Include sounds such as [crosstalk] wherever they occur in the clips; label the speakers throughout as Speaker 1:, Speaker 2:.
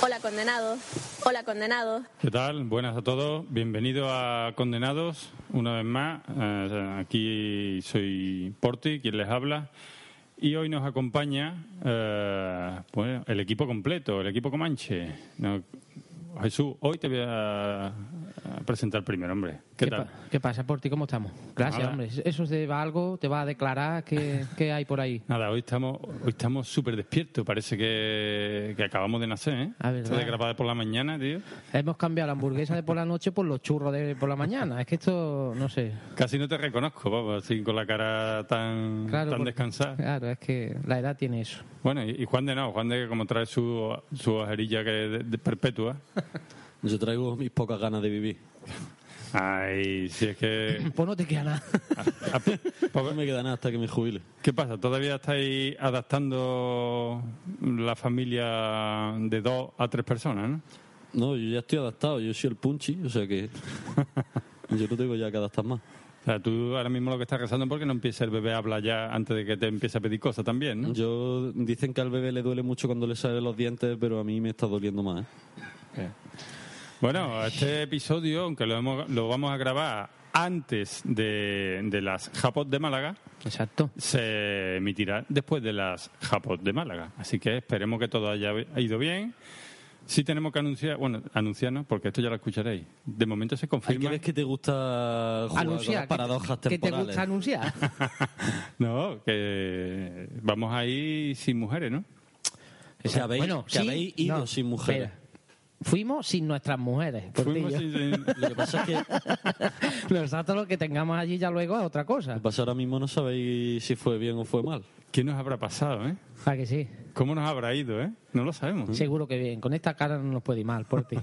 Speaker 1: Hola condenados, hola condenados.
Speaker 2: ¿Qué tal? Buenas a todos. Bienvenido a Condenados una vez más. Eh, aquí soy Porti, quien les habla. Y hoy nos acompaña eh, bueno, el equipo completo, el equipo Comanche. No, Jesús, hoy te voy a, a presentar primero, hombre. ¿Qué,
Speaker 3: ¿Qué,
Speaker 2: tal?
Speaker 3: pa- qué pasa por ti? ¿Cómo estamos? Gracias,
Speaker 2: Nada.
Speaker 3: hombre. Eso te va a algo, te va a declarar qué, qué hay por ahí.
Speaker 2: Nada, hoy estamos hoy estamos súper despiertos. Parece que, que acabamos de nacer, ¿eh?
Speaker 3: Ah, ¿verdad?
Speaker 2: Esto de grabar por la mañana, tío.
Speaker 3: Hemos cambiado la hamburguesa de por la noche por los churros de por la mañana. Es que esto, no sé.
Speaker 2: Casi no te reconozco, vamos, así con la cara tan,
Speaker 3: Claro,
Speaker 2: tan
Speaker 3: porque-
Speaker 2: descansada.
Speaker 3: Claro, es que la edad tiene eso.
Speaker 2: Bueno, y, y Juan de no, Juan de como trae su, su ojerilla que de- de perpetua.
Speaker 4: Yo traigo mis pocas ganas de vivir.
Speaker 2: Ay, si es que...
Speaker 3: Pues no te queda nada.
Speaker 2: a- a-
Speaker 4: No me queda nada hasta que me jubile.
Speaker 2: ¿Qué pasa? ¿Todavía estáis adaptando la familia de dos a tres personas, no?
Speaker 4: No, yo ya estoy adaptado, yo soy el punchi, o sea
Speaker 3: [laughs]
Speaker 4: que yo no tengo ya que adaptar más.
Speaker 2: O sea, tú ahora mismo lo que estás rezando es porque no empieza el bebé a hablar ya antes de que te empiece a pedir cosas también, ¿no?
Speaker 4: Yo dicen que al bebé le duele mucho cuando le salen los dientes, pero a mí me está doliendo más. ¿eh?
Speaker 2: Bueno, este episodio, aunque lo, hemos- lo vamos a grabar antes de, de las Japos de Málaga,
Speaker 3: Exacto.
Speaker 2: se emitirá después de las Japos de Málaga. Así que esperemos que todo haya ido bien. Sí tenemos que anunciar, bueno, anunciarnos, porque esto ya lo escucharéis. De momento se
Speaker 4: Hay
Speaker 2: [laughs]
Speaker 4: que
Speaker 2: confirma...
Speaker 4: ver que te gusta jugar con las
Speaker 3: Anunciar. que-
Speaker 4: paradojas
Speaker 3: que te
Speaker 4: temporales.
Speaker 3: gusta [laughs] anunciar.
Speaker 2: No, que vamos a ir sin mujeres, ¿no?
Speaker 4: O sea, habéis- que habéis ido
Speaker 3: no,
Speaker 4: sin mujeres.
Speaker 3: espera. Fuimos sin nuestras mujeres.
Speaker 2: Fuimos
Speaker 3: Portillo. [laughs]
Speaker 2: sin- sin-
Speaker 4: Lo que pasa es que, lo
Speaker 3: Nosotros lo que tengamos allí ya luego es otra cosa.
Speaker 4: que pasa ahora mismo no sabéis si fue bien o fue mal.
Speaker 2: ¿Qué nos habrá pasado, eh?
Speaker 3: ¿Para que sí?
Speaker 2: ¿Cómo nos habrá ido, eh? No lo sabemos.
Speaker 3: Seguro que bien. Con esta cara no nos puede ir mal, por ti.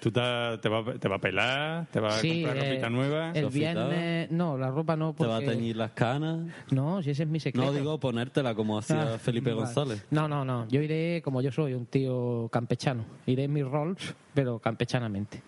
Speaker 2: Tú ta- te vas te va a pelar, te vas a comprar
Speaker 3: eh,
Speaker 2: ropita nueva.
Speaker 3: El
Speaker 4: Sofita.
Speaker 3: viernes, no, la ropa no. Porque...
Speaker 4: Te va a teñir las canas.
Speaker 3: No, si ese es mi secreto.
Speaker 4: No digo ponértela como hacía
Speaker 3: Ah,
Speaker 4: Felipe
Speaker 3: vale.
Speaker 4: González.
Speaker 3: No, no, no. Yo iré como yo soy, un tío campechano. Iré en mis roles, pero campechanamente.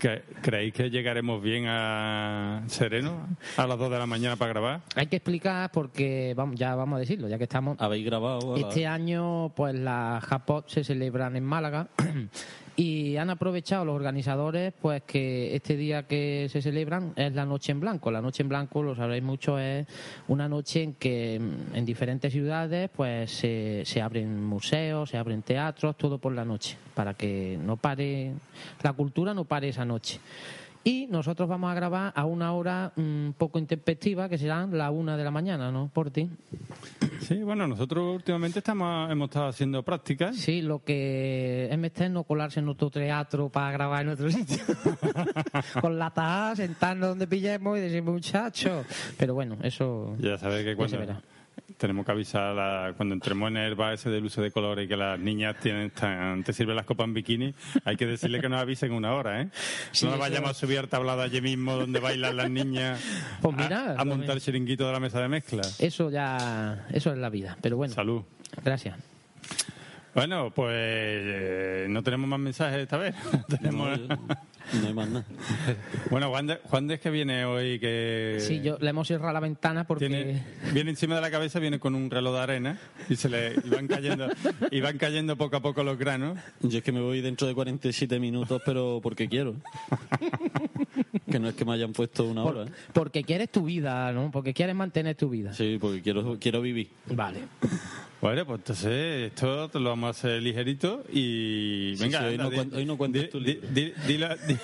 Speaker 2: ¿Cre- ¿Creéis que llegaremos bien a Sereno a las 2 de la mañana para grabar?
Speaker 3: Hay que explicar porque, vamos, ya vamos a decirlo, ya que estamos.
Speaker 4: Habéis grabado. a la-
Speaker 3: Este año, pues las Japón se celebran en Málaga [clears throat] y han aprovechado los organizadores, pues que este día que se celebran es la Noche en Blanco. La Noche en Blanco, lo sabréis mucho, es una noche en que mm, en diferentes ciudades, pues se, se abren museos, se abren teatros, todo por la noche, para que no pare la cultura, no pare esa noche. Y nosotros vamos a grabar a una hora mm, un poco intempestiva, que serán la una de la mañana, ¿no, Porti?
Speaker 2: Sí, bueno, nosotros últimamente estamos, hemos estado haciendo prácticas.
Speaker 3: Sí, lo que es meter no colarse en otro teatro para grabar en otro sitio. Con la taja, sentarnos donde pillemos y decir, muchacho. Pero bueno, eso.
Speaker 2: Ya sabéis que
Speaker 3: se
Speaker 2: cuando
Speaker 3: verá.
Speaker 2: tenemos que avisar a la- cuando entremos en el bar ese de luces de colores y que las niñas tienen tan- te sirven las copas en bikini, hay que decirle que nos avisen una hora, ¿eh?
Speaker 3: [laughs] Sí,
Speaker 2: no nos
Speaker 3: eso.
Speaker 2: vayamos a subir al tablado allí mismo donde bailan las niñas
Speaker 3: [laughs] Pues mira,
Speaker 2: a, a
Speaker 3: lo
Speaker 2: montar el
Speaker 3: mismo.
Speaker 2: chiringuito de la mesa de mezcla.
Speaker 3: Eso ya. Eso es la vida. Pero bueno,
Speaker 2: Salud.
Speaker 3: gracias.
Speaker 2: Bueno, pues eh, no tenemos más mensajes esta vez. [laughs]
Speaker 4: No,
Speaker 2: Tenemos-
Speaker 4: yo- no hay más nada.
Speaker 2: Bueno, Juan de, Juan de es que viene hoy que...
Speaker 3: Sí, yo le hemos cerrado la ventana porque.
Speaker 2: Tiene, viene encima de la cabeza, viene con un reloj de arena y se le y van cayendo, y van cayendo poco a poco los granos.
Speaker 4: Yo es que me voy dentro de 47 minutos, pero porque quiero. que no es que me hayan puesto una hora. ¿eh?
Speaker 3: Porque quieres tu vida, ¿no? Porque quieres mantener tu vida.
Speaker 4: Sí, porque quiero, quiero vivir.
Speaker 3: Vale.
Speaker 2: Bueno, pues entonces esto te lo vamos a hacer ligerito y
Speaker 4: Sí,
Speaker 2: venga.
Speaker 4: sí, hoy
Speaker 2: anda,
Speaker 4: no
Speaker 2: di-
Speaker 4: cuen- hoy no cuentes
Speaker 2: di-
Speaker 4: tu
Speaker 2: di-
Speaker 4: libro.
Speaker 2: di- di la- di-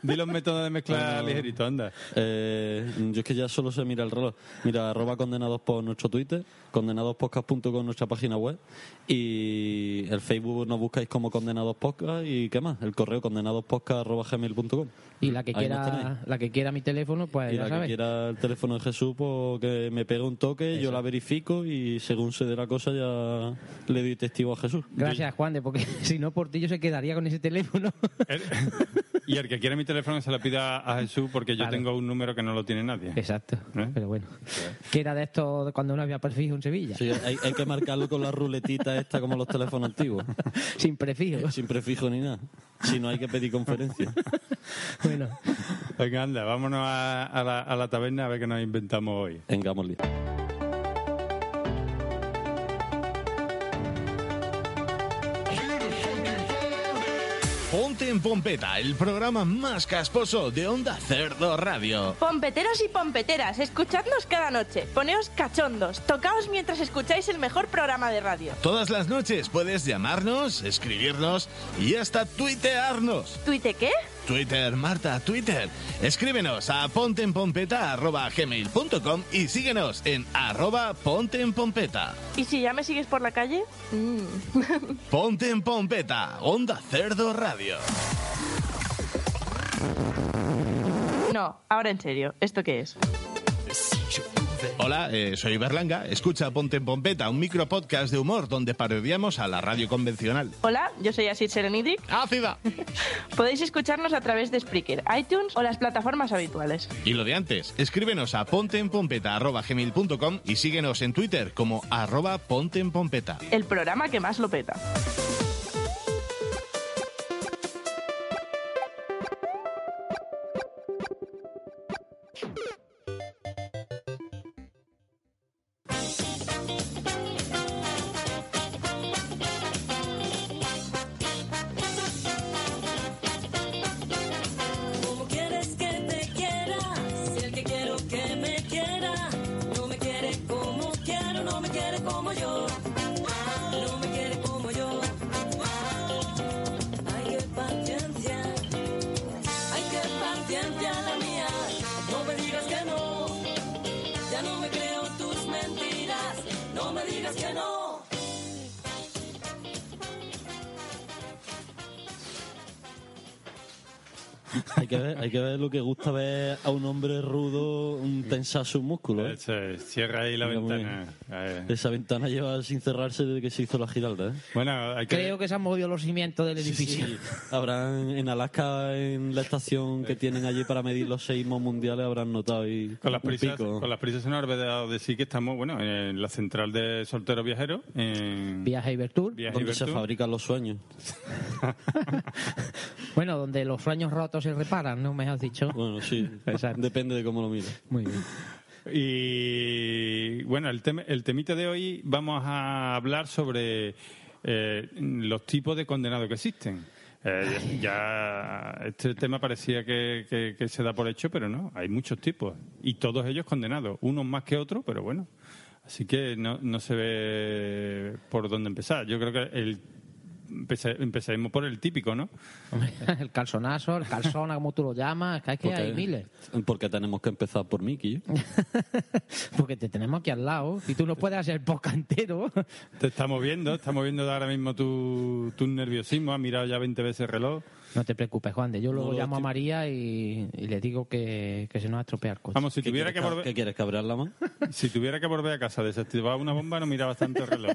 Speaker 2: di los métodos de mezcla
Speaker 4: Ah, no.
Speaker 2: ligerito, anda.
Speaker 4: Eh, yo es que ya solo sé mirar el reloj. Mira, arroba condenados por nuestro Twitter, condenadospodcast.com nuestra página web y el Facebook nos buscáis como condenados podcast y qué más, el correo condenadospodcast.gmail.com
Speaker 3: Y la que
Speaker 4: Ahí nos tenéis.
Speaker 3: quiera, la que quiera mi teléfono, pues
Speaker 4: Y
Speaker 3: ya
Speaker 4: la que
Speaker 3: sabes.
Speaker 4: quiera el teléfono de Jesús, pues que me pegue un toque, yo la verifico y según se dé la cosa ya le doy testigo a Jesús.
Speaker 3: Gracias, Juan, de, porque [laughs] si no, Portillo se quedaría con ese teléfono.
Speaker 2: El- y el que quiera mi teléfono se lo pida a Jesús porque yo
Speaker 3: Claro.
Speaker 2: tengo un número que no lo tiene nadie.
Speaker 3: Exacto,
Speaker 2: ¿Eh?
Speaker 3: pero bueno. Que era de esto de cuando no había prefijo en Sevilla.
Speaker 4: Sí, hay, hay que marcarlo con la ruletita esta como los teléfonos antiguos.
Speaker 3: Sin prefijo.
Speaker 4: [laughs] Sin prefijo ni nada. Si no hay que pedir conferencia.
Speaker 3: Bueno,
Speaker 2: Venga, anda, vámonos a, a la, a la taberna a ver qué nos inventamos hoy.
Speaker 4: Vengámosle.
Speaker 5: Beautiful Ponte en Pompeta, el programa más casposo de Onda Cerdo Radio.
Speaker 6: Pompeteros y pompeteras, escuchadnos cada noche, poneos cachondos, tocaos mientras escucháis el mejor programa de radio.
Speaker 5: Todas las noches puedes llamarnos, escribirnos y hasta tuitearnos.
Speaker 6: ¿Tuite qué?
Speaker 5: Twitter, Marta, Twitter. Escríbenos a pontenpompeta.gmail.com y síguenos en arroba pontenpompeta.
Speaker 6: ¿Y si ya me sigues por la calle? Mm,
Speaker 5: Ponte en Pompeta, Onda Cerdo Radio.
Speaker 6: No, ahora en serio, ¿esto qué es?
Speaker 5: Hola, eh, soy Berlanga. Escucha Ponte en Pompeta, un micropodcast de humor donde parodiamos a la radio convencional.
Speaker 6: Hola, yo soy Asit Serenidric.
Speaker 5: ¡Ácida!
Speaker 6: Podéis escucharnos a través de Spreaker, iTunes o las plataformas habituales.
Speaker 5: Y lo de antes, escríbenos a pontenpompeta.gmail.com y síguenos en Twitter como arroba pontenpompeta.
Speaker 6: El programa que más lo peta.
Speaker 7: ¿Cómo quieres que te quiera? Si el que quiero que me quiera no me quiere como quiero, no me quiere como yo, no me quiere como yo. Hay que paciencia, hay que paciencia la mía. No me digas que no, ya no me creo tus mentiras. No me digas que no.
Speaker 4: Hay que, ver, hay que ver lo que gusta ver a un hombre rudo mm, tensar sus músculos. ¿eh?
Speaker 2: Eso es, cierra ahí la
Speaker 4: Mira, muy
Speaker 2: ventana. Ahí.
Speaker 4: Esa ventana lleva sin cerrarse desde que se hizo la giralda. ¿eh?
Speaker 2: Bueno, hay que...
Speaker 3: Creo que se han movido los cimientos del edificio.
Speaker 4: Habrán en Alaska, en la estación que tienen allí para medir los seísmos mundiales, habrán notado ahí
Speaker 2: Con las
Speaker 4: un
Speaker 2: prisas,
Speaker 4: pico.
Speaker 2: con las prisas una de decir que estamos, bueno, en la central de solteros viajeros, en
Speaker 3: Viaje y Vertur.
Speaker 2: Viajes y
Speaker 4: donde se
Speaker 2: Virtud.
Speaker 4: fabrican los sueños.
Speaker 3: Bueno, donde los sueños rotos se reparan, ¿no me has dicho?
Speaker 4: Bueno, sí,
Speaker 3: Exacto.
Speaker 4: depende de cómo lo mires.
Speaker 3: Muy bien.
Speaker 2: Y bueno, el, tem- el temita de hoy vamos a hablar sobre eh, los tipos de condenados que existen. Eh, ya este tema parecía que, que- que se da por hecho, pero no, hay muchos tipos y todos ellos condenados, unos más que otros, pero bueno. Así que no, no se ve por dónde empezar. Yo creo que el, empeza- empezaremos por el típico, ¿no?
Speaker 3: Hombre, [laughs] el calzonazo, el calzona, como tú lo llamas, que es que hay
Speaker 4: Porque-
Speaker 3: miles.
Speaker 4: Porque tenemos que empezar por Mickey.
Speaker 3: Porque te tenemos aquí al lado y tú no puedes hacer el podcast entero.
Speaker 2: Te estamos viendo, estamos viendo ahora mismo tu, tu nerviosismo, has mirado ya 20 veces el reloj.
Speaker 4: Pues,
Speaker 3: No te preocupes, Juan, de yo luego
Speaker 4: No,
Speaker 3: llamo a
Speaker 4: tío.
Speaker 3: María y, y le digo que, que se nos ha estropeado el coche.
Speaker 2: Vamos, si
Speaker 4: ¿Qué
Speaker 2: tuviera
Speaker 4: quieres,
Speaker 2: que
Speaker 4: cab-
Speaker 2: volver...
Speaker 4: ¿Qué quieres, cabrear la mano?
Speaker 2: Si tuviera que volver a casa desactivada una bomba, no miraba tanto el reloj.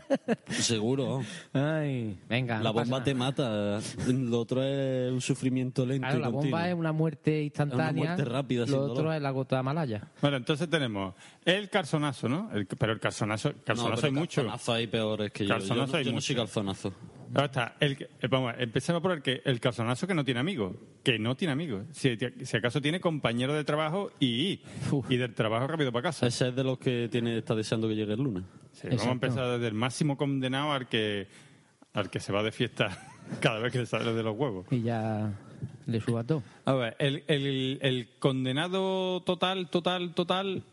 Speaker 4: Seguro.
Speaker 3: Ay, venga.
Speaker 4: La
Speaker 3: no pasa
Speaker 4: bomba
Speaker 3: nada.
Speaker 4: te mata. Lo otro es un sufrimiento lento
Speaker 3: Claro,
Speaker 4: y
Speaker 3: la
Speaker 4: continuo.
Speaker 3: bomba es una muerte instantánea.
Speaker 4: muerte rápida, sin
Speaker 3: Lo otro
Speaker 4: dolor.
Speaker 3: es la gota de Malaya.
Speaker 2: Bueno, entonces tenemos el calzonazo, ¿no? El- pero el calzonazo, calzonazo
Speaker 4: no,
Speaker 2: hay
Speaker 4: pero
Speaker 2: mucho.
Speaker 4: Calzonazo hay peores que yo.
Speaker 2: Calzonazo
Speaker 4: yo no,
Speaker 2: hay
Speaker 4: yo no
Speaker 2: mucho.
Speaker 4: soy calzonazo.
Speaker 2: Ahora está, el que- eh, vamos, empecemos por el que el calzonazo que no tiene amigos, que no tiene amigos. Si, si acaso tiene compañero de trabajo y, y del trabajo rápido para casa.
Speaker 4: Ese es de los que tiene, está deseando que llegue el lunes.
Speaker 2: Sí, vamos a
Speaker 3: Exacto.
Speaker 2: empezar desde el máximo condenado al que al que se va de fiesta [laughs] cada vez que le sale de los huevos.
Speaker 3: Y ya le suba todo.
Speaker 2: A ver, el, el- el condenado total, total, total,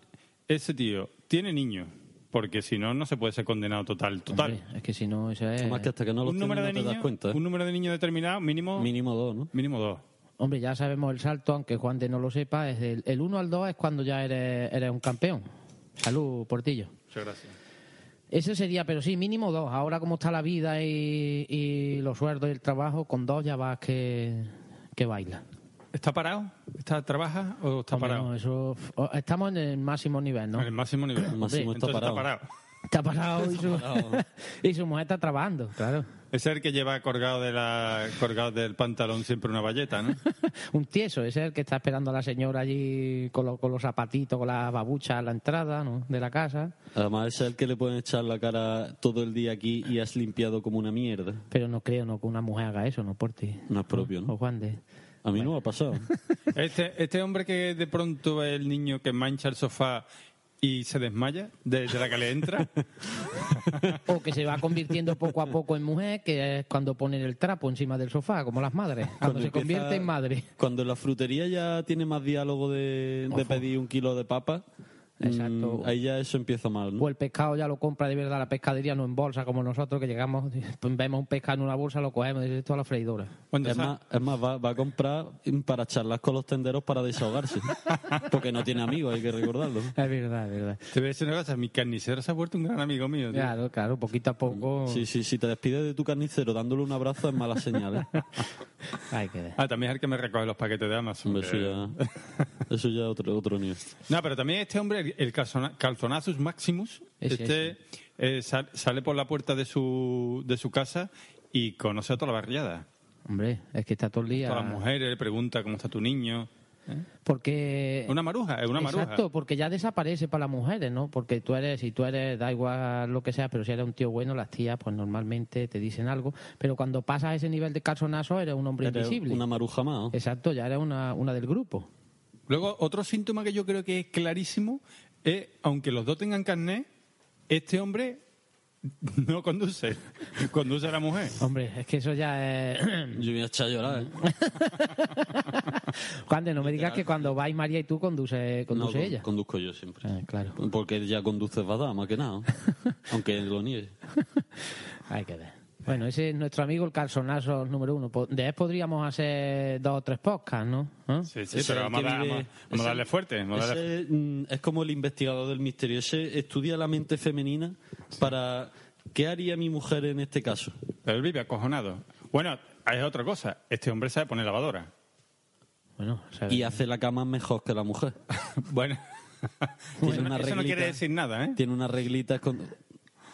Speaker 2: ese tío tiene niños, porque si no, no se puede ser condenado total, total.
Speaker 3: Hombre, es que si no, eso es.
Speaker 4: Más que hasta que no lo
Speaker 2: un, número de
Speaker 4: no te das
Speaker 2: niños,
Speaker 4: cuenta. ¿eh?
Speaker 2: un número de niños determinado, mínimo,
Speaker 4: Mínimo dos, ¿no?
Speaker 2: mínimo dos.
Speaker 3: Hombre, ya sabemos el salto, aunque Juan de no lo sepa, es del- el 1 al 2 es cuando ya eres, eres un campeón. Salud, Portillo.
Speaker 2: Muchas gracias.
Speaker 3: Eso sería, pero sí, mínimo dos. Ahora como está la vida y, y los sueldos y el trabajo, con dos ya vas que, que baila.
Speaker 2: ¿Está parado? ¿Está, ¿Trabaja o está
Speaker 3: Hombre,
Speaker 2: parado?
Speaker 3: no, eso, o- estamos en el máximo nivel, ¿no?
Speaker 2: En el máximo nivel.
Speaker 4: El máximo
Speaker 2: Entonces
Speaker 4: está parado.
Speaker 3: Está parado
Speaker 4: [laughs]
Speaker 3: y su, [laughs] y su mujer está trabajando, claro.
Speaker 2: Es el que lleva colgado, de la, colgado del pantalón siempre una valleta,
Speaker 4: [laughs]
Speaker 2: ¿no?
Speaker 3: [laughs] Un tieso, ese es el que está esperando a la señora allí con, los- con los zapatitos, con las babuchas a la entrada ¿no? de la casa,
Speaker 4: Además, ese es el que le pueden echar la cara todo el día aquí y has limpiado como una mierda.
Speaker 3: pero no creo no que una mujer haga eso, ¿no? Por ti.
Speaker 4: No es propio,
Speaker 3: O
Speaker 4: ¿no?
Speaker 3: Juan de...
Speaker 4: A mí no me ha pasado.
Speaker 2: Este, este hombre que de pronto es el niño que mancha el sofá y se desmaya de, de la que le entra.
Speaker 3: O que se va convirtiendo poco a poco en mujer, que es cuando ponen el trapo encima del sofá, como las madres. Cuando, se
Speaker 4: empieza-
Speaker 3: convierte en madre.
Speaker 4: Cuando en la frutería ya tiene más diálogo de, de pedir un kilo de papa.
Speaker 3: Exacto.
Speaker 4: mm, ahí ya eso empieza mal, ¿no?
Speaker 3: O el pescado ya lo compra de verdad la pescadería, no en bolsa, como nosotros que llegamos, pues, vemos un pescado en una bolsa, lo cogemos y esto a la freidora.
Speaker 2: Cuando
Speaker 4: es
Speaker 2: sa-
Speaker 4: más, es más, va, va a comprar para charlar con los tenderos
Speaker 3: [laughs]
Speaker 4: para desahogarse. Porque no tiene amigos, hay que recordarlo.
Speaker 3: Es verdad, es verdad.
Speaker 2: Te voy a decir una cosa, mi carnicero se ha vuelto un gran amigo mío. tío.
Speaker 3: Claro, claro, poquito a poco
Speaker 4: Sí, sí, si te despides de tu carnicero dándole un abrazo es mala señal.
Speaker 3: [laughs]
Speaker 4: ¿eh?
Speaker 3: hay que ver.
Speaker 2: Ah, también es el que me recoge los paquetes de Amazon.
Speaker 4: Hombre,
Speaker 2: que-
Speaker 4: Eso ya, eso ya es otro, otro nivel.
Speaker 2: No, pero también este hombre, el- el calzona- Calzonazus Maximus,
Speaker 3: Ese,
Speaker 2: este eh, sal- sale por la puerta de su, de su casa y conoce a toda la barriada.
Speaker 3: Hombre, es que está todo el día.
Speaker 2: Todas las mujeres le pregunta cómo está tu niño.
Speaker 3: Porque.
Speaker 2: Una maruja, es una maruja.
Speaker 3: Eh, Exacto, porque ya desaparece para las mujeres, ¿no? Porque tú eres, si tú eres, da igual lo que sea, pero si eres un tío bueno, las tías, pues normalmente te dicen algo. Pero cuando pasas ese nivel de calzonazo, eres un hombre
Speaker 4: Eres
Speaker 3: invisible.
Speaker 4: Una maruja más. ¿no?
Speaker 3: Exacto, ya eres una, una del grupo.
Speaker 2: Luego, otro síntoma que yo creo que es clarísimo es, aunque los dos tengan carnet, este hombre no conduce, [laughs] conduce a la mujer.
Speaker 3: Hombre, es que eso ya es. [laughs]
Speaker 4: Yo me voy a echar a llorar. ¿eh?
Speaker 3: Cuando no me digas que cuando vais María y tú conduce, [laughs]
Speaker 4: No,
Speaker 3: conduce
Speaker 4: con-
Speaker 3: ella.
Speaker 4: Conduzco yo siempre.
Speaker 3: Ah, claro,
Speaker 4: Porque ya conduces Badá, más
Speaker 3: [laughs]
Speaker 4: que nada. ¿no? Aunque lo niegue.
Speaker 3: hay que ver. Bueno, ese es nuestro amigo el calzonazo número uno. Po- De él podríamos hacer dos o tres podcasts, ¿no? ¿Eh?
Speaker 2: Sí, sí,
Speaker 4: Ese
Speaker 2: pero
Speaker 4: es el
Speaker 2: vamos a,
Speaker 4: que
Speaker 2: dar-
Speaker 4: vive-
Speaker 2: vamos a- vamos a
Speaker 4: ese-
Speaker 2: darle fuerte. vamos a darle-
Speaker 4: ese, mm, es como el investigador del misterio. Ese estudia la mente femenina para qué haría mi mujer en este caso.
Speaker 2: Pero él vive acojonado. Bueno, es otra cosa. Este hombre sabe poner lavadora.
Speaker 3: Bueno, o sea,
Speaker 4: Y hace la cama mejor que
Speaker 3: [laughs]
Speaker 4: la mujer.
Speaker 2: [laughs] [laughs] Bueno,
Speaker 4: Tiene
Speaker 2: eso, no-
Speaker 4: una
Speaker 2: eso no
Speaker 4: reglita.
Speaker 2: quiere decir nada, ¿eh?
Speaker 4: Tiene unas reglitas con...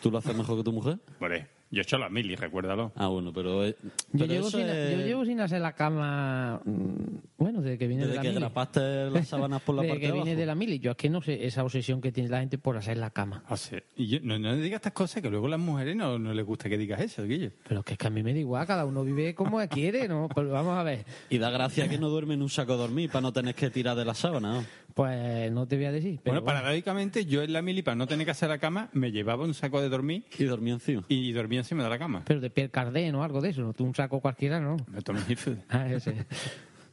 Speaker 4: ¿Tú lo haces mejor que tu mujer?
Speaker 2: Vale, yo he hecho las mili, recuérdalo.
Speaker 4: Ah, bueno, pero... eh,
Speaker 3: yo,
Speaker 4: pero
Speaker 3: llevo
Speaker 4: eso
Speaker 3: sin,
Speaker 4: es-
Speaker 3: yo llevo sin hacer la cama. mm, Bueno, desde que viene
Speaker 4: Desde
Speaker 3: de la
Speaker 4: que
Speaker 3: mili.
Speaker 4: grapaste las sábanas por la
Speaker 3: desde
Speaker 4: parte
Speaker 3: que
Speaker 4: de
Speaker 3: viene
Speaker 4: abajo.
Speaker 3: de la mili. Yo es que no sé esa obsesión que tiene la gente por hacer la cama.
Speaker 2: O sea, y yo- no, no digas estas cosas que luego las mujeres no, no les gusta que digas eso, Guillo.
Speaker 3: Pero es que, es que a mí me da igual, cada uno vive como quiere,
Speaker 4: [laughs]
Speaker 3: ¿no? Pero vamos a ver.
Speaker 4: Y da gracia que no duerme en un saco dormir para no tener que tirar de la sábana. ¿no?
Speaker 3: Pues no te voy a decir. Pero
Speaker 2: bueno, paradójicamente, yo en la mili, para no tener que hacer la cama, me llevaba un saco de dormir
Speaker 4: Y dormía encima.
Speaker 2: y dormía encima de la cama.
Speaker 3: Pero de Pierre Cardin o algo de eso, ¿no? Tú un saco cualquiera, ¿no?
Speaker 2: Me tomé el jefe.
Speaker 3: Ah, ese.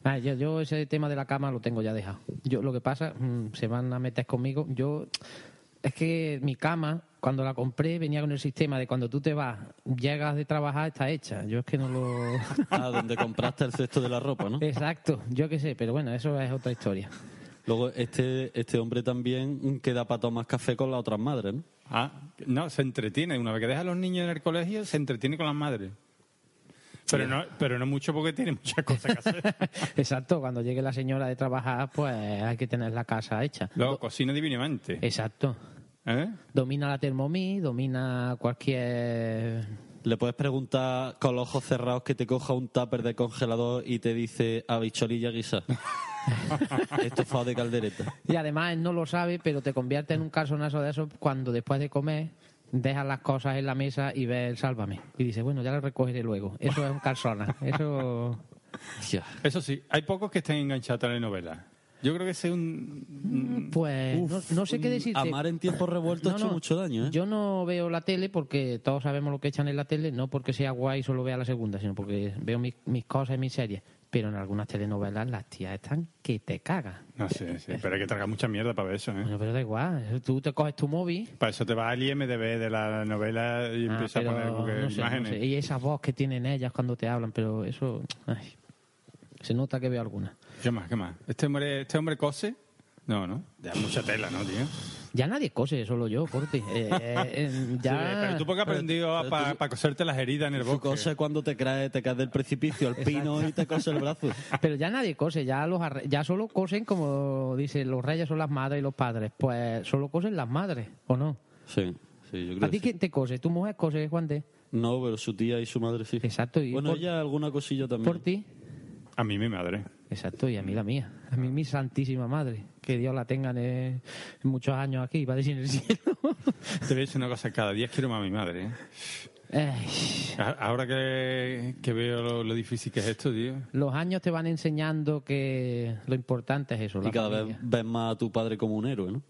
Speaker 3: Ah, yo, yo ese tema de la cama lo tengo ya dejado. Yo lo que pasa, mm, se van a meter conmigo. Yo es que mi cama cuando la compré venía con el sistema de cuando tú te vas, llegas de trabajar está hecha. Yo es que no lo
Speaker 4: Ah, donde compraste el cesto de la ropa, ¿no?
Speaker 3: Exacto, yo qué sé, pero bueno, eso es otra historia. [laughs]
Speaker 4: Luego, este, este hombre también queda para tomar café con las otras madres, ¿no?
Speaker 2: Ah, no, se entretiene. Una vez que deja a los niños en el colegio, se entretiene con las madres. Pero no, pero no mucho porque tiene muchas cosas que
Speaker 3: [laughs]
Speaker 2: hacer.
Speaker 3: Exacto, cuando llegue la señora de trabajar, pues hay que tener la casa hecha.
Speaker 2: Luego cocina divinamente.
Speaker 3: Exacto.
Speaker 2: ¿Eh?
Speaker 3: Domina la Thermomix, domina cualquier
Speaker 4: Le puedes preguntar con los ojos cerrados que te coja un tupper de congelador y te dice habichuelilla guisa. Estofado de caldereta.
Speaker 3: Y además él no lo sabe, pero te convierte en un calzonazo de eso cuando después de comer dejas las cosas en la mesa y ves el sálvame. Y dices, bueno, ya lo recogeré luego. Eso es un calzona. Eso.
Speaker 4: Hostia.
Speaker 2: Eso sí, hay pocos que estén enganchados a telenovelas. Yo creo que ese es un...
Speaker 3: Pues no, no sé qué decirte.
Speaker 4: Amar en tiempos revueltos
Speaker 3: No,
Speaker 4: ha hecho
Speaker 3: no.
Speaker 4: mucho daño, ¿eh?
Speaker 3: Yo no veo la tele porque todos sabemos lo que echan en la tele, no porque sea guay y solo vea la segunda, sino porque veo mis, mis cosas y mis series. Pero en algunas telenovelas las tías están que te cagas.
Speaker 2: No sé, sí,
Speaker 3: Eh.
Speaker 2: pero hay que tragar mucha mierda para ver eso, ¿eh?
Speaker 3: Bueno, pero da igual. Tú te coges tu móvil
Speaker 2: Para eso te vas al IMDB de la novela y
Speaker 3: Ah,
Speaker 2: empiezas a
Speaker 3: pero
Speaker 2: poner como que
Speaker 3: no sé, no
Speaker 2: imágenes.
Speaker 3: sé. Y esa voz que tienen ellas cuando te hablan, pero eso. ay, se nota que veo alguna.
Speaker 2: ¿Qué más, qué más? ¿Este hombre, este hombre cose? No, ¿no? Da mucha tela, ¿no, tío?
Speaker 3: Ya nadie cose, solo yo, Corti. Eh,
Speaker 2: [laughs]
Speaker 3: eh, eh,
Speaker 2: Sí,
Speaker 3: ya.
Speaker 2: pero tú porque has aprendido a- pa- para coserte las heridas en el
Speaker 4: Tú
Speaker 2: bosque.
Speaker 4: coses cuando te caes, te caes del precipicio al pino y te cose el brazo.
Speaker 3: Pero ya nadie cose, ya los arre- ya solo cosen como dicen los reyes son las madres y los padres. Pues solo cosen las madres, ¿o no?
Speaker 4: Sí, sí, yo creo
Speaker 3: ¿A ti
Speaker 4: que sí.
Speaker 3: quién te cose? ¿Tu mujer cose, Juan de?
Speaker 4: No, pero su tía y su madre sí.
Speaker 3: Exacto, y
Speaker 4: bueno,
Speaker 3: por-
Speaker 4: ella alguna cosilla también.
Speaker 3: ¿Por ti?
Speaker 2: A mí mi madre.
Speaker 3: Exacto, y a mí la mía. A mí mi santísima madre. Que Dios la tenga en, eh, muchos años aquí, va a decir en el cielo. [laughs]
Speaker 2: [laughs] Te voy a decir una cosa, cada día quiero más a mi madre. ¿eh?
Speaker 3: Ay,
Speaker 2: A- Ahora que, que veo lo, lo difícil que es esto, tío.
Speaker 3: los años te van enseñando que lo importante es eso.
Speaker 4: Y
Speaker 3: la
Speaker 4: cada vez
Speaker 3: familia.
Speaker 4: ves más a tu padre como un
Speaker 3: [laughs]
Speaker 4: héroe, ¿no?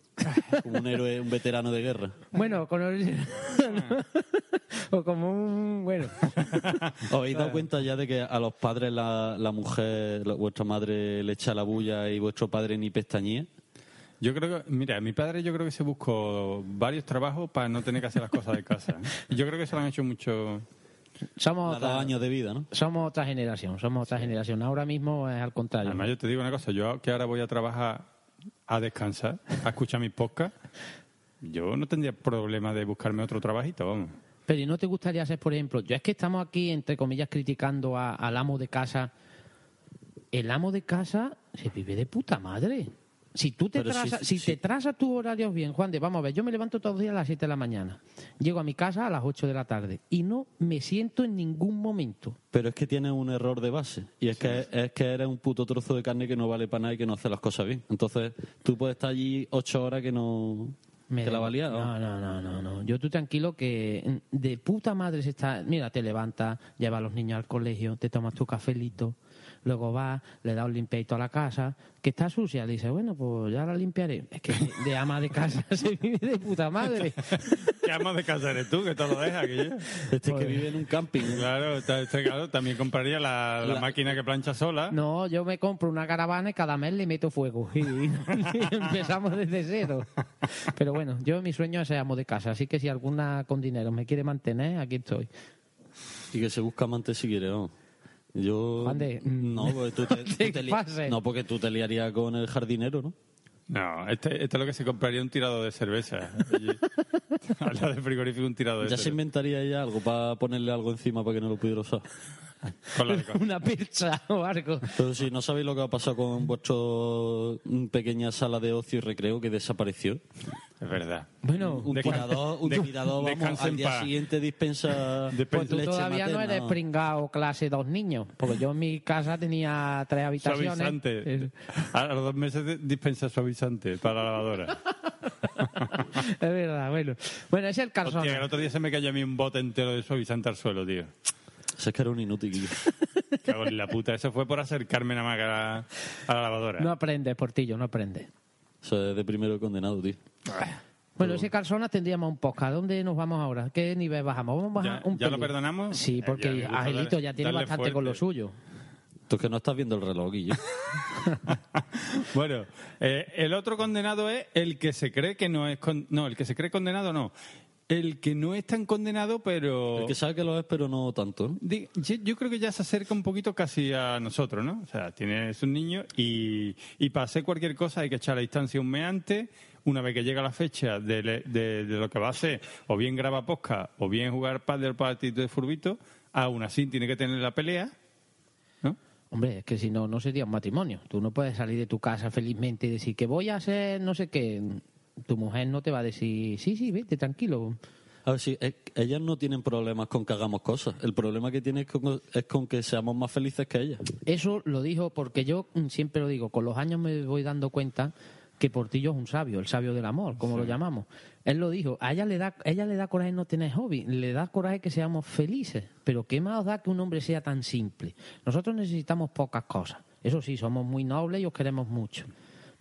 Speaker 4: Como un héroe, un veterano de guerra.
Speaker 3: Bueno, con
Speaker 4: [laughs]
Speaker 3: el... [laughs] o como un... Bueno,
Speaker 4: ¿Os habéis dado cuenta ya de que a los padres la, la mujer, la- vuestra madre le echa la bulla y vuestro padre ni pestañía?
Speaker 2: Yo creo que, mira, mi padre yo creo que se buscó varios trabajos para no tener que hacer las cosas de casa. Y Yo creo que se lo han hecho mucho.
Speaker 3: somos
Speaker 4: Le ha dado
Speaker 3: otra,
Speaker 4: años de vida, ¿no?
Speaker 3: somos otra generación, somos otra generación. Ahora mismo es al contrario.
Speaker 2: Además, yo te digo una cosa, yo que ahora voy a trabajar a descansar, a escuchar mis podcasts, yo no tendría problema de buscarme otro trabajito, vamos.
Speaker 3: Pero ¿y no te gustaría ser, por ejemplo, yo es que estamos aquí, entre comillas, criticando a- al amo de casa. El amo de casa se vive de puta madre. Si tú te
Speaker 4: Pero si-
Speaker 3: trazas, si
Speaker 4: si-
Speaker 3: te trazas tus horarios bien, Juan de, vamos a ver, yo me levanto todos los días a las 7 de la mañana, llego a mi casa a las 8 de la tarde y no me siento en ningún momento.
Speaker 4: Pero es que tiene un error de base. Y es que es que eres un puto trozo de carne que no vale para nada y que no hace las cosas bien. Entonces, tú puedes estar allí ocho horas que no.
Speaker 3: Me
Speaker 4: que
Speaker 3: da-
Speaker 4: la valía, Oh. ¿no?
Speaker 3: No, no, no, no, no. Yo tú tranquilo que mm, de puta madre se está... Mira, te levantas, llevas a los niños al colegio, te tomas tu cafelito, luego vas, le das un limpiadito a la casa, que está sucia, le dices, bueno, pues ya la limpiaré. Es que de- de ama de casa [laughs] se vive de puta madre.
Speaker 2: ¿Qué amas de casa eres tú que te lo dejas? Que yo?
Speaker 4: Este que vive en un camping.
Speaker 2: Claro, ta- ta- claro, también compraría la, la
Speaker 4: La-
Speaker 2: máquina que plancha sola.
Speaker 3: No, yo me compro una caravana y cada mes le meto fuego. Y, [laughs] empezamos desde cero. Pero bueno, yo mi sueño es ser amo de casa, así que si alguna con dinero me quiere mantener, aquí estoy.
Speaker 4: Y que se busca amante si quiere, ¿no? Yo.
Speaker 3: Juan de- [laughs]
Speaker 4: No, porque tú te, tú
Speaker 3: ¿Qué
Speaker 4: te li-
Speaker 3: pasa?
Speaker 4: no, porque tú te liarías con el jardinero, ¿no?
Speaker 2: No, este, este es lo que se compraría un tirado de cerveza. Allí. Al lado del frigorífico un tirado de
Speaker 4: Ya se
Speaker 2: cerveza.
Speaker 4: inventaría ella algo para ponerle algo encima para que no lo pudiera usar.
Speaker 2: Con la de co-
Speaker 3: Una percha o algo.
Speaker 4: Pero si no sabéis lo que ha pasado con vuestro mm, pequeña sala de ocio y recreo que desapareció.
Speaker 2: Es verdad.
Speaker 3: Bueno,
Speaker 4: Un
Speaker 2: Descanse-
Speaker 4: tirador, un
Speaker 2: de-
Speaker 4: tirador, vamos,
Speaker 2: descanse en
Speaker 4: al día
Speaker 2: paz.
Speaker 4: siguiente dispensa
Speaker 3: Pues tú
Speaker 4: [laughs] leche
Speaker 3: todavía no
Speaker 4: materna.
Speaker 3: eres pringado clase dos niños, porque yo en mi casa tenía tres habitaciones.
Speaker 2: Suavizante.
Speaker 3: Es-
Speaker 2: A los dos meses de- dispensa suavizante para la lavadora.
Speaker 3: Es [laughs] verdad, bueno. Bueno, ese es el calzón.
Speaker 2: Hostia, el otro día se me cayó a mí un bote entero de suavizante al suelo, tío.
Speaker 4: O sea, es que era un inútil.
Speaker 2: Cago en la puta. Eso fue por acercarme nada más que a la, a la lavadora.
Speaker 3: No aprendes, Portillo, no aprendes.
Speaker 4: O sea, es de primero de condenado, tío.
Speaker 3: Bueno, ese calzona tendríamos un podcast. ¿Dónde nos vamos ahora? ¿Qué nivel bajamos? Vamos a bajar
Speaker 2: ¿Ya,
Speaker 3: un
Speaker 2: ya lo
Speaker 3: pelín.
Speaker 2: perdonamos?
Speaker 3: Sí,
Speaker 2: Eh, ya me
Speaker 3: porque
Speaker 2: gusta
Speaker 3: Angelito
Speaker 2: dar-
Speaker 3: ya tiene
Speaker 2: darle
Speaker 3: bastante con lo
Speaker 2: fuerte.
Speaker 3: suyo.
Speaker 4: Tú es que no estás viendo el reloj, Guillo.
Speaker 2: Bueno, eh, el otro condenado es el que se cree que no es... con- no, el que se cree condenado no. El que no es tan condenado, pero...
Speaker 4: El que sabe que lo es, pero no tanto, ¿no?
Speaker 2: Di- Yo, yo creo que ya se acerca un poquito casi a nosotros, ¿no? O sea, tienes un niño y, y para hacer cualquier cosa hay que echar a distancia un meante. Una vez que llega la fecha de, le- de- de lo que va a hacer, o bien graba posca, o bien jugar pádel partido de furbito, aún así tiene que tener la pelea, ¿no?
Speaker 3: Hombre, es que si no, no sería un matrimonio. Tú no puedes salir de tu casa felizmente y decir que voy a hacer no sé qué. Tu mujer no te va a decir, sí, sí, vete, tranquilo.
Speaker 4: A ver, sí, es- ellas no tienen problemas con que hagamos cosas. El problema que tienen es con, es con que seamos más felices que ellas.
Speaker 3: Eso lo dijo porque yo mm, siempre lo digo, con los años me voy dando cuenta que Portillo es un sabio, el sabio del amor, como lo llamamos. Él lo dijo, a ella le da, a ella le da coraje no tener hobby, le da coraje que seamos felices, pero qué más os da que un hombre sea tan simple. Nosotros necesitamos pocas cosas. Eso sí, somos muy nobles y os queremos mucho.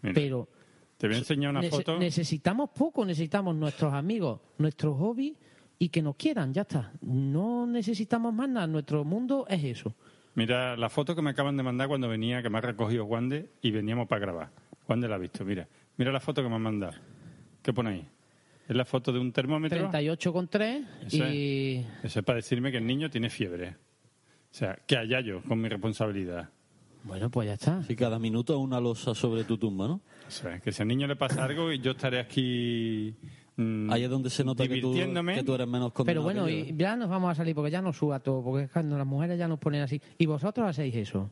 Speaker 2: Mira,
Speaker 3: pero
Speaker 2: Te voy a enseñar una
Speaker 3: nece-
Speaker 2: foto.
Speaker 3: necesitamos poco, necesitamos nuestros amigos, nuestros hobbies y que nos quieran, ya está. No necesitamos más nada, nuestro mundo es eso.
Speaker 2: Mira la foto que me acaban de mandar cuando venía, que me ha recogido Juan de y veníamos para grabar. Juan de la ha visto, mira. Mira la foto que me han mandado. ¿Qué pone ahí? Es la foto de un termómetro.
Speaker 3: 38,3
Speaker 2: Eso es.
Speaker 3: y
Speaker 2: Eso es para decirme que el niño tiene fiebre. O sea, que allá yo con mi responsabilidad.
Speaker 3: Bueno, pues ya está.
Speaker 4: Así que cada minuto es una losa sobre tu tumba, ¿no?
Speaker 2: O sea, que si al niño le pasa algo y yo estaré aquí. mm,
Speaker 4: Ahí es donde se nota que tú,
Speaker 2: divirtiéndome.
Speaker 4: que tú eres menos
Speaker 3: Pero
Speaker 4: condenado.
Speaker 3: bueno,
Speaker 4: que
Speaker 3: y
Speaker 4: yo.
Speaker 3: ya nos vamos a salir porque ya nos suba todo, porque es cuando las mujeres ya nos ponen así. ¿Y vosotros hacéis eso?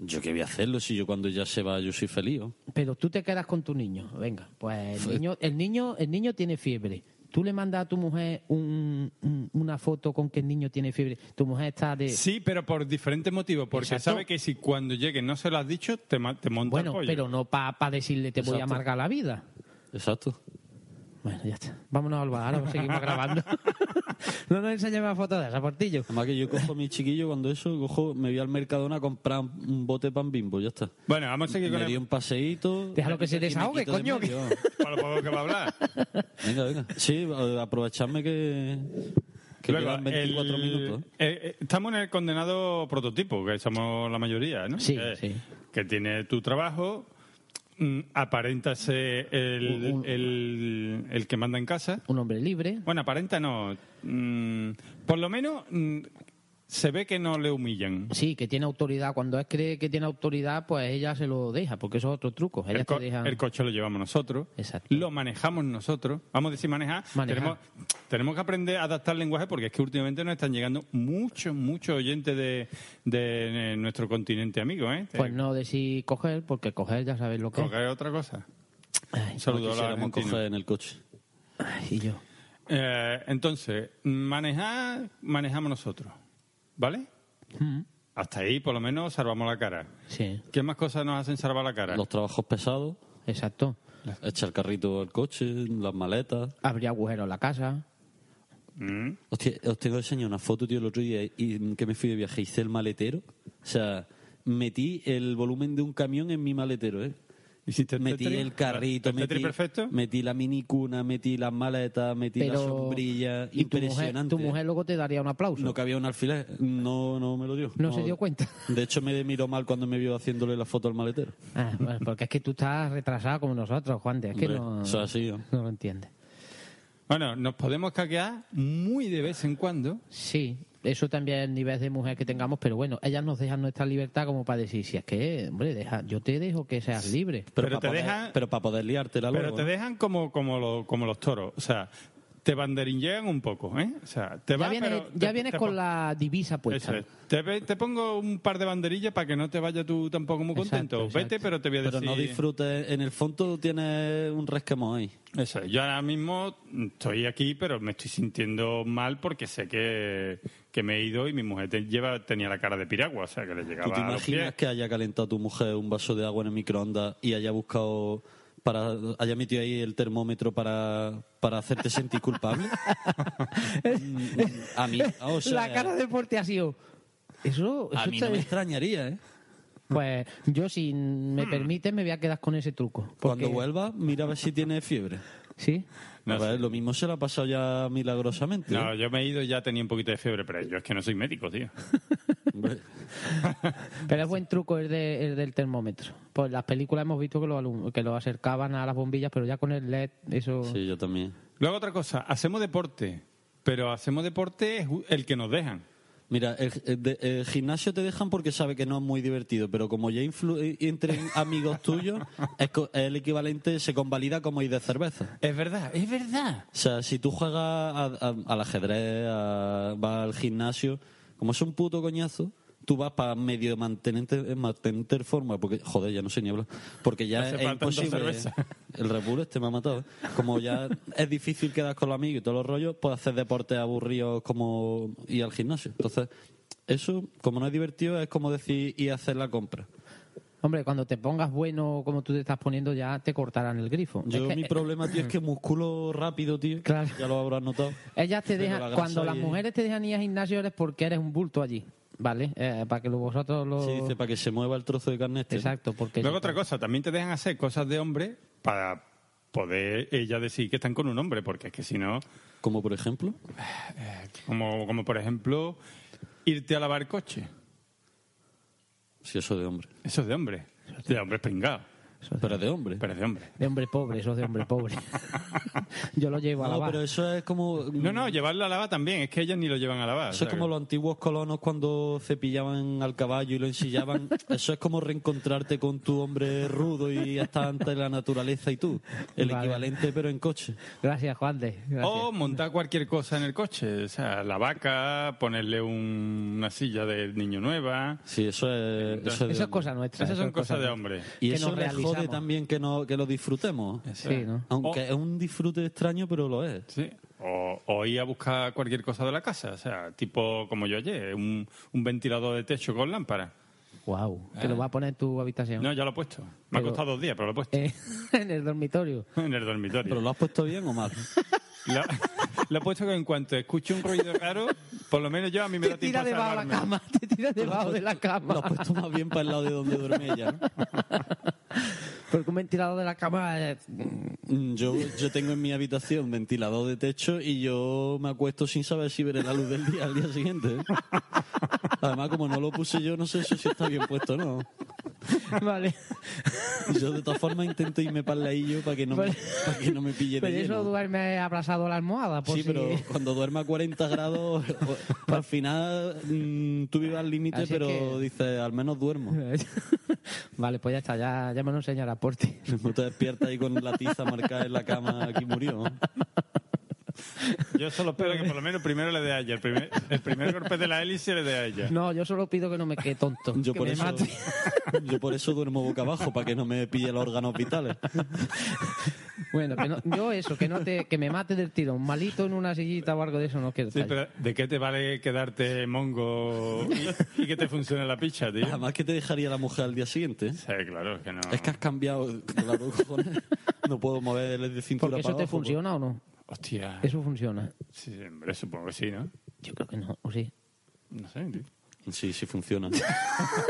Speaker 4: Yo qué voy a hacerlo si yo cuando ya se va yo soy feliz. ¿o?
Speaker 3: Pero tú te quedas con tu niño. Venga, pues el niño, el niño, el niño tiene fiebre. Tú le mandas a tu mujer un- un- una foto con que el niño tiene fiebre. Tu mujer está de...
Speaker 2: Sí, pero por diferentes motivos. Porque
Speaker 3: eh. Exacto.
Speaker 2: sabe que si cuando llegue no se lo has dicho, te, ma- te monta
Speaker 3: bueno,
Speaker 2: el pollo.
Speaker 3: pero no para decirle te voy a
Speaker 4: Exacto.
Speaker 3: amargar la vida.
Speaker 4: Exacro. [laughs]
Speaker 3: Bueno, ya está. Vámonos al bar, ahora seguimos grabando. [laughs] no nos enseñes más fotos de esa, Portillo.
Speaker 4: Además que yo cojo a mi chiquillo cuando eso, cojo, me voy al Mercadona a comprar un bote pan bimbo, ya está.
Speaker 2: Bueno, vamos a seguir con
Speaker 4: Me di
Speaker 2: [laughs] el...
Speaker 4: un paseíto.
Speaker 3: Déjalo que se
Speaker 4: y me
Speaker 3: desahogue,
Speaker 4: quito de
Speaker 3: coño,
Speaker 4: medio.
Speaker 2: Para lo poco que va a
Speaker 3: [laughs]
Speaker 2: hablar.
Speaker 4: Venga, venga. Sí, a- aprovechadme que, que
Speaker 2: Luego,
Speaker 4: quedan 24
Speaker 2: el-
Speaker 4: minutos.
Speaker 2: eh, eh, estamos en el condenado prototipo, que somos la mayoría, ¿no?
Speaker 3: Sí,
Speaker 2: Eh,
Speaker 3: sí.
Speaker 2: Que tiene tu trabajo, mm, aparenta ser el,
Speaker 3: Un- un-
Speaker 2: el- el que manda en casa.
Speaker 3: Un hombre libre.
Speaker 2: Bueno, aparenta no. Mm, por lo menos mm, se ve que no le humillan.
Speaker 3: Sí, que tiene autoridad. Cuando él cree que tiene autoridad, pues ella se lo deja, porque eso es otro truco. Ellas
Speaker 2: El, co-
Speaker 3: te dejan-
Speaker 2: el coche lo llevamos nosotros,
Speaker 3: Exacto.
Speaker 2: lo manejamos nosotros. Vamos a decir manejar.
Speaker 3: Manejar.
Speaker 2: Tenemos, tenemos que aprender a adaptar el lenguaje porque es que últimamente nos están llegando muchos, muchos oyentes de, de, eh, nuestro continente amigo. ¿eh?
Speaker 3: Pues no decir coger, porque coger ya sabes lo que es.
Speaker 2: Coger otra cosa. Un saludo a los
Speaker 4: Quisiéramos
Speaker 2: argentinos.
Speaker 4: coger en el coche.
Speaker 3: Ay, y yo.
Speaker 2: Eh, entonces, manejar, manejamos nosotros. ¿Vale?
Speaker 3: Mm.
Speaker 2: Hasta ahí, por lo menos, salvamos la cara.
Speaker 3: Sí,
Speaker 2: ¿Qué más cosas nos hacen salvar la cara?
Speaker 4: Los trabajos pesados,
Speaker 3: exacto.
Speaker 4: echar el carrito al coche, las maletas.
Speaker 3: Habría agujeros en la casa.
Speaker 2: Mm.
Speaker 4: Hostia, os tengo que enseñar una foto, tío, el otro día y, que me fui de viaje. Hice el maletero. O sea, metí el volumen de un camión en mi maletero, ¿eh?
Speaker 2: ¿Hiciste el
Speaker 4: metí
Speaker 2: Tetris?
Speaker 4: el carrito,
Speaker 2: ¿El Tetris
Speaker 4: metí,
Speaker 2: perfecto?
Speaker 4: metí la minicuna, metí las maletas, metí la sombrilla.
Speaker 3: ¿y tu mujer-
Speaker 4: Impresionante.
Speaker 3: Tu mujer, luego te daría un aplauso.
Speaker 4: No cabía un alfiler. No, no me lo dio.
Speaker 3: ¿No se dio cuenta? [laughs]
Speaker 4: De hecho, me miró mal cuando me vio haciéndole la foto al maletero.
Speaker 3: Ah, bueno, porque es que tú estás retrasado como nosotros, Juan. de, Es que
Speaker 4: Hombre,
Speaker 3: no,
Speaker 4: eso es así, ¿no?
Speaker 3: no lo entiendes.
Speaker 2: Bueno, nos podemos caquear muy de vez en cuando.
Speaker 3: Sí, eso también es el nivel de mujer que tengamos, pero bueno, ellas nos dejan nuestra libertad como para decir, si es que, hombre, deja, yo te dejo que seas libre.
Speaker 2: Pero
Speaker 4: para
Speaker 2: te
Speaker 4: poder,
Speaker 2: deja-
Speaker 4: Pero para poder liártela
Speaker 2: Pero
Speaker 4: luego,
Speaker 2: te
Speaker 4: ¿no?
Speaker 2: dejan como, como, lo- como los toros. O sea, te banderillean un poco, ¿eh? O sea, te
Speaker 3: Ya
Speaker 2: va,
Speaker 3: vienes,
Speaker 2: pero
Speaker 3: ya
Speaker 2: te-
Speaker 3: vienes
Speaker 2: te
Speaker 3: con
Speaker 2: pon-
Speaker 3: la divisa
Speaker 2: Eso
Speaker 4: Pues
Speaker 3: puesta.
Speaker 2: es. Te, ve- te pongo un par de banderillas para que no te vayas tú tampoco muy contento.
Speaker 3: Exacto, exacto.
Speaker 2: Vete, pero te voy a
Speaker 4: Pero
Speaker 2: decir...
Speaker 4: no disfrutes. En el fondo tienes un resquemón ahí.
Speaker 2: Eso es. Yo ahora mismo estoy aquí, pero me estoy sintiendo mal porque sé que, que me he ido y mi mujer te- lleva, tenía la cara de piragua, o sea, que le
Speaker 4: ¿Tú
Speaker 2: llegaba
Speaker 4: te
Speaker 2: a los
Speaker 4: imaginas
Speaker 2: pies.
Speaker 4: que haya calentado tu mujer un vaso de agua en el microondas y haya buscado para haya metido ahí el termómetro para, para hacerte sentir culpable?
Speaker 3: [laughs]
Speaker 4: Mm, a mí, Ah, o sea,
Speaker 3: la cara de deporte ha sido... Eso,
Speaker 4: a
Speaker 3: eso
Speaker 4: mí no
Speaker 3: está-
Speaker 4: me extrañaría, ¿eh?
Speaker 3: Pues yo, si me
Speaker 2: Hmm.
Speaker 3: permite, me voy a quedar con ese truco. porque-
Speaker 4: Cuando vuelva, mira a ver si tiene fiebre.
Speaker 3: Sí,
Speaker 2: No
Speaker 4: A ver,
Speaker 2: sé.
Speaker 4: Lo mismo se lo ha pasado ya milagrosamente.
Speaker 2: No,
Speaker 4: ¿eh?
Speaker 2: yo me he ido y ya tenía un poquito de fiebre, pero yo es que no soy médico, tío.
Speaker 4: Hombre,
Speaker 3: pero es buen truco el, de- el del termómetro. Pues en las películas hemos visto que lo, alum- que lo acercaban a las bombillas, pero ya con el LED, eso...
Speaker 4: Sí, yo también.
Speaker 2: Luego otra cosa, hacemos deporte, pero hacemos deporte es el que nos dejan.
Speaker 4: Mira, el, el de- el gimnasio te dejan porque sabe que no es muy divertido, pero como ya influ- eh, entren amigos tuyos, es co- el equivalente se convalida como ir de cerveza.
Speaker 2: Es verdad, es verdad.
Speaker 4: O sea, si tú juegas a- a- al ajedrez, a- vas al gimnasio, como es un puto coñazo, tú vas para medio mantenerte, eh, mantenerte en forma, porque, joder, ya no sé ni hablar, porque ya
Speaker 2: Hace
Speaker 4: es
Speaker 2: falta dos
Speaker 4: imposible.
Speaker 2: cervezas.
Speaker 4: El Red Bull este me ha matado. ¿eh? Como ya es difícil quedar con los amigos y todos los rollos, puedes hacer deportes aburridos como ir al gimnasio. Entonces, eso, como no es divertido, es como decir ir a hacer la compra.
Speaker 3: Hombre, cuando te pongas bueno como tú te estás poniendo, ya te cortarán el grifo.
Speaker 4: Yo,
Speaker 3: Es que,
Speaker 4: mi
Speaker 3: eh,
Speaker 4: problema, tío, es que musculo rápido, tío.
Speaker 3: Claro. Eh,
Speaker 4: Ya lo habrás notado.
Speaker 3: ellas te
Speaker 4: Pero
Speaker 3: dejan,
Speaker 4: la grasa
Speaker 3: cuando
Speaker 4: ahí
Speaker 3: las
Speaker 4: es-
Speaker 3: mujeres te dejan ir a gimnasio es porque eres un bulto allí, ¿vale? Eh, para que lo- vosotros lo...
Speaker 4: Sí, dice, para que se mueva el trozo de carne este.
Speaker 3: Exacto, porque...
Speaker 2: Luego otra cosa, también te dejan hacer cosas de hombre para poder ella decir que están con un hombre, porque es que si no,
Speaker 4: Como por ejemplo.
Speaker 2: como, como por ejemplo, irte a lavar coche.
Speaker 4: Sí, eso de hombre.
Speaker 2: Eso es de hombre. De hombre pringado.
Speaker 4: Pero de hombre.
Speaker 2: Pero es de hombre.
Speaker 3: De hombre pobre, eso es de hombre pobre. [laughs] Yo lo llevo a
Speaker 4: no,
Speaker 3: lavar.
Speaker 4: pero eso es como.
Speaker 2: No, no, llevarlo a lavar también. Es que ellas ni lo llevan a lavar. o
Speaker 4: Eso es
Speaker 2: sea
Speaker 4: como
Speaker 2: que-
Speaker 4: los antiguos colonos cuando cepillaban al caballo y lo ensillaban. Eso es como reencontrarte con tu hombre rudo y hasta ante la naturaleza y tú. El
Speaker 3: Vale.
Speaker 4: equivalente, pero en coche.
Speaker 3: Gracias, Juan de. gracias.
Speaker 2: O montar cualquier cosa en el coche. O sea, la vaca, ponerle un- una silla de niño nueva.
Speaker 4: Sí, eso es. Eso es, de
Speaker 3: eso es
Speaker 4: hombre.
Speaker 3: cosa nuestra.
Speaker 2: Esas
Speaker 3: eso
Speaker 2: son
Speaker 3: es cosa
Speaker 2: cosas de
Speaker 3: nuestra.
Speaker 2: hombre.
Speaker 4: Y
Speaker 3: que
Speaker 4: eso
Speaker 3: nos
Speaker 4: me jode
Speaker 3: realizamos.
Speaker 4: también que, no, que lo disfrutemos.
Speaker 2: Eh.
Speaker 3: Sí, ¿no?
Speaker 4: Aunque
Speaker 2: O-
Speaker 4: es un disfrute extraño, pero lo es.
Speaker 2: Sí. O, o ir a buscar cualquier cosa de la casa. O sea, tipo como yo ayer, un, un ventilador de techo con lámpara.
Speaker 3: Wow. Que lo va a poner en tu habitación.
Speaker 2: Eh. No, ya lo he puesto. Me ha
Speaker 3: Pero- [laughs]
Speaker 2: costado dos días, pero lo he puesto.
Speaker 3: Eh, en el dormitorio.
Speaker 2: [laughs] En el dormitorio.
Speaker 4: ¿Pero lo has puesto bien o mal?
Speaker 2: La, [laughs] la he puesto que en cuanto escucho un ruido raro, por lo menos yo a mí me
Speaker 3: Te
Speaker 2: da tiempo
Speaker 3: tira
Speaker 2: a
Speaker 3: debajo de la
Speaker 2: salvarme.
Speaker 3: cama, te tira debajo de la
Speaker 4: [laughs] Lo
Speaker 3: cama.
Speaker 4: has puesto más bien para el lado de donde duerme ella, ¿no?
Speaker 3: [laughs] Porque un ventilador de la cama eh, es...
Speaker 4: Mm, Yo, yo tengo en mi habitación ventilador de techo y yo me acuesto sin saber si veré la luz del día al día siguiente. ¿eh? Además, como no lo puse yo, no sé si eso está bien puesto o no.
Speaker 3: [laughs] Vale.
Speaker 4: Yo de todas formas intento irme para el laillo para que no me,
Speaker 3: Pero-
Speaker 4: para que no me pille de
Speaker 3: Pero eso
Speaker 4: lleno.
Speaker 3: duerme abrazado a la almohada. Por
Speaker 4: Sí,
Speaker 3: si- [laughs]
Speaker 4: pero cuando duerma a 40 grados, o- al final mm, tú vives al límite,
Speaker 3: Así es
Speaker 4: pero
Speaker 3: que-
Speaker 4: dices, al
Speaker 3: [laughs]
Speaker 4: menos duermo.
Speaker 3: vale, pues ya está, ya, ya me lo enseñará por ti.
Speaker 4: [laughs] No te despiertas ahí con la tiza marcada en la cama, aquí murió.
Speaker 2: Yo solo espero que por lo menos primero le dé a ella. El primer, el primer golpe de la hélice le dé a ella.
Speaker 3: No, yo solo pido que no me quede tonto.
Speaker 4: Yo
Speaker 3: que
Speaker 4: por,
Speaker 3: me
Speaker 4: eso,
Speaker 3: mate. [laughs]
Speaker 4: yo por eso duermo boca abajo, para que no me pille los órganos vitales.
Speaker 3: [laughs] Bueno, que no- yo eso, que no te, que me mate del tirón. Malito en una sillita o algo de eso no quiero.
Speaker 2: Sí,
Speaker 3: estar yo.
Speaker 2: pero ¿de qué te vale quedarte mongo y, y que te funcione la picha, tío?
Speaker 4: Además, que te dejaría la mujer al día siguiente? ¿eh?
Speaker 2: Sí, claro, es que no.
Speaker 4: Ah, Es que has cambiado, claro, cojones. [laughs] No puedo mover el de cintura
Speaker 3: Porque eso
Speaker 4: para
Speaker 3: te
Speaker 4: abajo, pues.
Speaker 3: funciona o no.
Speaker 2: Hostia.
Speaker 3: Eso funciona.
Speaker 2: Sí, hombre, supongo que sí, ¿no?
Speaker 3: Yo creo que no, o sí.
Speaker 2: No sé, tío.
Speaker 4: pues. Sí, sí
Speaker 3: [laughs]
Speaker 4: funciona.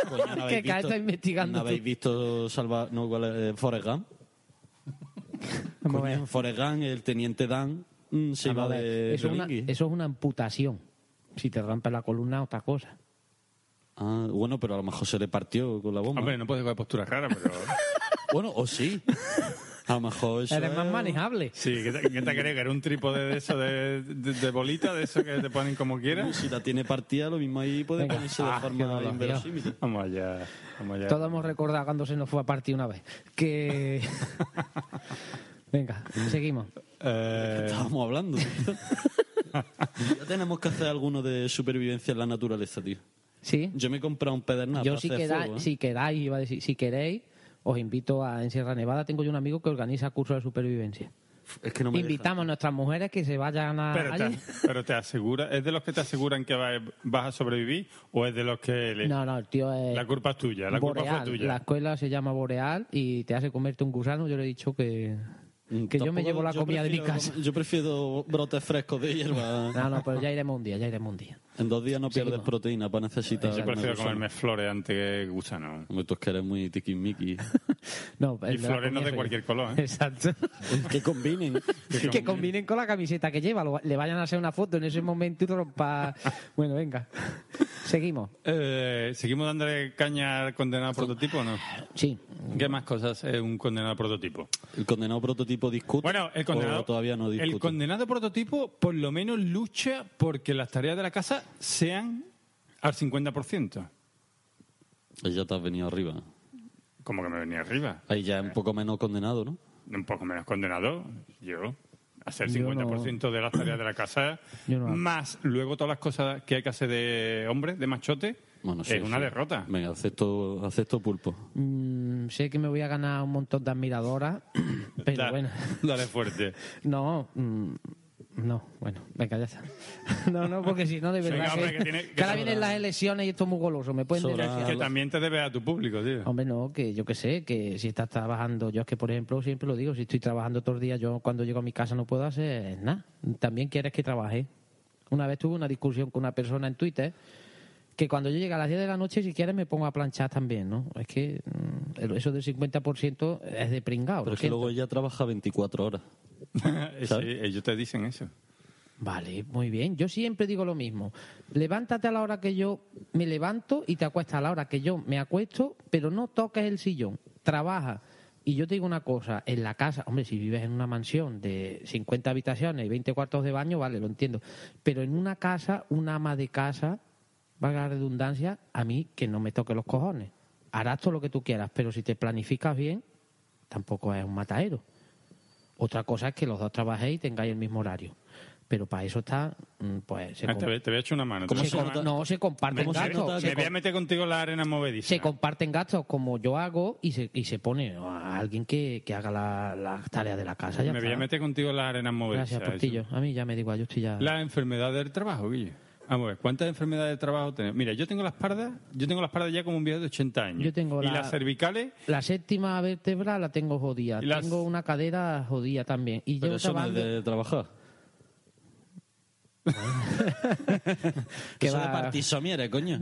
Speaker 4: Coño, ¿no habéis
Speaker 3: Que cada vez
Speaker 4: visto-
Speaker 3: está investigando
Speaker 4: ¿No
Speaker 3: tú.
Speaker 4: habéis visto Salva... No, ¿cuál es? Eh, Forrest Gump?
Speaker 3: Vamos a ver.
Speaker 4: Coño, Forrest Gump, el teniente Dan, mm,
Speaker 3: Vamos
Speaker 4: se iba
Speaker 3: a ver,
Speaker 4: de...
Speaker 3: eso,
Speaker 4: de
Speaker 3: es una,
Speaker 4: Bingui.
Speaker 3: eso es una amputación. Si te rompes la columna, otra cosa.
Speaker 4: Ah, bueno, pero a lo mejor se le partió con la bomba.
Speaker 2: Hombre, no puedes coger posturas raras, pero.
Speaker 4: Bueno, o sí. A lo mejor eso
Speaker 3: Eres
Speaker 4: es-
Speaker 3: más manejable.
Speaker 2: Sí, ¿qué te, qué te crees? ¿Que era un trípode de eso, de, de, de bolita, de eso que te ponen como quieras?
Speaker 4: Si la tiene partida, lo mismo ahí puede
Speaker 3: Venga.
Speaker 4: ponerse de
Speaker 3: Ah, qué
Speaker 4: forma
Speaker 3: dolor,
Speaker 4: inverosímil.
Speaker 2: Vamos allá, vamos allá.
Speaker 3: Todos hemos recordado cuando se nos fue a partir una vez.
Speaker 2: [laughs]
Speaker 3: Que. Venga, seguimos.
Speaker 2: Eh,
Speaker 4: [laughs] Estábamos
Speaker 3: [laughs]
Speaker 4: hablando. tío. ya tenemos que hacer alguno de supervivencia en la naturaleza, tío.
Speaker 3: ¿Sí?
Speaker 4: Yo me he comprado un pedernal
Speaker 3: Yo
Speaker 4: para
Speaker 3: si,
Speaker 4: hacer
Speaker 3: queda-
Speaker 4: fuego, ¿eh?
Speaker 3: si queráis, iba a decir, si queréis, os invito a en Sierra Nevada. Tengo yo un amigo que organiza cursos de supervivencia.
Speaker 4: Es que no me
Speaker 3: Invitamos a nuestras mujeres que se vayan a
Speaker 2: pero,
Speaker 3: allí.
Speaker 2: te, pero te asegura, ¿es de los que te aseguran que va- vas a sobrevivir o es de los que le-
Speaker 3: No, no, el tío es
Speaker 2: la culpa es tuya? La
Speaker 3: Boreal.
Speaker 2: culpa fue
Speaker 3: La
Speaker 2: tuya.
Speaker 3: escuela se llama Boreal y te hace comerte un gusano. Yo le he dicho que,
Speaker 4: Mm,
Speaker 3: que yo me
Speaker 4: tampoco-
Speaker 3: llevo la
Speaker 4: yo
Speaker 3: comida de mi
Speaker 4: prefiero-
Speaker 3: casa.
Speaker 4: [laughs] Yo prefiero brotes frescos de hierba.
Speaker 3: No, no, pero ya iremos un día, ya iremos un día.
Speaker 4: En dos días no pierdes
Speaker 3: Seguimos.
Speaker 4: proteína para necesitar.
Speaker 2: Yo prefiero comerme flores antes que gusano.
Speaker 4: Hombre, tú es que eres muy tiquismiqui.
Speaker 3: [laughs] No, el
Speaker 2: Y
Speaker 3: de la
Speaker 2: flores no de
Speaker 3: comida soy yo.
Speaker 2: cualquier color, ¿eh?
Speaker 3: Exacto.
Speaker 2: [laughs]
Speaker 4: que combinen.
Speaker 3: que combinen con la camiseta que lleva. lo- Le vayan a hacer una foto en ese momento y rompa. Bueno, venga. Seguimos.
Speaker 2: Eh, ¿Seguimos dándole caña al condenado prototipo o no?
Speaker 3: Sí.
Speaker 2: ¿Qué más cosas es un condenado prototipo?
Speaker 4: El condenado prototipo discute.
Speaker 2: Bueno, el condenado,
Speaker 4: o todavía no discute.
Speaker 2: el condenado prototipo por lo menos lucha porque las tareas de la casa sean al 50%.
Speaker 4: Ahí ya te has venido arriba.
Speaker 2: Como que me venía arriba.
Speaker 4: Ahí ya es un poco menos condenado, ¿no?
Speaker 2: Un poco menos condenado, yo. Hacer
Speaker 3: Yo no.
Speaker 2: 50% de las tareas de la casa,
Speaker 3: [clears throat] Yo no.
Speaker 2: más luego todas las cosas que hay que hacer de hombre, de machote,
Speaker 4: Bueno, sí,
Speaker 2: es una
Speaker 4: sí.
Speaker 2: derrota.
Speaker 4: Venga, acepto, acepto pulpo.
Speaker 3: Mm, sé que me voy a ganar un montón de admiradoras, [clears throat] pero
Speaker 2: Da-
Speaker 3: bueno.
Speaker 2: [laughs] Dale fuerte.
Speaker 3: No, mm, no, bueno, venga, ya está. [laughs] No, no, porque si no, de
Speaker 2: Venga,
Speaker 3: verdad.
Speaker 2: hombre,
Speaker 3: que,
Speaker 2: que tiene- que
Speaker 3: que ahora
Speaker 2: sobra.
Speaker 3: vienen las elecciones y esto es muy goloso. Me pueden
Speaker 4: Sobra.
Speaker 3: denunciar.
Speaker 2: Que también te debes a tu público, tío.
Speaker 3: Hombre, no, que yo que sé, que si estás trabajando, yo es que por ejemplo siempre lo digo, si estoy trabajando todos los días, yo cuando llego a mi casa no puedo hacer nada. También quieres que trabaje. Una vez tuve una discusión con una persona en Twitter que cuando yo llegue a las 10 de la noche, si quieres, me pongo a planchar también, ¿no? Es que mm, el- eso del 50% es de pringado.
Speaker 4: Pero
Speaker 3: lo
Speaker 4: es que
Speaker 3: siento.
Speaker 4: luego ella trabaja 24 horas.
Speaker 2: [laughs] Eh, Sí, ellos te dicen eso.
Speaker 3: Vale, muy bien. Yo siempre digo lo mismo. Levántate a la hora que yo me levanto y te acuestas a la hora que yo me acuesto, pero no toques el sillón. Trabaja. Y yo te digo una cosa, en la casa, hombre, si vives en una mansión de 50 habitaciones y 20 cuartos de baño, vale, lo entiendo. Pero en una casa, una ama de casa, valga la redundancia, a mí que no me toque los cojones. Harás todo lo que tú quieras, pero si te planificas bien, tampoco es un mataero. Otra cosa es que los dos trabajéis y tengáis el mismo horario. Pero para eso está, mm, pues, se,
Speaker 2: Ah,
Speaker 3: com-
Speaker 2: te, voy- te voy a echar una mano. te
Speaker 4: ¿Cómo
Speaker 2: voy a
Speaker 3: se
Speaker 4: se
Speaker 2: echar
Speaker 3: com-
Speaker 2: una
Speaker 4: nota?
Speaker 3: no se comparten
Speaker 4: ¿Cómo se nota
Speaker 3: gastos.
Speaker 2: mano.
Speaker 3: Se,
Speaker 4: que-
Speaker 2: Me voy a
Speaker 3: com-
Speaker 2: meter contigo en la arena movediza.
Speaker 3: se comparten gastos como yo hago y se, y se pone a alguien que, que haga la- las tareas de la casa. ya
Speaker 2: Me voy
Speaker 3: está.
Speaker 2: a meter contigo en las arenas movedizas.
Speaker 3: Gracias, Portillo. A mí ya me digo, yo estoy ya...
Speaker 2: La enfermedad del trabajo, Guille. Vamos a ver, ¿cuántas enfermedades del trabajo tenemos? Mira, yo tengo la espalda, yo tengo la espalda ya como un viejo de 80 años.
Speaker 3: Yo tengo
Speaker 2: y
Speaker 3: la-
Speaker 2: las cervicales,
Speaker 3: La séptima vértebra la tengo jodida.
Speaker 2: Y las-
Speaker 3: Tengo una cadera jodida también. Y llevo
Speaker 4: Pero eso no es
Speaker 3: trabajando- [laughs]
Speaker 4: de trabajar. Que
Speaker 3: Que
Speaker 4: eso
Speaker 3: va-
Speaker 4: de partir somiere,
Speaker 2: [laughs]
Speaker 4: coño.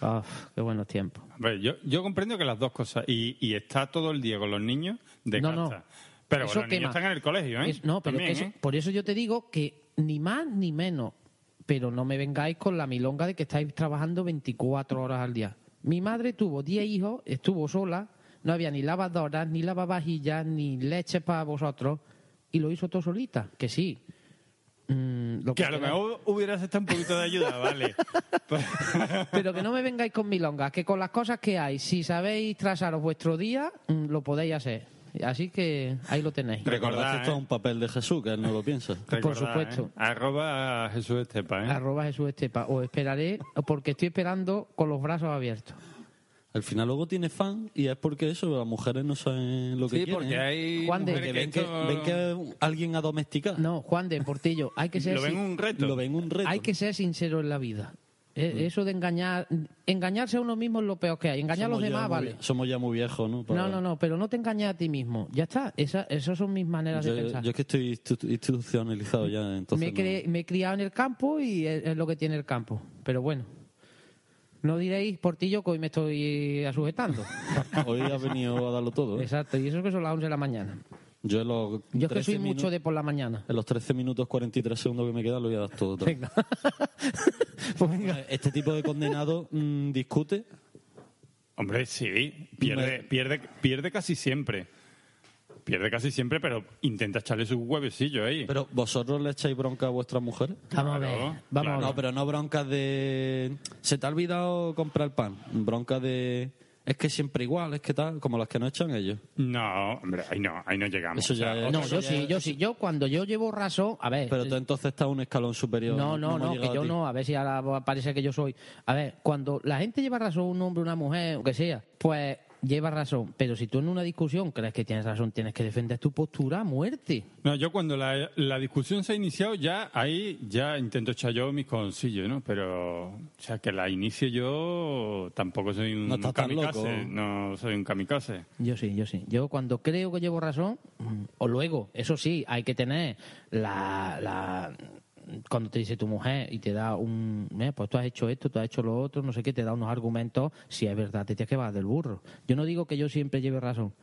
Speaker 3: Uf, qué buenos tiempos.
Speaker 2: A ver, yo, yo comprendo que las dos cosas. Y, y está todo el día con los niños de
Speaker 3: No,
Speaker 2: casa.
Speaker 3: no.
Speaker 2: Pero
Speaker 3: Eso
Speaker 2: los
Speaker 3: quema.
Speaker 2: niños están en el colegio, ¿eh?
Speaker 3: Es- no, pero
Speaker 2: También,
Speaker 3: eso-
Speaker 2: ¿eh?
Speaker 3: por eso yo te digo que ni más ni menos. Pero no me vengáis con la milonga de que estáis trabajando 24 horas al día. Mi madre tuvo 10 hijos, estuvo sola, no había ni lavadoras, ni lavavajillas, ni leche para vosotros, y lo hizo todo solita, que sí. Mm, lo
Speaker 2: Que a lo
Speaker 3: queráis.
Speaker 2: mejor hubieras estado un poquito de ayuda,
Speaker 3: [laughs]
Speaker 2: vale.
Speaker 3: Pero que no me vengáis con milongas, que con las cosas que hay, si sabéis trazaros vuestro día, mm, lo podéis hacer. Así que ahí lo tenéis.
Speaker 2: Recordad,
Speaker 4: Recordad que esto
Speaker 2: ¿eh?
Speaker 4: es un papel de Jesús, que él no lo piensa.
Speaker 2: Recordad,
Speaker 3: supuesto.
Speaker 2: ¿eh? Arroba Jesús Estepa, ¿eh?
Speaker 3: Arroba Jesús Estepa. Os esperaré porque estoy esperando con los brazos abiertos.
Speaker 4: Al final luego tiene fan y es porque eso, las mujeres no saben lo que
Speaker 2: sí,
Speaker 4: quieren.
Speaker 2: porque
Speaker 4: ¿eh?
Speaker 2: hay
Speaker 3: Juan de-
Speaker 2: mujeres
Speaker 4: Que
Speaker 2: que
Speaker 4: ven que,
Speaker 2: esto-
Speaker 4: ven que alguien ha domesticado.
Speaker 3: No, Juan de Portillo, hay que
Speaker 4: [laughs]
Speaker 3: ser,
Speaker 2: lo ven
Speaker 3: sin-
Speaker 2: un reto.
Speaker 4: Lo ven un reto. Mm.
Speaker 3: hay que ser sincero en la vida. Eh, Eso de engañar, engañarse a uno mismo es lo peor que hay. Engañar
Speaker 4: Somos
Speaker 3: a los
Speaker 4: ya
Speaker 3: demás,
Speaker 4: muy-
Speaker 3: vale.
Speaker 4: Somos ya muy viejos, ¿no? Para-
Speaker 3: No, no, no, pero no te engañes a ti mismo. Ya está, Esa- esas son mis maneras
Speaker 4: Yo,
Speaker 3: de pensar.
Speaker 4: yo es que estoy institu- institucionalizado ya, entonces.
Speaker 3: me, he cre- me he criado en el campo y es, es lo que tiene el campo. Pero bueno, no diréis Portillo que hoy me estoy
Speaker 4: [laughs]
Speaker 3: asujetando.
Speaker 4: no. Hoy ha venido a darlo todo. ¿eh?
Speaker 3: Exacto, y eso es que son las 11 de la mañana.
Speaker 4: Yo en los
Speaker 3: Yo es que
Speaker 4: 13
Speaker 3: soy
Speaker 4: minu-
Speaker 3: mucho de por la mañana.
Speaker 4: En los 13 minutos 43 segundos que me quedan lo voy a dar todo. otra vez.
Speaker 3: Venga. [laughs] Pues venga.
Speaker 4: Este tipo
Speaker 3: [laughs]
Speaker 4: de condenado mm, discute.
Speaker 2: Hombre, sí, pierde, pierde, pierde casi siempre. Pierde casi siempre, pero intenta echarle sus huevecillos ahí.
Speaker 4: Pero vosotros le echáis bronca a vuestras mujeres.
Speaker 3: Vamos a ver,
Speaker 2: Claro,
Speaker 3: vamos
Speaker 2: claro.
Speaker 3: a
Speaker 4: No,
Speaker 3: ver.
Speaker 4: pero no broncas de. Se te ha olvidado comprar pan. Broncas de. Es que siempre igual, es que tal, como las que no echan ellos.
Speaker 2: No, hombre, ahí no, ahí no llegamos.
Speaker 4: Eso ya
Speaker 2: O sea,
Speaker 4: es-
Speaker 3: No,
Speaker 2: otra-
Speaker 3: yo sí, yo sí. Yo cuando yo llevo razón, a ver.
Speaker 4: Pero tú entonces estás un escalón superior.
Speaker 3: Eh, no, no,
Speaker 4: hemos
Speaker 3: no, que
Speaker 4: llegado a
Speaker 3: yo
Speaker 4: ti.
Speaker 3: no, a ver si ahora parece que yo soy. A ver, cuando la gente lleva razón, un hombre, una mujer, o que sea, pues lleva razón. Pero si tú en una discusión crees que tienes razón, tienes que defender tu postura a muerte.
Speaker 2: No, yo cuando la, la discusión se ha iniciado ya, ahí ya intento echar yo mis cosillos, ¿no? Pero, o sea, que la inicie yo tampoco soy un
Speaker 4: No estás tan
Speaker 2: kamikaze.
Speaker 4: loco.
Speaker 2: No soy un kamikaze.
Speaker 3: Yo sí, yo sí. Yo cuando creo que llevo razón, mm, o luego, eso sí, hay que tener la... la- cuando te dice tu mujer y te da un... "Eh, pues tú has hecho esto, tú has hecho lo otro, no sé qué, te da unos argumentos, si es verdad, te tienes que bajar del burro. Yo no digo que yo siempre lleve razón,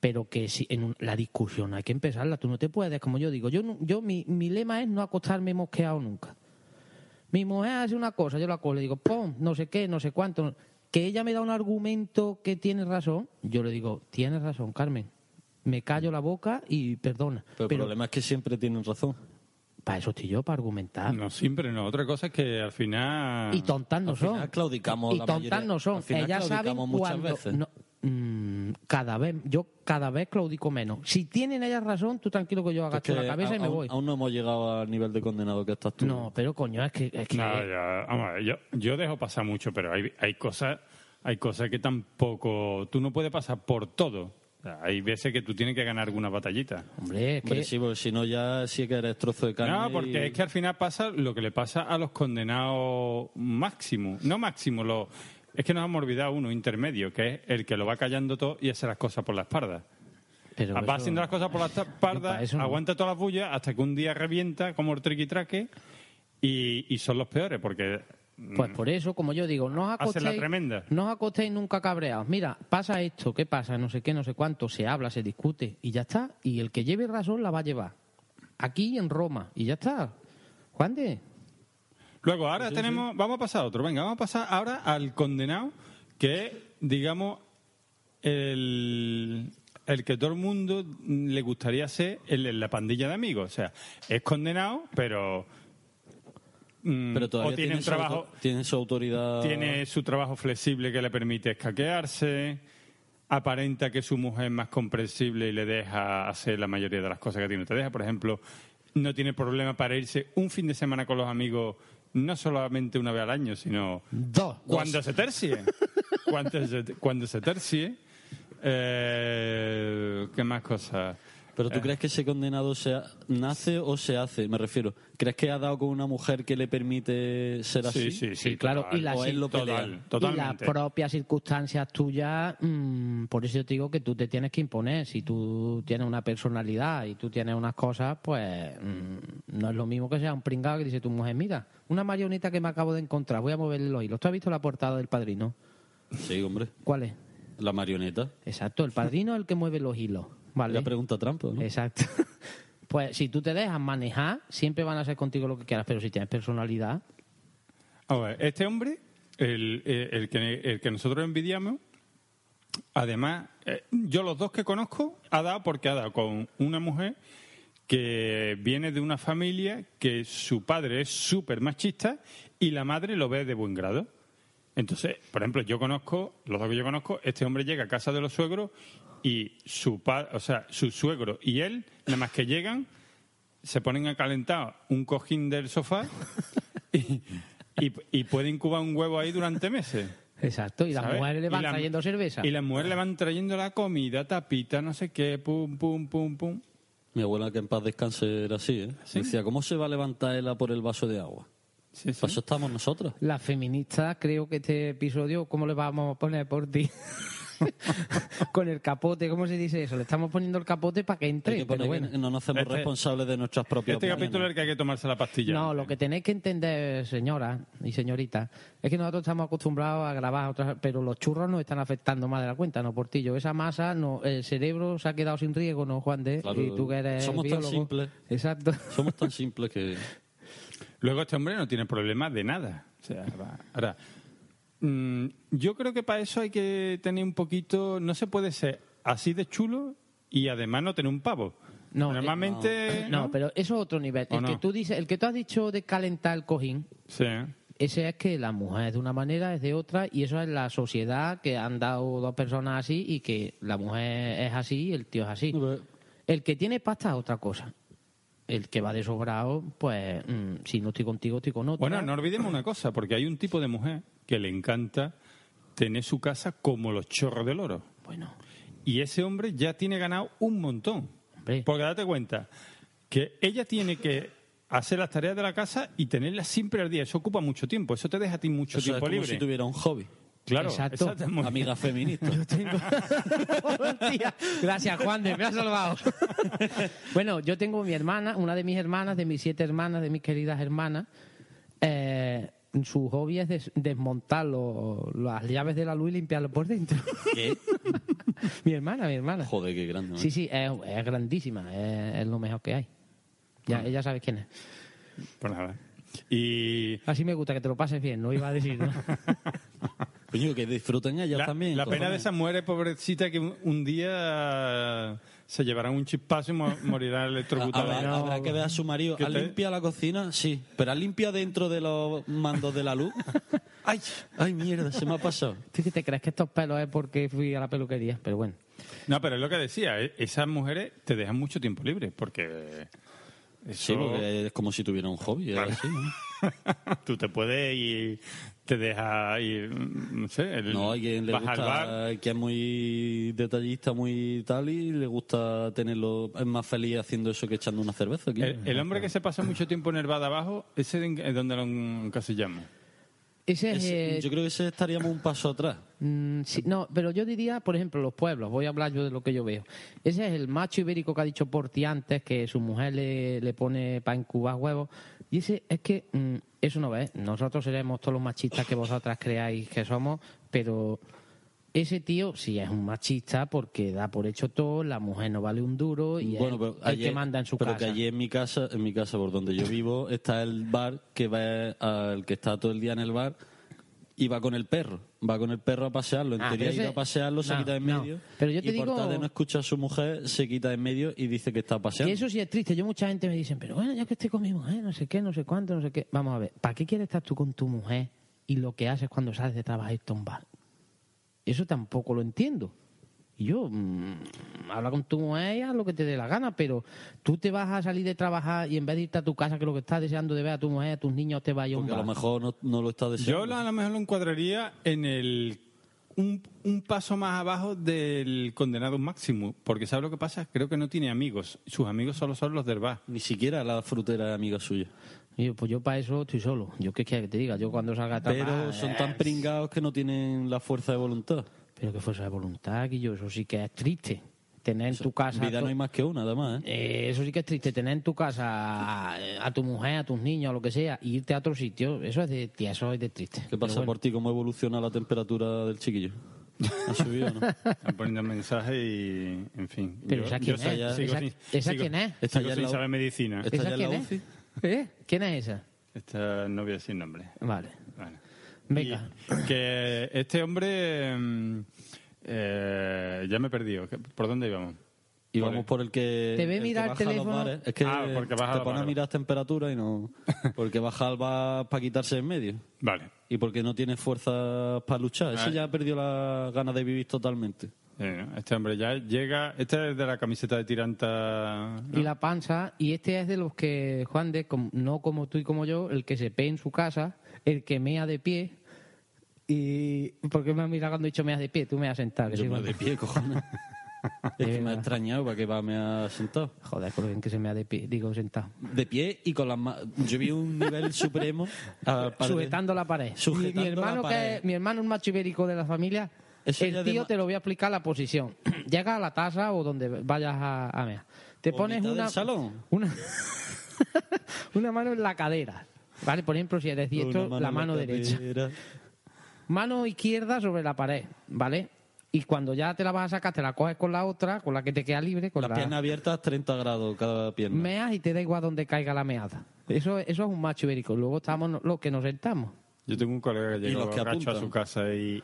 Speaker 3: pero que si en un- la discusión hay que empezarla, tú no te puedes, como yo digo. Yo, no- yo mi, mi lema es no acostarme mosqueado nunca. Mi mujer hace una cosa, yo la cojo, le digo, pum, no sé qué, no sé cuánto. Que ella me da un argumento que tiene razón, yo le digo, tienes razón, Carmen. Me callo la boca y perdona.
Speaker 4: Pero
Speaker 3: Pero,
Speaker 4: el problema es que siempre tienen razón.
Speaker 3: para eso estoy yo, para
Speaker 4: Ah.
Speaker 3: argumentar.
Speaker 2: No, siempre no. Otra cosa es que al final...
Speaker 3: Y tontas no
Speaker 4: Al final
Speaker 3: son.
Speaker 4: claudicamos
Speaker 3: y
Speaker 4: la
Speaker 3: tontas
Speaker 4: mayoría.
Speaker 3: no son.
Speaker 4: Al final
Speaker 3: Ellas saben
Speaker 4: claudicamos muchas
Speaker 3: cuando-
Speaker 4: veces.
Speaker 3: no, mm, cada vez, yo cada vez claudico menos. Si tienen ellas razón, tú tranquilo que yo agacho
Speaker 4: Es que
Speaker 3: la cabeza y me
Speaker 4: aún-
Speaker 3: voy.
Speaker 4: Aún no hemos llegado al nivel de condenado que estás tú.
Speaker 3: No, pero coño, es que... es que-
Speaker 2: No, ya, vamos a ver, yo, yo dejo pasar mucho, pero hay, hay cosas hay cosas que tampoco... Tú no puedes pasar por todo. O sea, hay veces que tú tienes que ganar alguna batallita.
Speaker 3: Hombre, es que...
Speaker 4: Hombre, sí, porque si no ya sí que eres trozo de carne.
Speaker 2: No, porque
Speaker 4: y-
Speaker 2: es que al final pasa lo que le pasa a los condenados máximos. No máximos, los... Es que nos hemos olvidado uno intermedio, que es el que lo va callando todo y hace las cosas por la espalda. Ah,
Speaker 3: pero
Speaker 2: va
Speaker 3: eso-
Speaker 2: haciendo las cosas por
Speaker 3: [laughs]
Speaker 2: la espalda,
Speaker 3: para eso no.
Speaker 2: aguanta todas las bullas hasta que un día revienta como el triquitraque y, y son los peores, porque
Speaker 3: Pues por eso, como yo digo, no os
Speaker 2: Hace
Speaker 3: acostéis,
Speaker 2: la tremenda.
Speaker 3: no os acostéis nunca cabreados. Mira, pasa esto, ¿qué pasa? No sé qué, no sé cuánto. Se habla, se discute y ya está. Y el que lleve razón la va a llevar. Aquí en Roma y ya está. Juan de,
Speaker 2: Luego, ahora tenemos, vamos a pasar a otro. Venga, vamos a pasar ahora al condenado, que es, digamos, el, el que todo el mundo le gustaría ser el, en la pandilla de amigos. O sea, es condenado, pero. mm,
Speaker 4: Pero todavía
Speaker 2: o tiene un
Speaker 4: su
Speaker 2: trabajo,
Speaker 4: auto- tiene su autoridad.
Speaker 2: tiene su trabajo flexible que le permite escaquearse, aparenta que su mujer es más comprensible y le deja hacer la mayoría de las cosas que a ti no te deja. Por ejemplo, no tiene problema para irse un fin de semana con los amigos, no solamente una vez al año, sino
Speaker 3: dos.
Speaker 2: cuando se
Speaker 3: [laughs]
Speaker 2: tercie. cuando se, cuando se tercie. Eh, ¿Qué más cosas?
Speaker 4: Pero tú crees que ese condenado se ha- nace o se hace, me refiero. ¿Crees que ha dado con una mujer que le permite ser
Speaker 2: Sí,
Speaker 4: así?
Speaker 2: sí, sí.
Speaker 3: Sí, claro, y la
Speaker 4: o
Speaker 3: sí-
Speaker 4: él lo pelea.
Speaker 2: total,
Speaker 3: Y las
Speaker 2: totalmente.
Speaker 3: propias circunstancias tuyas, mm, por eso yo te digo que tú te tienes que imponer. Si tú tienes una personalidad y tú tienes unas cosas, pues mm, no es lo mismo que sea un pringado que dice tu mujer, mira, una marioneta que me acabo de encontrar, voy a moverle los hilos. ¿Tú has visto la portada del padrino?
Speaker 4: Sí, hombre.
Speaker 3: ¿Cuál es?
Speaker 4: La marioneta.
Speaker 3: Exacto, el padrino es el que mueve los hilos. Vale.
Speaker 4: La pregunta trampa, ¿no?
Speaker 3: Exacto. [laughs] Pues si tú te dejas manejar, siempre van a hacer contigo lo que quieras, pero si tienes personalidad,
Speaker 2: A ver, este hombre, el, eh, el que, el que nosotros envidiamos, además, eh, yo los dos que conozco, ha dado porque ha dado con una mujer que viene de una familia que su padre es súper machista y la madre lo ve de buen grado. Entonces, por ejemplo, yo conozco, los dos que yo conozco, este hombre llega a casa de los suegros y su padre, o sea, su suegro y él, nada más que llegan, se ponen a calentar un cojín del sofá y, y, y puede incubar un huevo ahí durante meses.
Speaker 3: Exacto, y las
Speaker 2: ¿sabes?
Speaker 3: mujeres le van
Speaker 2: Y la-
Speaker 3: trayendo cerveza.
Speaker 2: Y las mujeres le van trayendo la comida, tapita, no sé qué, pum, pum, pum, pum.
Speaker 4: Mi abuela, que en paz descanse, era así, ¿eh? Decía, ¿cómo se va a levantar ella por el vaso de agua?
Speaker 2: Sí, sí.
Speaker 4: Para Pues eso estamos nosotras.
Speaker 3: Las feministas, creo que este episodio, ¿cómo le vamos a poner por ti? [laughs] Con el capote, ¿cómo se dice eso? Le estamos poniendo el capote para que entre.
Speaker 4: Hay que
Speaker 3: pero
Speaker 4: poner
Speaker 3: bueno.
Speaker 4: que no nos hacemos
Speaker 2: Este-
Speaker 4: responsables de nuestras propias
Speaker 2: Este
Speaker 4: opiniones.
Speaker 2: capítulo es el que hay que tomarse la pastilla.
Speaker 3: No, lo que tenéis que entender, señoras y señoritas, es que nosotros estamos acostumbrados a grabar otras, pero los churros nos están afectando más de la cuenta, no por ti. Yo, esa masa, no, el cerebro se ha quedado sin riego, ¿no, Juan de?
Speaker 4: Claro,
Speaker 3: y tú que eres
Speaker 4: somos tan
Speaker 3: biólogo.
Speaker 4: simples.
Speaker 3: Exacto.
Speaker 4: [laughs] Somos tan simples
Speaker 2: [laughs]
Speaker 4: que...
Speaker 2: Luego este hombre no tiene problemas de nada. O sea, va- ahora, mm, yo creo que para eso hay que tener un poquito... No se puede ser así de chulo y además no tener un pavo.
Speaker 3: No, eh,
Speaker 2: Normalmente...
Speaker 3: No, pero eso es otro nivel.
Speaker 2: ¿O
Speaker 3: El que
Speaker 2: no?
Speaker 3: tú dices, el que tú has dicho de calentar el cojín,
Speaker 2: Sí.
Speaker 3: Ese es que la mujer es de una manera, es de otra, y eso es la sociedad que han dado dos personas así y que la mujer es así y el tío es así. El que tiene pasta es otra cosa. El que va de sobrado, pues mm, si no estoy contigo, estoy con otro.
Speaker 2: Bueno, no olvidemos una cosa, porque hay un tipo de mujer que le encanta tener su casa como los chorros del oro.
Speaker 3: Bueno,
Speaker 2: Y ese hombre ya tiene ganado un montón.
Speaker 3: Hombre.
Speaker 2: Porque date cuenta que ella tiene que hacer las tareas de la casa y tenerlas siempre al día. Eso ocupa mucho tiempo. Eso te deja a ti mucho
Speaker 4: Eso es
Speaker 2: tiempo
Speaker 4: como
Speaker 2: libre.
Speaker 4: si tuviera un hobby.
Speaker 2: Claro,
Speaker 3: Exacto.
Speaker 2: exactamente. [laughs]
Speaker 4: Amiga feminista.
Speaker 3: Hostia. [laughs] Gracias, Juan, de- me has salvado. [laughs] bueno, yo tengo mi hermana, una de mis hermanas, de mis siete hermanas, de mis queridas hermanas. eh, su hobby es des- desmontar lo- las llaves de la luz y limpiarlo por dentro.
Speaker 4: ¿Qué?
Speaker 3: [laughs] mi hermana, mi hermana.
Speaker 4: Joder, qué grande. ¿no?
Speaker 3: Sí, sí, es, es grandísima, es, es lo mejor que hay. Ya,
Speaker 4: Ah.
Speaker 3: ya sabes quién es.
Speaker 2: Pues nada.
Speaker 3: [laughs]
Speaker 2: Y
Speaker 3: Así me gusta que te lo pases bien, no iba a decir.
Speaker 4: [laughs]
Speaker 3: ¿no?
Speaker 4: Coño, que disfruten ellas
Speaker 2: la,
Speaker 4: también.
Speaker 2: la
Speaker 4: cojones.
Speaker 2: pena de esas mujeres pobrecitas que un, un día se llevarán un chispazo y mo-
Speaker 4: [laughs]
Speaker 2: morirán electrocutadas.
Speaker 4: Habrá, habrá que ver a su marido.
Speaker 2: ¿Qué
Speaker 4: ¿Ha
Speaker 2: te-
Speaker 4: limpiado la cocina? Sí. ¿Pero ha limpiado dentro de los mandos de
Speaker 2: [laughs]
Speaker 4: la luz? ¡Ay! ¡Ay, mierda! Se me ha pasado.
Speaker 3: ¿Tú qué te crees que estos pelos es porque fui a la peluquería? Pero bueno.
Speaker 2: No, pero es lo que decía, e- esas mujeres te dejan mucho tiempo libre, porque
Speaker 4: Sí,
Speaker 2: eso Mm.
Speaker 4: porque es como si tuviera un hobby. era así, ¿no?
Speaker 2: [laughs] tú te puedes ir, te deja ir, mm, no sé, el-
Speaker 4: No, hay quien le
Speaker 2: vas al bar.
Speaker 4: gusta, que es muy detallista, muy tal, y le gusta tenerlo, es más feliz haciendo eso que echando una cerveza. aquí.
Speaker 2: El, el hombre que se pasa mucho tiempo en el bar de abajo, ese en- es donde lo encasillamos.
Speaker 3: Ese es,
Speaker 4: Ese-
Speaker 3: eh,
Speaker 4: yo creo que ese estaríamos un paso atrás.
Speaker 3: Mm, sí, no, pero yo diría, por ejemplo, los pueblos. Voy a hablar yo de lo que yo veo. Ese es el macho ibérico que ha dicho Porti antes, que su mujer le, le pone para incubar huevos. Y ese es que mm, eso no ves. Nosotros seremos todos los machistas que vosotras creáis que somos, pero ese tío sí es un machista porque da por hecho todo, la mujer no vale un duro y
Speaker 4: bueno,
Speaker 3: es
Speaker 4: pero
Speaker 3: el
Speaker 4: ayer-
Speaker 3: que manda en su
Speaker 4: pero
Speaker 3: casa.
Speaker 4: que allí en mi casa, en mi casa por donde yo vivo, está el bar que va al que está todo el día en el bar y va con el perro, va con el perro a pasearlo. En
Speaker 3: Ah,
Speaker 4: teoría
Speaker 3: pero
Speaker 4: ir
Speaker 3: ese-
Speaker 4: a pasearlo, se
Speaker 3: no,
Speaker 4: quita de en
Speaker 3: no.
Speaker 4: medio.
Speaker 3: Pero yo te
Speaker 4: y por
Speaker 3: digo-
Speaker 4: tal de no escuchar a su mujer, se quita de en medio y dice que está paseando.
Speaker 3: Que eso sí es triste. Yo mucha gente me dicen, pero bueno, ya que estoy con mi mujer, no sé qué, no sé cuánto, no sé qué. Vamos a ver, ¿para qué quieres estar tú con tu mujer y lo que haces cuando sales de trabajar y tumbar? Eso tampoco lo entiendo. Y Yo, mm, habla con tu mujer y haz lo que te dé la gana, pero tú te vas a salir de trabajar y en vez de irte a tu casa, que lo que estás deseando de ver a tu mujer, a tus niños, te vas a ir a un
Speaker 4: porque a lo
Speaker 3: bar.
Speaker 4: mejor no, no lo está deseando.
Speaker 2: Yo lo- a lo mejor lo encuadraría en el un, un paso más abajo del condenado máximo, porque ¿sabes lo que pasa? Creo que no tiene amigos. Sus amigos solo son los del bar.
Speaker 4: Ni siquiera la frutera es amiga suya.
Speaker 3: Y yo, pues yo para eso estoy solo. Yo qué quieres que te diga, yo cuando salga a tapar,
Speaker 4: Pero son tan pringados que no tienen la fuerza de voluntad.
Speaker 3: Pero que fuerza de voluntad, Guillo, eso sí que es triste. Tener en tu casa...
Speaker 4: Vida
Speaker 3: to-
Speaker 4: no hay más que una, además. ¿eh?
Speaker 3: Eh, eso sí que es triste, tener en tu casa a, a tu mujer, a tus niños, a lo que sea, e irte a otro sitio, eso es de eso es de triste.
Speaker 4: ¿Qué pasa por ti? ¿Cómo evoluciona la temperatura del chiquillo? ¿Ha subido o no?
Speaker 2: Están poniendo mensajes y, en fin.
Speaker 3: Pero
Speaker 2: Yo-
Speaker 3: esa
Speaker 2: yo
Speaker 3: quién
Speaker 2: sé-
Speaker 3: es,
Speaker 2: sigo
Speaker 3: esa,
Speaker 2: sin-
Speaker 3: esa
Speaker 2: sigo-
Speaker 3: quién es,
Speaker 4: Esta
Speaker 2: sigo
Speaker 4: ya es
Speaker 2: sin
Speaker 4: la-
Speaker 2: saber medicina.
Speaker 4: Esta ya
Speaker 3: esa
Speaker 4: es la
Speaker 3: quién es,
Speaker 4: UCI.
Speaker 3: ¿Eh? ¿quién es esa?
Speaker 2: Esta no voy a decir nombre.
Speaker 3: Vale,
Speaker 2: Vale.
Speaker 3: venga,
Speaker 2: Y que este hombre... mm, eh, ya me he perdido. ¿Por dónde íbamos?
Speaker 4: [laughs] Y vamos por el que.
Speaker 3: Te ve
Speaker 4: el que
Speaker 3: mirar el
Speaker 4: baja a los
Speaker 3: teléfono.
Speaker 4: bares. Es que
Speaker 2: Ah, porque baja
Speaker 4: te
Speaker 2: los
Speaker 4: pone a
Speaker 2: bares.
Speaker 4: mirar temperatura
Speaker 2: [laughs]
Speaker 4: y no. Porque baja al bar para quitarse en medio.
Speaker 2: Vale.
Speaker 4: Y porque no tiene fuerza para luchar. Ese
Speaker 2: Ah.
Speaker 4: ya perdió la ganas de vivir totalmente.
Speaker 2: Eh, Este hombre ya llega... Este es de la camiseta de tiranta...
Speaker 3: y la panza, y este es de los que, Juan de, com- no como tú y como yo, el que se pe en su casa, el que mea de pie, y ¿por qué me has mirado cuando he dicho meas de pie? Tú me has sentado, que
Speaker 4: Yo
Speaker 3: sí,
Speaker 4: me
Speaker 3: Juan.
Speaker 4: de
Speaker 3: [laughs]
Speaker 4: pie, cojones. es que me ha
Speaker 3: verdad.
Speaker 4: extrañado para que va, me ha sentado.
Speaker 3: Joder, por lo bien que se mea de pie, digo sentado.
Speaker 4: De pie y con las ma- Yo vi
Speaker 3: [laughs]
Speaker 4: un nivel supremo. Ah, al padre.
Speaker 3: Eh, sujetando la pared.
Speaker 4: Sujetando
Speaker 3: mi, mi hermano
Speaker 4: la pared.
Speaker 3: Que es, mi hermano es macho ibérico de la familia.
Speaker 4: Eso ya
Speaker 3: el
Speaker 4: de
Speaker 3: tío
Speaker 4: ma-
Speaker 3: te lo voy a explicar la posición. [clears throat] Llega a la taza o donde vayas a, a mear. Te
Speaker 4: O
Speaker 3: pones
Speaker 4: mitad
Speaker 3: una
Speaker 4: del salón.
Speaker 3: una [laughs] una mano en la cadera. Vale, por ejemplo, si eres
Speaker 4: Una
Speaker 3: diestro, la
Speaker 4: en
Speaker 3: mano derecha.
Speaker 4: cadera.
Speaker 3: Mano izquierda sobre la pared, ¿vale? Y cuando ya te la vas a sacar, te la coges con la otra, con la que te queda libre, con
Speaker 4: Las
Speaker 3: la,
Speaker 4: piernas abiertas, 30 grados cada pierna.
Speaker 3: meas y te da igual donde caiga la meada. Eso, eso es un macho ibérico. Luego estamos no- los que nos sentamos.
Speaker 2: Yo tengo un colega que
Speaker 4: Y
Speaker 2: llegó
Speaker 4: los que
Speaker 2: borracho a
Speaker 4: apuntan.
Speaker 2: su casa y,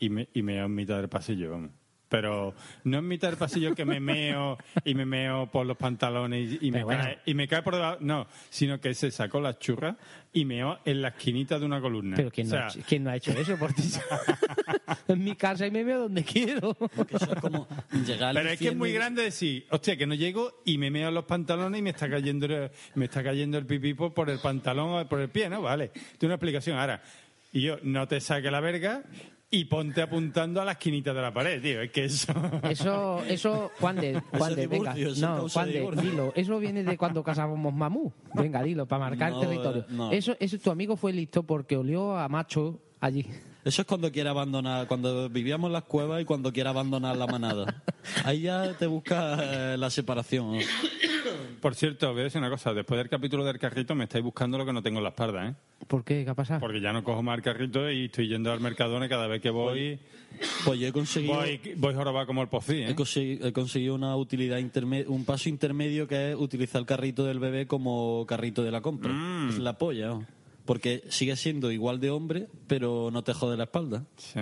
Speaker 2: y me, y mea en mitad del pasillo, vamos. Pero no en mitad del pasillo que me meo y me meo por los pantalones y, y me,
Speaker 3: Pero bueno.
Speaker 2: cae, y me cae por debajo. No, sino que se sacó las churras y meó en la esquinita de una columna.
Speaker 3: Pero ¿quién,
Speaker 2: O
Speaker 3: no,
Speaker 2: sea,
Speaker 3: ha hecho, quién no ha hecho eso por ti?
Speaker 4: [laughs]
Speaker 3: en mi casa y me veo donde quiero.
Speaker 4: Que eso es como llegar al
Speaker 2: pero es que es
Speaker 4: infierno
Speaker 2: muy
Speaker 4: y-
Speaker 2: grande decir, hostia, que no llego y me meo en los pantalones y me está cayendo el- me está cayendo el pipí por, por el pantalón o por el pie, ¿no? Vale, tiene una explicación ahora. Y yo, no te saque la verga y ponte apuntando a la esquinita de la pared, tío. Es que eso... [laughs]
Speaker 3: Eso, eso, Juan de, Juan de,
Speaker 4: es
Speaker 3: venga.
Speaker 4: divorcio, eso
Speaker 3: No,
Speaker 4: causa
Speaker 3: Juan de,
Speaker 4: divorcio.
Speaker 3: dilo. Eso viene de cuando casábamos mamú. Venga, dilo, para marcar
Speaker 4: No,
Speaker 3: territorio.
Speaker 4: eh, no.
Speaker 3: Eso, eso, tu amigo fue listo porque olió a macho allí.
Speaker 4: Eso es cuando quiere abandonar, cuando vivíamos en las cuevas y cuando quiere abandonar la manada. Ahí ya te busca eh, la separación.
Speaker 2: Por cierto, voy a decir una cosa. Después del capítulo del carrito me estáis buscando lo que no tengo en la espalda, ¿eh?
Speaker 3: ¿Por qué? ¿Qué ha pasado?
Speaker 2: Porque ya no cojo más el carrito y estoy yendo al Mercadona y cada vez que voy,
Speaker 4: Pues yo he conseguido,
Speaker 2: voy, ¿eh? voy jorobado como el pocí,
Speaker 4: he
Speaker 2: ¿eh?
Speaker 4: consi- he conseguido una utilidad interme- un paso intermedio que es utilizar el carrito del bebé como carrito de la compra.
Speaker 2: Mm.
Speaker 4: Es la polla, ¿no? porque sigue siendo igual de hombre, pero no te jode la espalda.
Speaker 2: Sí.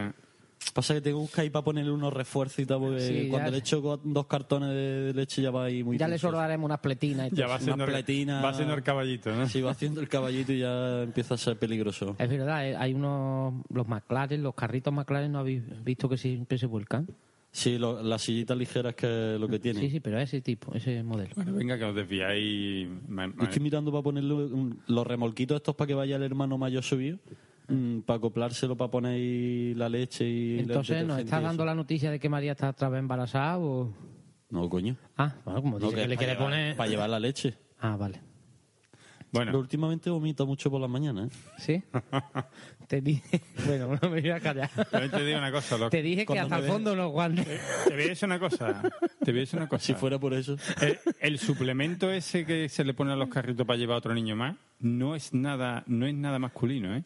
Speaker 4: Pasa que tengo que buscar ahí para ponerle unos refuerzos y tal, porque
Speaker 3: Sí, ya-
Speaker 4: cuando le echo go- dos cartones de leche ya va ahí muy
Speaker 3: Ya le
Speaker 4: tenso.
Speaker 3: sordaremos unas pletinas. y
Speaker 2: Ya
Speaker 3: todo.
Speaker 2: va
Speaker 4: Una
Speaker 2: siendo,
Speaker 4: platina.
Speaker 2: va siendo el caballito, ¿no?
Speaker 4: Sí, va haciendo el caballito y ya empieza a ser peligroso.
Speaker 3: Es verdad, eh, hay unos, los McLaren, los carritos McLaren, ¿no habéis visto que siempre se vuelcan?
Speaker 4: Sí, lo- las sillitas ligeras que es lo que tiene.
Speaker 3: Sí, sí, pero ese tipo, ese modelo.
Speaker 2: Bueno, venga, que os desviáis. Ma- ma-
Speaker 4: Estoy mirando para ponerle un- los remolquitos estos para que vaya el hermano mayor subido, mm, para acoplárselo, para poner ahí la leche y...
Speaker 3: Entonces,
Speaker 4: el
Speaker 3: ¿nos
Speaker 4: detergente
Speaker 3: estás
Speaker 4: y eso.
Speaker 3: dando la noticia de que María está otra vez embarazada o...?
Speaker 4: No, coño.
Speaker 3: Ah, bueno, como
Speaker 4: No,
Speaker 3: dice que le
Speaker 4: para
Speaker 3: quiere
Speaker 4: llevar-
Speaker 3: poner...
Speaker 4: Para llevar la leche.
Speaker 3: Ah, vale.
Speaker 4: Pero
Speaker 2: Bueno,
Speaker 4: últimamente vomita mucho por las mañanas, ¿eh? [laughs]
Speaker 3: ¿Sí? Te dije... [laughs] Bueno, no me voy a callar.
Speaker 2: también te digo una cosa. lo-
Speaker 3: Te dije que
Speaker 4: Cuando
Speaker 3: hasta
Speaker 4: me
Speaker 3: el
Speaker 4: ve-
Speaker 3: fondo no guantes.
Speaker 2: Te voy a decir una cosa. Te voy a decir una cosa.
Speaker 4: Si fuera por eso.
Speaker 2: El, el suplemento ese que se le pone a los carritos para llevar a otro niño más no es nada, no es nada masculino, ¿eh?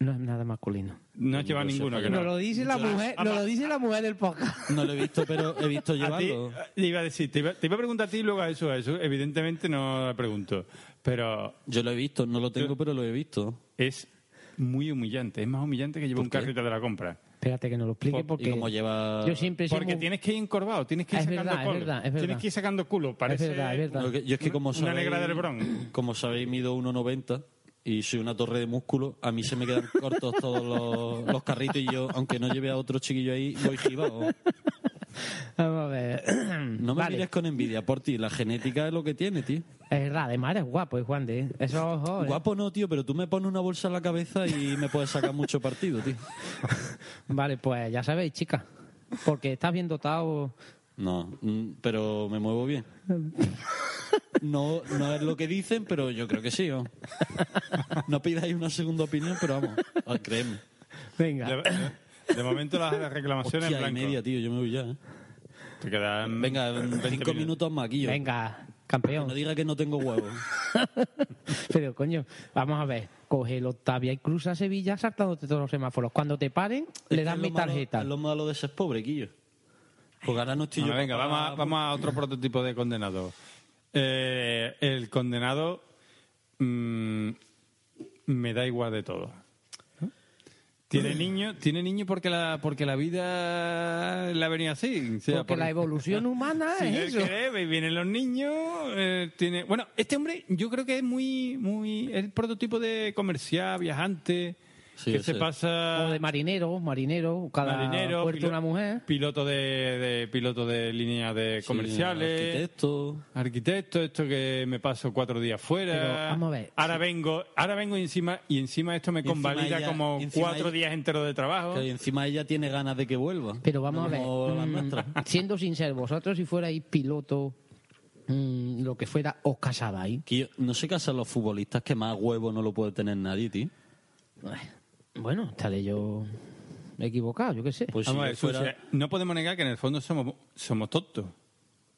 Speaker 3: No es nada masculino.
Speaker 2: No has llevado ninguno, que
Speaker 3: Nos
Speaker 2: no.
Speaker 3: lo dice la mujer, nos lo dice la mujer del podcast.
Speaker 4: No lo he visto, pero he [laughs] visto
Speaker 2: A ti,
Speaker 4: llevarlo.
Speaker 2: le iba a decir, te iba, te iba a preguntar a ti y luego a eso, a eso. Evidentemente no la pregunto. Pero
Speaker 4: Yo lo he visto, no lo tengo, pero lo he visto.
Speaker 2: es muy humillante. Es más humillante que llevar
Speaker 4: ¿Por
Speaker 2: un
Speaker 4: qué?
Speaker 2: carrito de la compra.
Speaker 3: Espérate que nos lo explique
Speaker 4: ¿Y
Speaker 3: porque...
Speaker 4: cómo lleva-
Speaker 3: Yo siempre he sido
Speaker 2: Porque
Speaker 3: muy-
Speaker 2: tienes que ir encorvado, tienes que ir
Speaker 3: Es
Speaker 2: sacando
Speaker 3: verdad, es
Speaker 2: culo.
Speaker 3: verdad, es verdad.
Speaker 2: Tienes que ir sacando culo. Parece
Speaker 3: verdad, es verdad.
Speaker 4: Lo que- yo es que como
Speaker 2: Una
Speaker 4: sabéis,
Speaker 2: negra del Bronx.
Speaker 4: Como sabéis, mido 1,90 y soy una torre de músculo. A mí se
Speaker 2: [laughs]
Speaker 4: me quedan cortos todos los, los carritos y yo, aunque no lleve a otro chiquillo ahí, voy jibao.
Speaker 3: Vamos a ver.
Speaker 4: No me
Speaker 3: Vale.
Speaker 4: mires con envidia por ti. La genética es lo que tiene, tío.
Speaker 3: Es verdad, además eres guapo, eh, Juan de. ¿eh? Esos ojos. eh.
Speaker 4: Guapo no, tío, pero tú me pones una bolsa en la cabeza y me puedes sacar mucho partido, tío.
Speaker 3: Vale, pues ya sabéis, chicas. Porque estás bien
Speaker 4: [laughs]
Speaker 3: dotado.
Speaker 4: No, mm, pero me muevo bien. No, no es lo que dicen, pero yo creo que sí. ¿o? No pidáis una segunda opinión, pero vamos, ah, créeme.
Speaker 3: Venga.
Speaker 2: De, de momento las reclamaciones
Speaker 4: Hostia, y
Speaker 2: en blanco.
Speaker 4: media, tío, yo me voy ya. ¿eh?
Speaker 2: Te quedan
Speaker 4: Venga, en
Speaker 2: 20
Speaker 4: cinco minutos más, Guillo.
Speaker 3: Venga,
Speaker 4: No
Speaker 3: [laughs] campeón.
Speaker 4: diga que no tengo huevos.
Speaker 3: Pero coño, vamos a ver. Coge el Octavia y cruza Sevilla saltándote todos los semáforos. Cuando te paren, le das
Speaker 4: Es
Speaker 3: mi
Speaker 4: lo malo-
Speaker 3: tarjeta.
Speaker 4: Es lo malo de ser pobre, Guillo. Porque ahora no estoy
Speaker 2: Ah,
Speaker 4: yo.
Speaker 2: venga,
Speaker 4: para-
Speaker 2: vamos a, vamos a otro prototipo de condenado. Eh, el condenado mm, me da igual de todo. Tiene niño, tiene niño porque la, porque la vida la ha venido así. o sea,
Speaker 3: Porque la evolución
Speaker 4: [laughs]
Speaker 3: humana
Speaker 2: Sí,
Speaker 3: es
Speaker 2: él
Speaker 3: eso.
Speaker 2: que bebe, y vienen los niños, eh, tiene... Bueno, este hombre yo creo que es muy, muy... Es el prototipo de comercial, viajante,
Speaker 4: Sí,
Speaker 2: que
Speaker 4: sí.
Speaker 2: se pasa...
Speaker 3: O de marinero, marinero, cada
Speaker 2: marinero,
Speaker 3: puerto
Speaker 2: pilo-
Speaker 3: una mujer.
Speaker 2: piloto de, de- piloto de línea de
Speaker 4: Sí,
Speaker 2: comerciales, arquitecto.
Speaker 4: Arquitecto.
Speaker 2: esto que me paso cuatro días fuera.
Speaker 3: Pero, vamos a ver,
Speaker 2: Ahora vengo, ahora vengo y encima y encima esto me
Speaker 4: encima
Speaker 2: convalida
Speaker 4: ella-
Speaker 2: como
Speaker 4: y encima
Speaker 2: cuatro
Speaker 4: ella-
Speaker 2: días enteros de trabajo.
Speaker 4: Que encima ella tiene ganas de que vuelva.
Speaker 3: Pero vamos
Speaker 4: Como
Speaker 3: a ver,
Speaker 4: las
Speaker 3: mm,
Speaker 4: nuestras.
Speaker 3: [laughs] siendo sinceros, vosotros si fuerais piloto, mm, lo que fuera, os casabais.
Speaker 4: Que yo- no sé qué hacen los futbolistas que más huevo no lo puede tener nadie, tío.
Speaker 3: Bueno, estaré yo equivocado, yo qué sé.
Speaker 4: Pues si
Speaker 2: Vamos a
Speaker 4: yo
Speaker 2: ver,
Speaker 4: fuera-
Speaker 2: Susi, no podemos negar que en el fondo somos, somos tontos.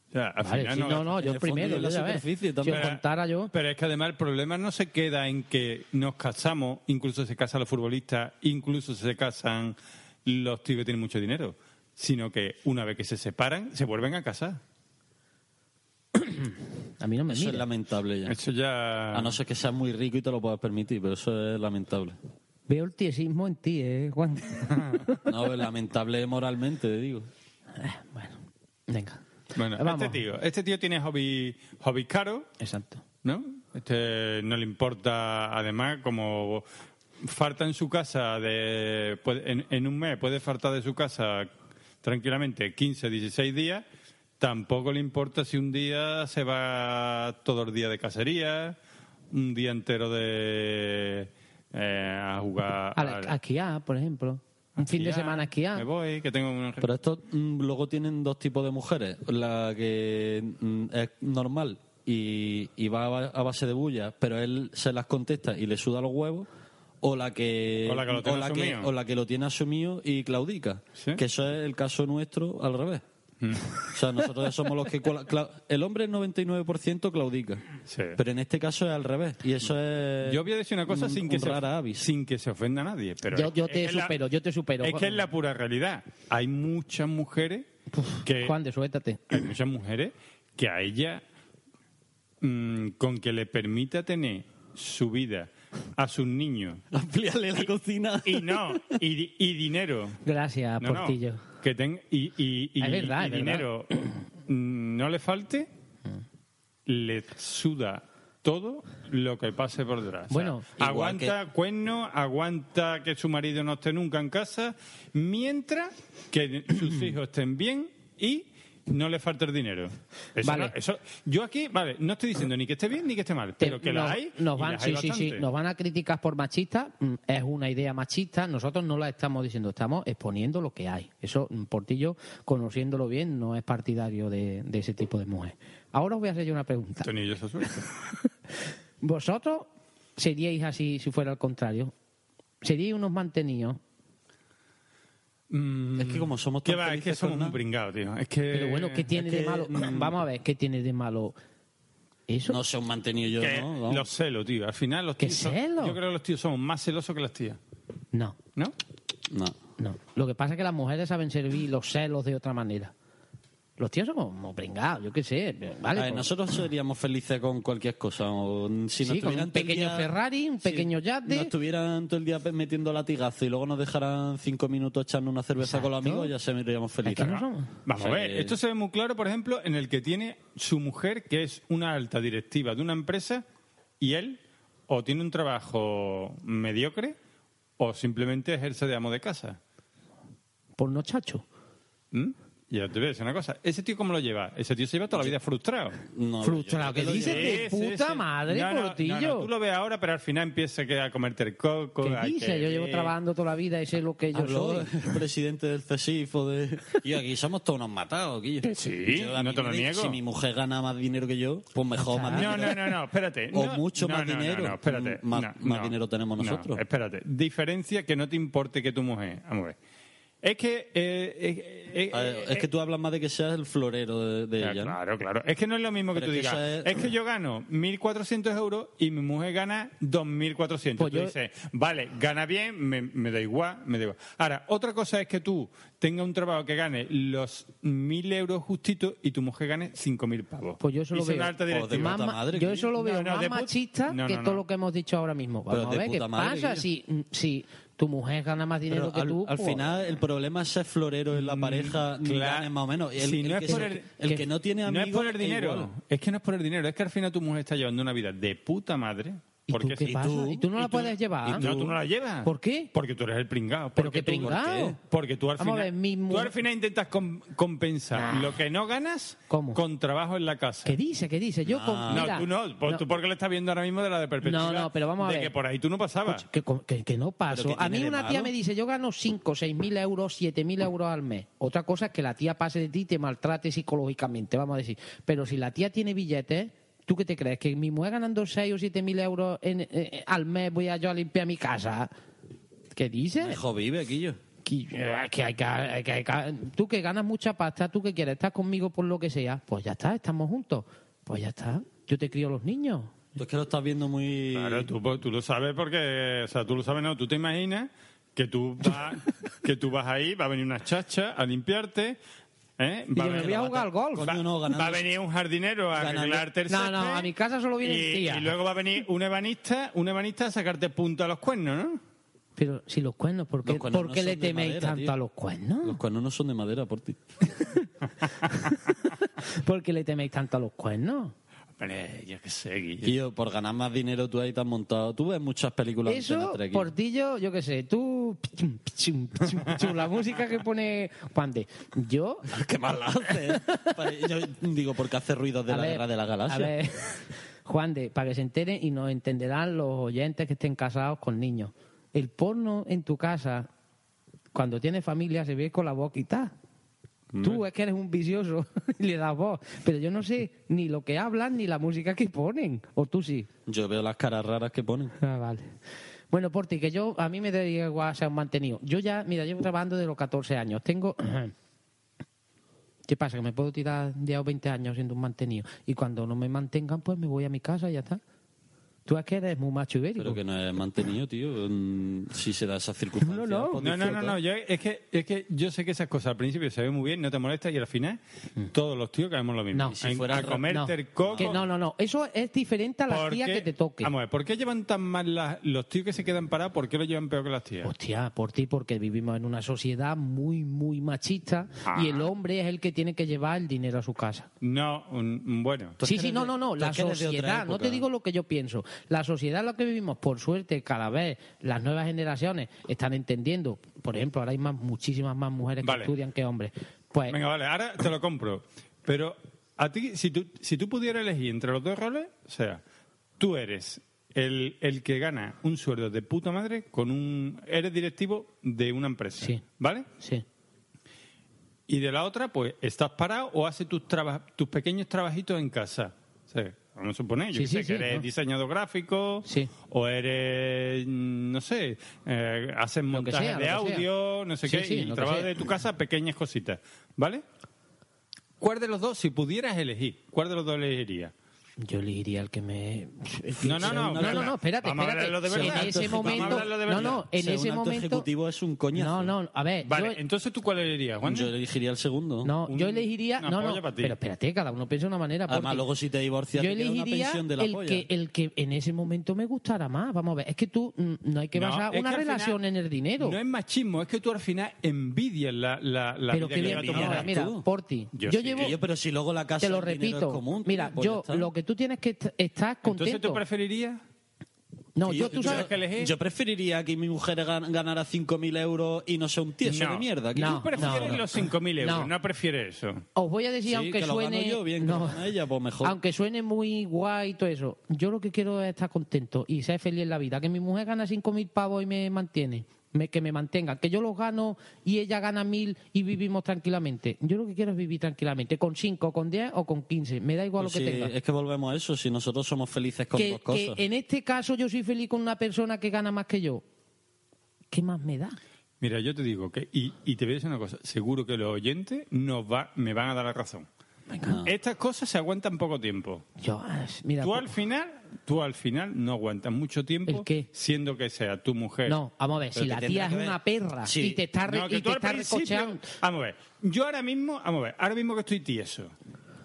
Speaker 2: O sea, al
Speaker 3: Vale,
Speaker 2: final
Speaker 3: sí, no, no,
Speaker 4: en
Speaker 3: yo
Speaker 4: el fondo
Speaker 3: primero,
Speaker 4: y en la
Speaker 3: yo ya ves.
Speaker 4: superficie
Speaker 3: Si
Speaker 4: también.
Speaker 3: os contara yo,
Speaker 2: Pero es que además el problema no se queda en que nos casamos, incluso se casan los futbolistas, incluso se casan los tíos que tienen mucho dinero, sino que una vez que se separan, se vuelven a casar.
Speaker 3: a mí no me
Speaker 4: Eso es
Speaker 3: mira.
Speaker 4: lamentable ya.
Speaker 2: Eso ya...
Speaker 4: A no ser que seas muy rico y te lo puedas permitir, pero eso es lamentable.
Speaker 3: Veo el tiesismo en ti, ¿eh,
Speaker 2: [laughs]
Speaker 3: Juan? [laughs]
Speaker 4: No, es lamentable moralmente, te digo.
Speaker 3: bueno, venga.
Speaker 2: Bueno,
Speaker 3: Vamos.
Speaker 2: este tío, este tío tiene hobby, hobby caro,
Speaker 3: Exacto.
Speaker 2: ¿no? Este no le importa, además, como falta en su casa, de, puede- en, en un mes puede faltar de su casa tranquilamente 15, 16 días, tampoco le importa si un día se va todo el día de cacería, un día entero de eh, a jugar
Speaker 3: A, la- a esquiar, por ejemplo. Un fin de semana a
Speaker 2: aquí Me
Speaker 3: esquiar.
Speaker 2: voy, que tengo un...
Speaker 4: Pero estos mm, luego tienen dos tipos de mujeres. La que mm, es normal y, y va a ba- a base de bulla, pero él se las contesta y le suda los huevos. O la que,
Speaker 2: O la que lo tiene
Speaker 4: que-
Speaker 2: asumido.
Speaker 4: o la que lo tiene asumido y claudica.
Speaker 2: Sí. Mm.
Speaker 4: Que eso es el caso nuestro al revés. O sea, nosotros ya somos los que... cla- cla- El hombre el 99% claudica.
Speaker 2: Sí. Mm.
Speaker 4: Pero en este caso es al revés. Y eso es...
Speaker 2: Yo voy
Speaker 4: [laughs]
Speaker 2: a decir una cosa
Speaker 4: un-
Speaker 2: sin, que
Speaker 4: un
Speaker 2: se,
Speaker 4: rara avis.
Speaker 2: sin que se ofenda a nadie. Pero
Speaker 3: Yo-
Speaker 2: es-
Speaker 3: yo
Speaker 2: es
Speaker 3: te
Speaker 2: que la-
Speaker 3: supero, yo te supero.
Speaker 2: Es que es la pura realidad. Hay muchas mujeres que
Speaker 3: Juan de, suéltate.
Speaker 2: hay muchas mujeres que a ella mm, con que le permita tener su vida a sus niños
Speaker 4: Amplíale la cocina.
Speaker 2: y no y, di- y dinero
Speaker 3: Gracias,
Speaker 2: no, no,
Speaker 3: Portillo.
Speaker 2: que ten- y, y- y-
Speaker 3: Es verdad,
Speaker 2: y
Speaker 3: es verdad.
Speaker 2: dinero mm, no le falte le suda todo lo que pase por detrás. O sea,
Speaker 3: Bueno,
Speaker 4: igual
Speaker 2: aguanta cuerno, aguanta que su marido no esté nunca en casa, mientras que sus hijos estén bien y no le falte el dinero. Eso
Speaker 3: Vale.
Speaker 2: no- eso, yo aquí, vale, no estoy diciendo ni que esté bien ni que esté mal,
Speaker 3: Te-
Speaker 2: pero que
Speaker 3: nos-
Speaker 2: la hay.
Speaker 3: nos
Speaker 2: y
Speaker 3: van,
Speaker 2: las hay
Speaker 3: sí, sí, sí,
Speaker 2: bastante.
Speaker 3: nos van a criticar por machista, mm, es una idea machista, nosotros no la estamos diciendo, estamos exponiendo lo que hay. Eso, mm, Portillo, conociéndolo bien, no es partidario de, de ese tipo de mujer. Ahora os voy a hacer yo una pregunta.
Speaker 2: Esto ni yo se suelta.
Speaker 3: ¿Vosotros seríais así si fuera al contrario? ¿Seríais unos mantenidos?
Speaker 4: Es que [laughs] como somos
Speaker 2: ¿Qué
Speaker 4: tan
Speaker 2: va? Es que
Speaker 4: felices
Speaker 2: somos
Speaker 4: con nada-
Speaker 2: un pringado, tío. Es que,
Speaker 3: Pero bueno, ¿qué tiene
Speaker 2: es
Speaker 3: de
Speaker 2: que,
Speaker 3: malo?
Speaker 2: mm,
Speaker 3: Vamos a ver, ¿qué tiene de malo eso?
Speaker 4: No se han mantenido yo,
Speaker 2: que
Speaker 4: ¿no? Vamos.
Speaker 2: Los celos, tío. Al final los
Speaker 3: ¿Qué
Speaker 2: tíos. son-
Speaker 3: celos?
Speaker 2: yo creo que los tíos somos más celosos que las tías.
Speaker 3: No,
Speaker 2: ¿No?
Speaker 4: No.
Speaker 3: no. Lo que pasa es que las mujeres saben servir los celos de otra manera. Los tíos son como pringados, yo qué sé. Vale,
Speaker 4: A ver,
Speaker 3: pues-
Speaker 4: nosotros seríamos felices con cualquier cosa. O, mm, si nos
Speaker 3: Sí, con
Speaker 4: tuvieran
Speaker 3: un
Speaker 4: todo el
Speaker 3: pequeño
Speaker 4: día-
Speaker 3: Ferrari, un pequeño yate.
Speaker 4: Nos estuvieran todo el día pe- metiendo latigazo y luego nos dejaran cinco minutos echando una cerveza con los
Speaker 3: Exacto.
Speaker 4: amigos, ya seríamos
Speaker 3: Es que
Speaker 4: felices.
Speaker 3: no somos.
Speaker 2: Vamos a
Speaker 4: Sí.
Speaker 2: ver. Esto se ve muy claro, por ejemplo, en el que tiene su mujer, que es una alta directiva de una empresa, y él o tiene un trabajo mediocre o simplemente ejerce de amo de casa.
Speaker 3: Por no chacho.
Speaker 2: ¿Mm? Y yo te voy a decir una cosa. ¿Ese tío cómo lo lleva? Ese tío se lleva toda la vida frustrado.
Speaker 4: No,
Speaker 3: Frustrado,
Speaker 4: yo
Speaker 3: que
Speaker 4: creo lo
Speaker 3: dices
Speaker 4: llevo.
Speaker 3: de
Speaker 2: Sí, sí,
Speaker 3: puta
Speaker 2: sí.
Speaker 3: madre,
Speaker 2: No, no, no,
Speaker 3: Portillo.
Speaker 2: no, tú lo ves ahora, pero al final empieza que a comerte el coco.
Speaker 3: ¿Qué
Speaker 2: a
Speaker 3: dices?
Speaker 2: que-
Speaker 3: Yo llevo trabajando toda la vida y sé lo que yo
Speaker 4: Habló
Speaker 3: soy.
Speaker 4: [laughs] el presidente del CESIF o [laughs] de... Y aquí somos todos unos matados, Guillo.
Speaker 2: Que sí,
Speaker 4: a
Speaker 2: no
Speaker 4: mí
Speaker 2: te lo
Speaker 4: me di-
Speaker 2: niego.
Speaker 4: Si mi mujer gana más dinero que yo, pues mejor más
Speaker 2: No, no,
Speaker 4: dinero.
Speaker 2: no, no, espérate.
Speaker 4: O
Speaker 2: No,
Speaker 4: mucho
Speaker 2: no,
Speaker 4: más
Speaker 2: no, no,
Speaker 4: dinero. Mm,
Speaker 2: no, espérate.
Speaker 4: Más-
Speaker 2: No,
Speaker 4: más
Speaker 2: no.
Speaker 4: dinero tenemos
Speaker 2: No,
Speaker 4: nosotros.
Speaker 2: espérate. Diferencia que no te importe que tu mujer. Vamos a ver. Es que. eh, eh, eh,
Speaker 4: A ver, Ah, es que tú hablas más de que seas el florero de, de
Speaker 2: Ah,
Speaker 4: ella. ¿no?
Speaker 2: Claro, claro. Es que no es lo mismo que
Speaker 4: Pero
Speaker 2: tú
Speaker 4: es que
Speaker 2: digas.
Speaker 4: eso
Speaker 2: Es...
Speaker 4: es-
Speaker 2: que yo gano 1.400 euros y mi mujer gana 2.400.
Speaker 3: Pues
Speaker 2: tú
Speaker 3: yo-
Speaker 2: dices, vale, gana bien, me, me da igual, me da igual. Ahora, otra cosa es que tú tengas un trabajo que gane los 1.000 euros justitos y tu mujer gane 5.000 pavos.
Speaker 3: Pues yo eso
Speaker 2: Y
Speaker 3: lo
Speaker 2: sea
Speaker 3: veo.
Speaker 2: una alta directiva.
Speaker 4: Joder,
Speaker 3: Más
Speaker 4: puta
Speaker 3: ma-
Speaker 4: madre,
Speaker 3: yo
Speaker 4: Guillo.
Speaker 3: eso lo veo
Speaker 2: No, no, de
Speaker 3: más
Speaker 2: put-
Speaker 3: machista
Speaker 2: No,
Speaker 3: que
Speaker 2: no,
Speaker 3: todo
Speaker 2: no.
Speaker 3: lo que hemos dicho ahora mismo.
Speaker 4: Pero
Speaker 3: Vamos a
Speaker 4: de
Speaker 3: ver qué
Speaker 4: puta madre,
Speaker 3: pasa
Speaker 4: Guillo.
Speaker 3: si, si tu mujer gana más dinero
Speaker 4: Pero
Speaker 3: que
Speaker 4: al,
Speaker 3: tú.
Speaker 4: al
Speaker 3: pues,
Speaker 4: final el problema es ser florero en la pareja, ni
Speaker 2: claro.
Speaker 4: ganes más o menos. El,
Speaker 2: Mm, Si
Speaker 4: el
Speaker 2: no es
Speaker 4: que
Speaker 2: por
Speaker 4: se-
Speaker 2: el-
Speaker 4: el que no tiene
Speaker 2: No
Speaker 4: amigos
Speaker 2: es por el
Speaker 4: es
Speaker 2: dinero.
Speaker 4: igual.
Speaker 2: Es que no es por el dinero. Es que al final tu mujer está llevando una vida de puta madre.
Speaker 3: ¿Y tú
Speaker 2: Porque
Speaker 3: qué
Speaker 2: si
Speaker 3: pasa? ¿Y tú no la puedes llevar?
Speaker 2: y No, tú no la llevas.
Speaker 3: ¿Por qué?
Speaker 2: Porque tú eres el pringao.
Speaker 3: ¿Pero
Speaker 2: Porque
Speaker 3: qué
Speaker 2: tú-
Speaker 3: pringao?
Speaker 2: ¿Por qué? Porque tú al
Speaker 3: Vamos a
Speaker 2: final,
Speaker 3: ver, mi mu-
Speaker 2: tú al final intentas com- compensar
Speaker 3: Nah.
Speaker 2: lo que no ganas
Speaker 3: ¿Cómo?
Speaker 2: con trabajo en la casa.
Speaker 3: ¿Qué dice? ¿Qué dice? Yo con-
Speaker 2: No,
Speaker 3: mira,
Speaker 2: tú no, por-
Speaker 3: no,
Speaker 2: tú porque lo estás viendo ahora mismo de la de perspectiva.
Speaker 3: No, no, pero vamos a
Speaker 2: de
Speaker 3: ver.
Speaker 2: que por ahí tú no pasabas.
Speaker 3: que, con- que- que no paso.
Speaker 4: ¿Pero qué
Speaker 3: A mí
Speaker 4: tiene de
Speaker 3: una tía me
Speaker 4: malo?
Speaker 3: dice, yo gano 5, 6 mil euros, 7 mil euros al mes. Otra cosa es que la tía pase de ti y te maltrate psicológicamente, vamos a decir. Pero si la tía tiene billetes, ¿tú qué te crees? ¿Que mi mujer ganando 6 o 7 mil euros en- eh, eh, al mes voy a yo a limpiar mi casa? ¿Qué
Speaker 2: Eh.
Speaker 3: dices?
Speaker 4: Mejor vive, Guillo.
Speaker 3: Que, eh, que hay que- hay que- hay que- tú que ganas mucha pasta, tú que quieres estar conmigo por lo que sea, pues ya está, estamos juntos. Pues ya está, yo te crío los niños.
Speaker 4: Tú es que lo estás viendo muy...
Speaker 2: Claro, tú, pues, tú lo sabes porque, o sea, tú lo sabes, no, tú te imaginas que tú,
Speaker 3: [laughs]
Speaker 2: vas- que tú vas ahí, va a venir una chacha a limpiarte. ¿eh?
Speaker 3: Y
Speaker 2: Va, a
Speaker 3: yo me
Speaker 2: venir-
Speaker 3: voy a jugar al golf.
Speaker 4: Coño, no, ganando-
Speaker 2: va a venir un jardinero a
Speaker 4: Ganando-
Speaker 2: arreglarte el
Speaker 3: No, no,
Speaker 2: césped
Speaker 3: a mi casa solo vienen
Speaker 2: y,
Speaker 3: tías.
Speaker 2: Y luego va a venir un ebanista, un ebanista a sacarte punto a los cuernos, ¿no?
Speaker 3: Pero si los cuernos, ¿por qué,
Speaker 4: Los cuernos
Speaker 3: por
Speaker 4: no
Speaker 3: qué
Speaker 4: son
Speaker 3: le
Speaker 4: de
Speaker 3: teméis
Speaker 4: madera,
Speaker 3: tanto
Speaker 4: tío.
Speaker 3: a los cuernos?
Speaker 4: Los cuernos no son de madera, por ti.
Speaker 3: [laughs] ¿Por qué le teméis tanto a los cuernos?
Speaker 2: Hombre, yo qué sé, Guille.
Speaker 4: Guillo, por ganar más dinero tú ahí te has montado. Tú ves muchas películas de Antena
Speaker 3: Eso,
Speaker 4: 3, Guillo.
Speaker 3: Portillo, yo qué sé, tú... [laughs] pichum, pichum, pichum, pichum, la música que pone Juan de... Yo...
Speaker 4: [laughs] Qué mal la hace. ¿eh? Pare- Yo digo, porque hace ruidos de
Speaker 3: a
Speaker 4: la
Speaker 3: ver,
Speaker 4: guerra de la galaxia.
Speaker 3: A ver, [laughs] Juan de, para que se enteren y nos entenderán los oyentes que estén casados con niños. El porno en tu casa, cuando tienes familia, se ve con la boquita. Tú es que eres un vicioso [laughs] y le das voz. Pero yo no sé ni lo que hablan ni la música que ponen. O tú sí.
Speaker 4: Yo veo las caras raras que ponen.
Speaker 3: Ah, vale. Bueno, Porti, que yo, a mí me da igual ser un mantenido. Yo ya, mira, llevo trabajando de los 14 años. Tengo. [clears throat] ¿Qué pasa? Que me puedo tirar 10 o 20 años siendo un mantenido. Y cuando no me mantengan, pues me voy a mi casa y ya está. Tú es que eres muy macho ibérico.
Speaker 4: Pero que no es mantenido, tío. Mm, Si se da esa
Speaker 3: No,
Speaker 4: circunstancia.
Speaker 3: no.
Speaker 4: pues
Speaker 2: No, no, no,
Speaker 4: disfruta.
Speaker 2: no. Yo, es, que, es que yo sé que esas cosas al principio se ven muy bien, no te molesta y al final todos los tíos caemos lo mismo.
Speaker 3: Mm. No. Y
Speaker 4: si
Speaker 2: En-
Speaker 4: fuera
Speaker 2: a
Speaker 4: ra-
Speaker 2: comerte
Speaker 3: no.
Speaker 2: el coco.
Speaker 3: Que no, no, no. Eso es diferente a las
Speaker 2: ¿Por
Speaker 3: tías
Speaker 2: qué-
Speaker 3: que te toquen.
Speaker 2: Vamos a ver, ¿por qué llevan tan mal las- los tíos que se quedan parados? ¿Por qué lo llevan peor que las tías?
Speaker 3: Hostia, por ti, porque vivimos en una sociedad muy, muy machista
Speaker 2: Ah.
Speaker 3: y el hombre es el que tiene que llevar el dinero a su casa.
Speaker 2: No, un- un- bueno.
Speaker 4: Tú es
Speaker 3: Sí,
Speaker 4: que
Speaker 3: sí,
Speaker 4: eres
Speaker 3: no,
Speaker 4: de-
Speaker 3: no, no.
Speaker 4: tú
Speaker 3: La
Speaker 4: es que eres de otra
Speaker 3: sociedad, no
Speaker 4: época.
Speaker 3: te digo lo que yo pienso. La sociedad en la que vivimos, por suerte, cada vez las nuevas generaciones están entendiendo. Por ejemplo, ahora hay más, muchísimas más mujeres
Speaker 2: Vale.
Speaker 3: que estudian que hombres. Pues,
Speaker 2: Venga, vale, ahora te lo compro. Pero a ti, si tú, si tú pudieras elegir entre los dos roles, o sea, tú eres el, el que gana un sueldo de puta madre con un... Eres directivo de una empresa,
Speaker 3: Sí.
Speaker 2: ¿vale?
Speaker 3: sí.
Speaker 2: Y de la otra, pues, estás parado o haces tus, traba- tus pequeños trabajitos en casa. O sea, vamos a suponer, yo
Speaker 3: Sí,
Speaker 2: que
Speaker 3: sí,
Speaker 2: sé,
Speaker 3: sí,
Speaker 2: que eres
Speaker 3: ¿no?
Speaker 2: diseñador gráfico
Speaker 3: Sí.
Speaker 2: o eres, mm, no sé, eh, haces
Speaker 3: que
Speaker 2: montajes de
Speaker 3: sea, lo que sea.
Speaker 2: audio, no sé
Speaker 3: Sí,
Speaker 2: qué,
Speaker 3: sí, lo
Speaker 2: y
Speaker 3: que
Speaker 2: trabajas
Speaker 3: sea.
Speaker 2: de tu casa pequeñas cositas, ¿vale? ¿Cuál de los dos, si pudieras elegir, cuál de los dos elegirías?
Speaker 3: Yo elegiría el que me.
Speaker 2: No, no, no,
Speaker 3: No,
Speaker 2: verdad.
Speaker 3: no, no, espérate,
Speaker 2: Vamos a
Speaker 3: espérate.
Speaker 2: hablarlo de verdad.
Speaker 3: en ese
Speaker 2: Entonces, vamos a
Speaker 3: momento.
Speaker 2: hablarlo de
Speaker 3: No,
Speaker 2: verdad.
Speaker 3: no, en
Speaker 4: Ser
Speaker 3: ese
Speaker 4: un acto
Speaker 3: momento.
Speaker 4: ejecutivo es un coñazo.
Speaker 3: No, no, a ver.
Speaker 2: Vale,
Speaker 3: Eh, yo-
Speaker 2: entonces tú cuál elegirías, Juan?
Speaker 4: Yo elegiría el segundo.
Speaker 3: no,
Speaker 2: un-
Speaker 3: yo elegiría.
Speaker 2: una
Speaker 3: No,
Speaker 2: polla
Speaker 3: no.
Speaker 2: para ti.
Speaker 3: Pero espérate, cada uno piensa de una manera.
Speaker 4: Además,
Speaker 3: porque-
Speaker 4: luego si te divorcias,
Speaker 3: Yo
Speaker 4: te queda una
Speaker 3: elegiría
Speaker 4: pensión de la
Speaker 3: el
Speaker 4: polla.
Speaker 3: que, el que en ese momento me gustara más. Vamos a ver, es que tú mm, no hay que
Speaker 2: No,
Speaker 3: basar
Speaker 2: es
Speaker 3: una
Speaker 2: que al
Speaker 3: relación
Speaker 2: final
Speaker 3: en el dinero.
Speaker 2: No es machismo, es que tú al final envidias la, la, la
Speaker 3: pero
Speaker 2: vida
Speaker 3: que
Speaker 2: que
Speaker 3: bien,
Speaker 2: lleva tu
Speaker 4: envidia,
Speaker 3: no,
Speaker 2: mujer.
Speaker 4: tú.
Speaker 3: mira, Porti,
Speaker 2: Yo
Speaker 3: yo,
Speaker 2: sí.
Speaker 3: llevo,
Speaker 4: Guillo, pero si luego la casa
Speaker 3: te lo
Speaker 4: el dinero
Speaker 3: repito,
Speaker 4: es común.
Speaker 3: mira,
Speaker 4: pues ya
Speaker 3: yo
Speaker 4: está.
Speaker 3: lo que tú tienes que est- estar
Speaker 2: Entonces
Speaker 3: contento.
Speaker 2: tú preferirías
Speaker 3: No,
Speaker 4: Y
Speaker 3: yo, tú sabes
Speaker 2: que elegir?
Speaker 4: Yo preferiría que mi mujer gan- ganara 5.000 euros y no sea un tieso
Speaker 2: No.
Speaker 4: de mierda.
Speaker 3: No.
Speaker 2: Tú prefieres
Speaker 3: no.
Speaker 2: los 5.000 euros,
Speaker 3: No.
Speaker 2: no, prefieres eso.
Speaker 3: Os voy a decir,
Speaker 4: Sí,
Speaker 3: aunque
Speaker 4: que lo gano
Speaker 3: suene.
Speaker 4: yo, bien, que lo gana ella, pues mejor.
Speaker 3: Aunque suene muy guay y todo eso. Yo lo que quiero es estar contento y ser feliz en la vida. Que mi mujer gana 5.000 pavos y me mantiene. me- que me mantenga. Que yo los gano y ella gana 1.000 y vivimos tranquilamente. Yo lo que quiero es vivir tranquilamente. Con 5, con 10 o con 15. Me da igual
Speaker 4: Pues
Speaker 3: lo que
Speaker 4: si-
Speaker 3: tenga.
Speaker 4: es que volvemos a eso, si nosotros somos felices con
Speaker 3: que,
Speaker 4: dos cosas.
Speaker 3: que en este caso yo soy feliz con una persona que gana más que yo. ¿Qué más me da?
Speaker 2: Mira, yo te digo que, y, y te voy a decir una cosa, seguro que los oyentes nos va, me van a dar la razón. Estas cosas se aguantan poco tiempo.
Speaker 3: Yo, ah, mira,
Speaker 2: Tú al final, tú al final no aguantas mucho tiempo
Speaker 3: ¿El qué?
Speaker 2: siendo que sea tu mujer.
Speaker 3: no, vamos a ver, si
Speaker 4: que
Speaker 3: la
Speaker 4: tendrá
Speaker 3: tía es
Speaker 4: que ver-
Speaker 3: una perra
Speaker 4: Sí.
Speaker 3: y te está, re-
Speaker 2: No, que
Speaker 3: y
Speaker 2: tú
Speaker 3: te
Speaker 2: al
Speaker 3: está
Speaker 2: principio-
Speaker 3: recocheando,
Speaker 2: Vamos a ver. Yo ahora mismo, vamos a ver, ahora mismo que estoy tieso.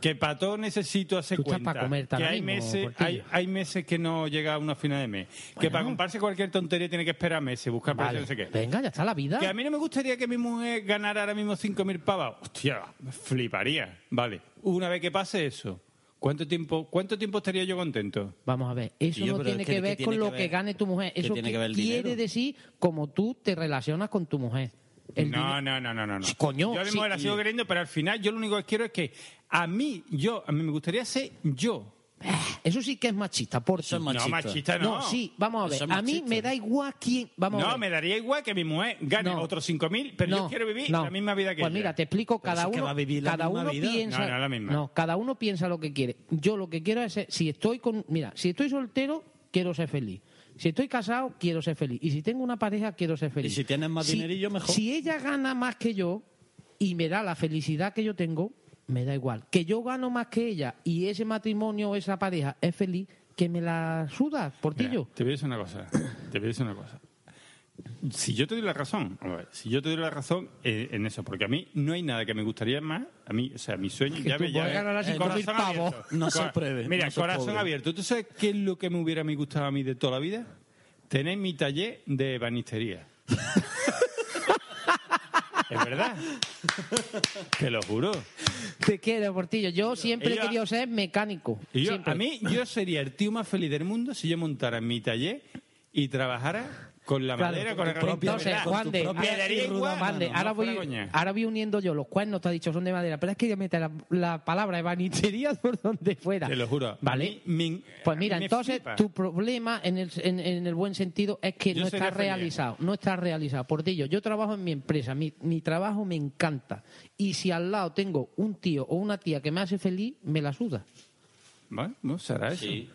Speaker 2: Que para todo necesito hacer
Speaker 3: Tú estás
Speaker 2: cuenta.
Speaker 3: pa' comerte
Speaker 2: que
Speaker 3: ahora
Speaker 2: hay
Speaker 3: mismo,
Speaker 2: meses,
Speaker 3: Portillo.
Speaker 2: hay, hay meses que no llega a una final de mes. Que para comprarse cualquier tontería tiene que esperar meses, buscar
Speaker 4: Pues
Speaker 2: precios,
Speaker 3: vale,
Speaker 2: no sé qué.
Speaker 3: venga, ya está la vida.
Speaker 2: Que a mí no me gustaría que mi mujer ganara ahora mismo 5.000 pavos. Hostia, me fliparía. Vale. Una vez que pase eso, ¿cuánto tiempo, cuánto tiempo estaría yo contento?
Speaker 3: Vamos a ver, eso
Speaker 4: Tío,
Speaker 3: no
Speaker 4: pero
Speaker 3: tiene
Speaker 4: es que-
Speaker 3: que
Speaker 4: ¿qué
Speaker 3: ver
Speaker 4: tiene
Speaker 3: con
Speaker 4: que
Speaker 3: lo
Speaker 4: ver?
Speaker 3: que gane tu mujer.
Speaker 4: ¿Qué
Speaker 3: Eso
Speaker 4: tiene que ver el
Speaker 3: quiere
Speaker 4: dinero?
Speaker 3: decir cómo tú te relacionas con tu mujer. El
Speaker 2: no,
Speaker 3: dinero-
Speaker 2: no, no, no, no, no.
Speaker 3: Coño,
Speaker 2: Yo mismo
Speaker 3: sí,
Speaker 2: la
Speaker 3: y-
Speaker 2: sigo queriendo, pero al final yo lo único que quiero es que a mí, yo, a mí me gustaría ser yo.
Speaker 3: Eso sí que es machista, por
Speaker 4: Eso es
Speaker 2: No, machista no.
Speaker 3: No, sí, vamos a
Speaker 4: Eso
Speaker 3: ver.
Speaker 4: es
Speaker 3: A mí
Speaker 4: machista.
Speaker 3: me da igual quién. Vamos a
Speaker 2: No,
Speaker 3: ver.
Speaker 2: me daría igual que mi mujer gane
Speaker 3: No.
Speaker 2: otros 5.000, pero
Speaker 3: No,
Speaker 2: yo quiero vivir
Speaker 3: no.
Speaker 2: la misma vida que
Speaker 3: Pues
Speaker 2: ella.
Speaker 3: mira, te explico,
Speaker 4: Pero
Speaker 3: cada
Speaker 4: si es que
Speaker 3: uno,
Speaker 4: va a vivir la
Speaker 3: cada
Speaker 4: misma
Speaker 3: uno
Speaker 4: vida.
Speaker 3: piensa,
Speaker 2: No, no, la misma.
Speaker 3: no, cada uno piensa lo que quiere. Yo lo que quiero es, ser- si estoy con, mira, si estoy soltero, quiero ser feliz. Si estoy casado, quiero ser feliz. Y si tengo una pareja, quiero ser feliz.
Speaker 4: Y si tienes más
Speaker 3: Si-
Speaker 4: dinerillo, mejor.
Speaker 3: Si ella gana más que yo y me da la felicidad que yo tengo, me da igual. Que yo gano más que ella y ese matrimonio o esa pareja es feliz, que me la suda,
Speaker 2: Mira,
Speaker 3: portillo.
Speaker 2: te voy a decir una cosa. Te voy a decir una cosa. Si yo te doy la razón, a ver, si yo te doy la razón eh, en eso, porque a mí no hay nada que me gustaría más, a mí, o sea, mi sueño
Speaker 3: Que
Speaker 2: ya
Speaker 3: tú
Speaker 2: me ya
Speaker 3: puedas
Speaker 2: me-
Speaker 3: ganar a
Speaker 2: eh,
Speaker 3: 5.000
Speaker 2: corazón
Speaker 3: pavos.
Speaker 2: abierto.
Speaker 4: No
Speaker 2: Cora-
Speaker 4: se pruebe,
Speaker 2: Mira,
Speaker 4: no se
Speaker 2: corazón
Speaker 4: pobre.
Speaker 2: abierto. ¿Tú sabes qué es lo que me hubiera me gustado a mí de toda la vida? Tener mi taller de
Speaker 3: [laughs]
Speaker 2: banistería. es verdad. Te lo juro.
Speaker 3: Te quiero, portillo. Yo siempre
Speaker 2: Y
Speaker 3: he
Speaker 2: yo-
Speaker 3: querido ser mecánico.
Speaker 2: Y yo,
Speaker 3: Siempre.
Speaker 2: a mí, yo sería el tío más feliz del mundo si yo montara mi taller y trabajara con la
Speaker 3: Claro.
Speaker 2: madera, con el
Speaker 3: Entonces, Juan de,
Speaker 2: Me daría igual.
Speaker 3: Juan de,
Speaker 2: No, no,
Speaker 3: ahora,
Speaker 2: no fuera
Speaker 3: voy,
Speaker 2: coña.
Speaker 3: ahora voy uniendo yo los cuernos, te ha dicho, son de madera, pero es que yo meter la, la palabra ebanistería [laughs] por donde fuera.
Speaker 2: Te lo juro.
Speaker 3: ¿Vale?
Speaker 2: A mí me-
Speaker 3: pues
Speaker 2: a
Speaker 3: mira,
Speaker 2: mí me
Speaker 3: entonces
Speaker 2: flipa.
Speaker 3: tu problema en el, en, en el buen sentido es que
Speaker 2: Yo
Speaker 3: no
Speaker 2: sería
Speaker 3: está
Speaker 2: feliz.
Speaker 3: realizado, no está realizado. Por ello, yo trabajo en mi empresa, mi, mi trabajo me encanta. Y si al lado tengo un tío o una tía que me hace feliz, me la suda.
Speaker 2: Bueno, no será eso.
Speaker 4: Sí.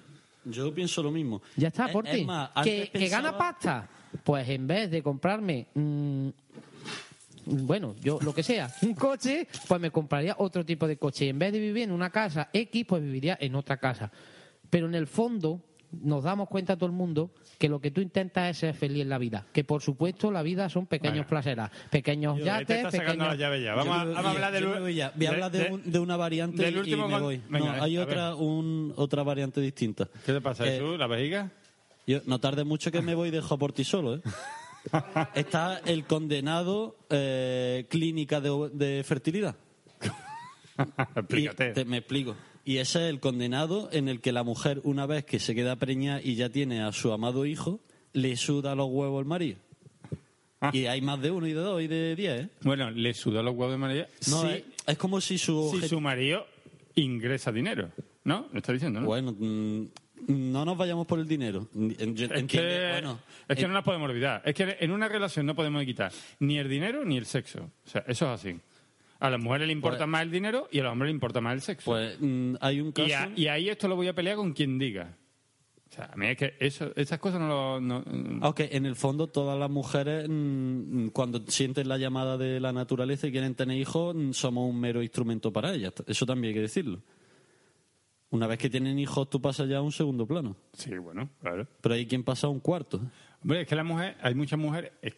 Speaker 4: Yo pienso lo mismo.
Speaker 3: Ya está,
Speaker 4: Es-
Speaker 3: por
Speaker 4: es
Speaker 3: ti.
Speaker 4: más,
Speaker 3: ¿Que,
Speaker 4: antes
Speaker 3: que gana
Speaker 4: pensaba-
Speaker 3: pasta. Pues en vez de comprarme, mm, bueno, yo lo que sea, un coche, pues me compraría otro tipo de coche. Y en vez de vivir en una casa X, pues viviría en otra casa. Pero en el fondo nos damos cuenta todo el mundo que lo que tú intentas es ser feliz en la vida. Que por supuesto la vida son pequeños
Speaker 2: Bueno.
Speaker 3: placeras, pequeños
Speaker 2: Yo- ahí te
Speaker 3: yates,
Speaker 2: estás sacando
Speaker 3: pequeños...
Speaker 2: la llave ya.
Speaker 4: Yo
Speaker 2: Vamos, a,
Speaker 4: me voy-
Speaker 2: vamos a hablar del...
Speaker 4: yo me voy ya. Voy a hablar de, un- de una variante
Speaker 2: del
Speaker 4: y-
Speaker 2: último
Speaker 4: y me
Speaker 2: con-
Speaker 4: voy.
Speaker 2: Venga,
Speaker 4: no, hay
Speaker 2: a
Speaker 4: otra,
Speaker 2: ver.
Speaker 4: un, otra variante distinta.
Speaker 2: ¿Qué te pasa,
Speaker 4: Eh,
Speaker 2: Jesús? ¿La vejiga?
Speaker 4: Yo, no tarde mucho que me voy y dejo por ti
Speaker 2: [laughs]
Speaker 4: solo, ¿eh? Está el condenado eh, clínica de, de fertilidad.
Speaker 2: [laughs] Explícate.
Speaker 4: Y te- me explico. Y ese es el condenado en el que la mujer, una vez que se queda preñada y ya tiene a su amado hijo, le suda los huevos al marido.
Speaker 2: Ah.
Speaker 4: Y hay más de uno y de dos y de diez, ¿eh?
Speaker 2: Bueno, le suda los huevos de María
Speaker 4: No,
Speaker 2: si,
Speaker 4: es, es como si su...
Speaker 2: si
Speaker 4: obje-
Speaker 2: su marido ingresa dinero. ¿No? Lo está diciendo, ¿no?
Speaker 4: Bueno, mm, no nos vayamos por el dinero. En- yo-
Speaker 2: Es
Speaker 4: entiende-
Speaker 2: que,
Speaker 4: bueno,
Speaker 2: Este,
Speaker 4: eh,
Speaker 2: es que
Speaker 4: en-
Speaker 2: no nos podemos olvidar. Es que en una relación no podemos quitar ni el dinero ni el sexo. O sea, eso es así. A las mujeres le importa
Speaker 4: Pues-
Speaker 2: más el dinero y a los hombres le importa más el sexo.
Speaker 4: Pues mm, hay un caso...
Speaker 2: y, a- y ahí esto lo voy a pelear con quien diga. O sea, a mí es que eso, esas cosas no lo... no-
Speaker 4: Aunque en el fondo todas las mujeres, mm, mm, cuando sienten la llamada de la naturaleza y quieren tener hijos, mm, somos un mero instrumento para ellas. Eso también hay que decirlo. Una vez que tienen hijos, tú pasas ya a un segundo plano.
Speaker 2: Sí, bueno, claro.
Speaker 4: Pero hay quien pasa a un cuarto.
Speaker 2: Hombre, es que la mujer, hay muchas mujeres, es,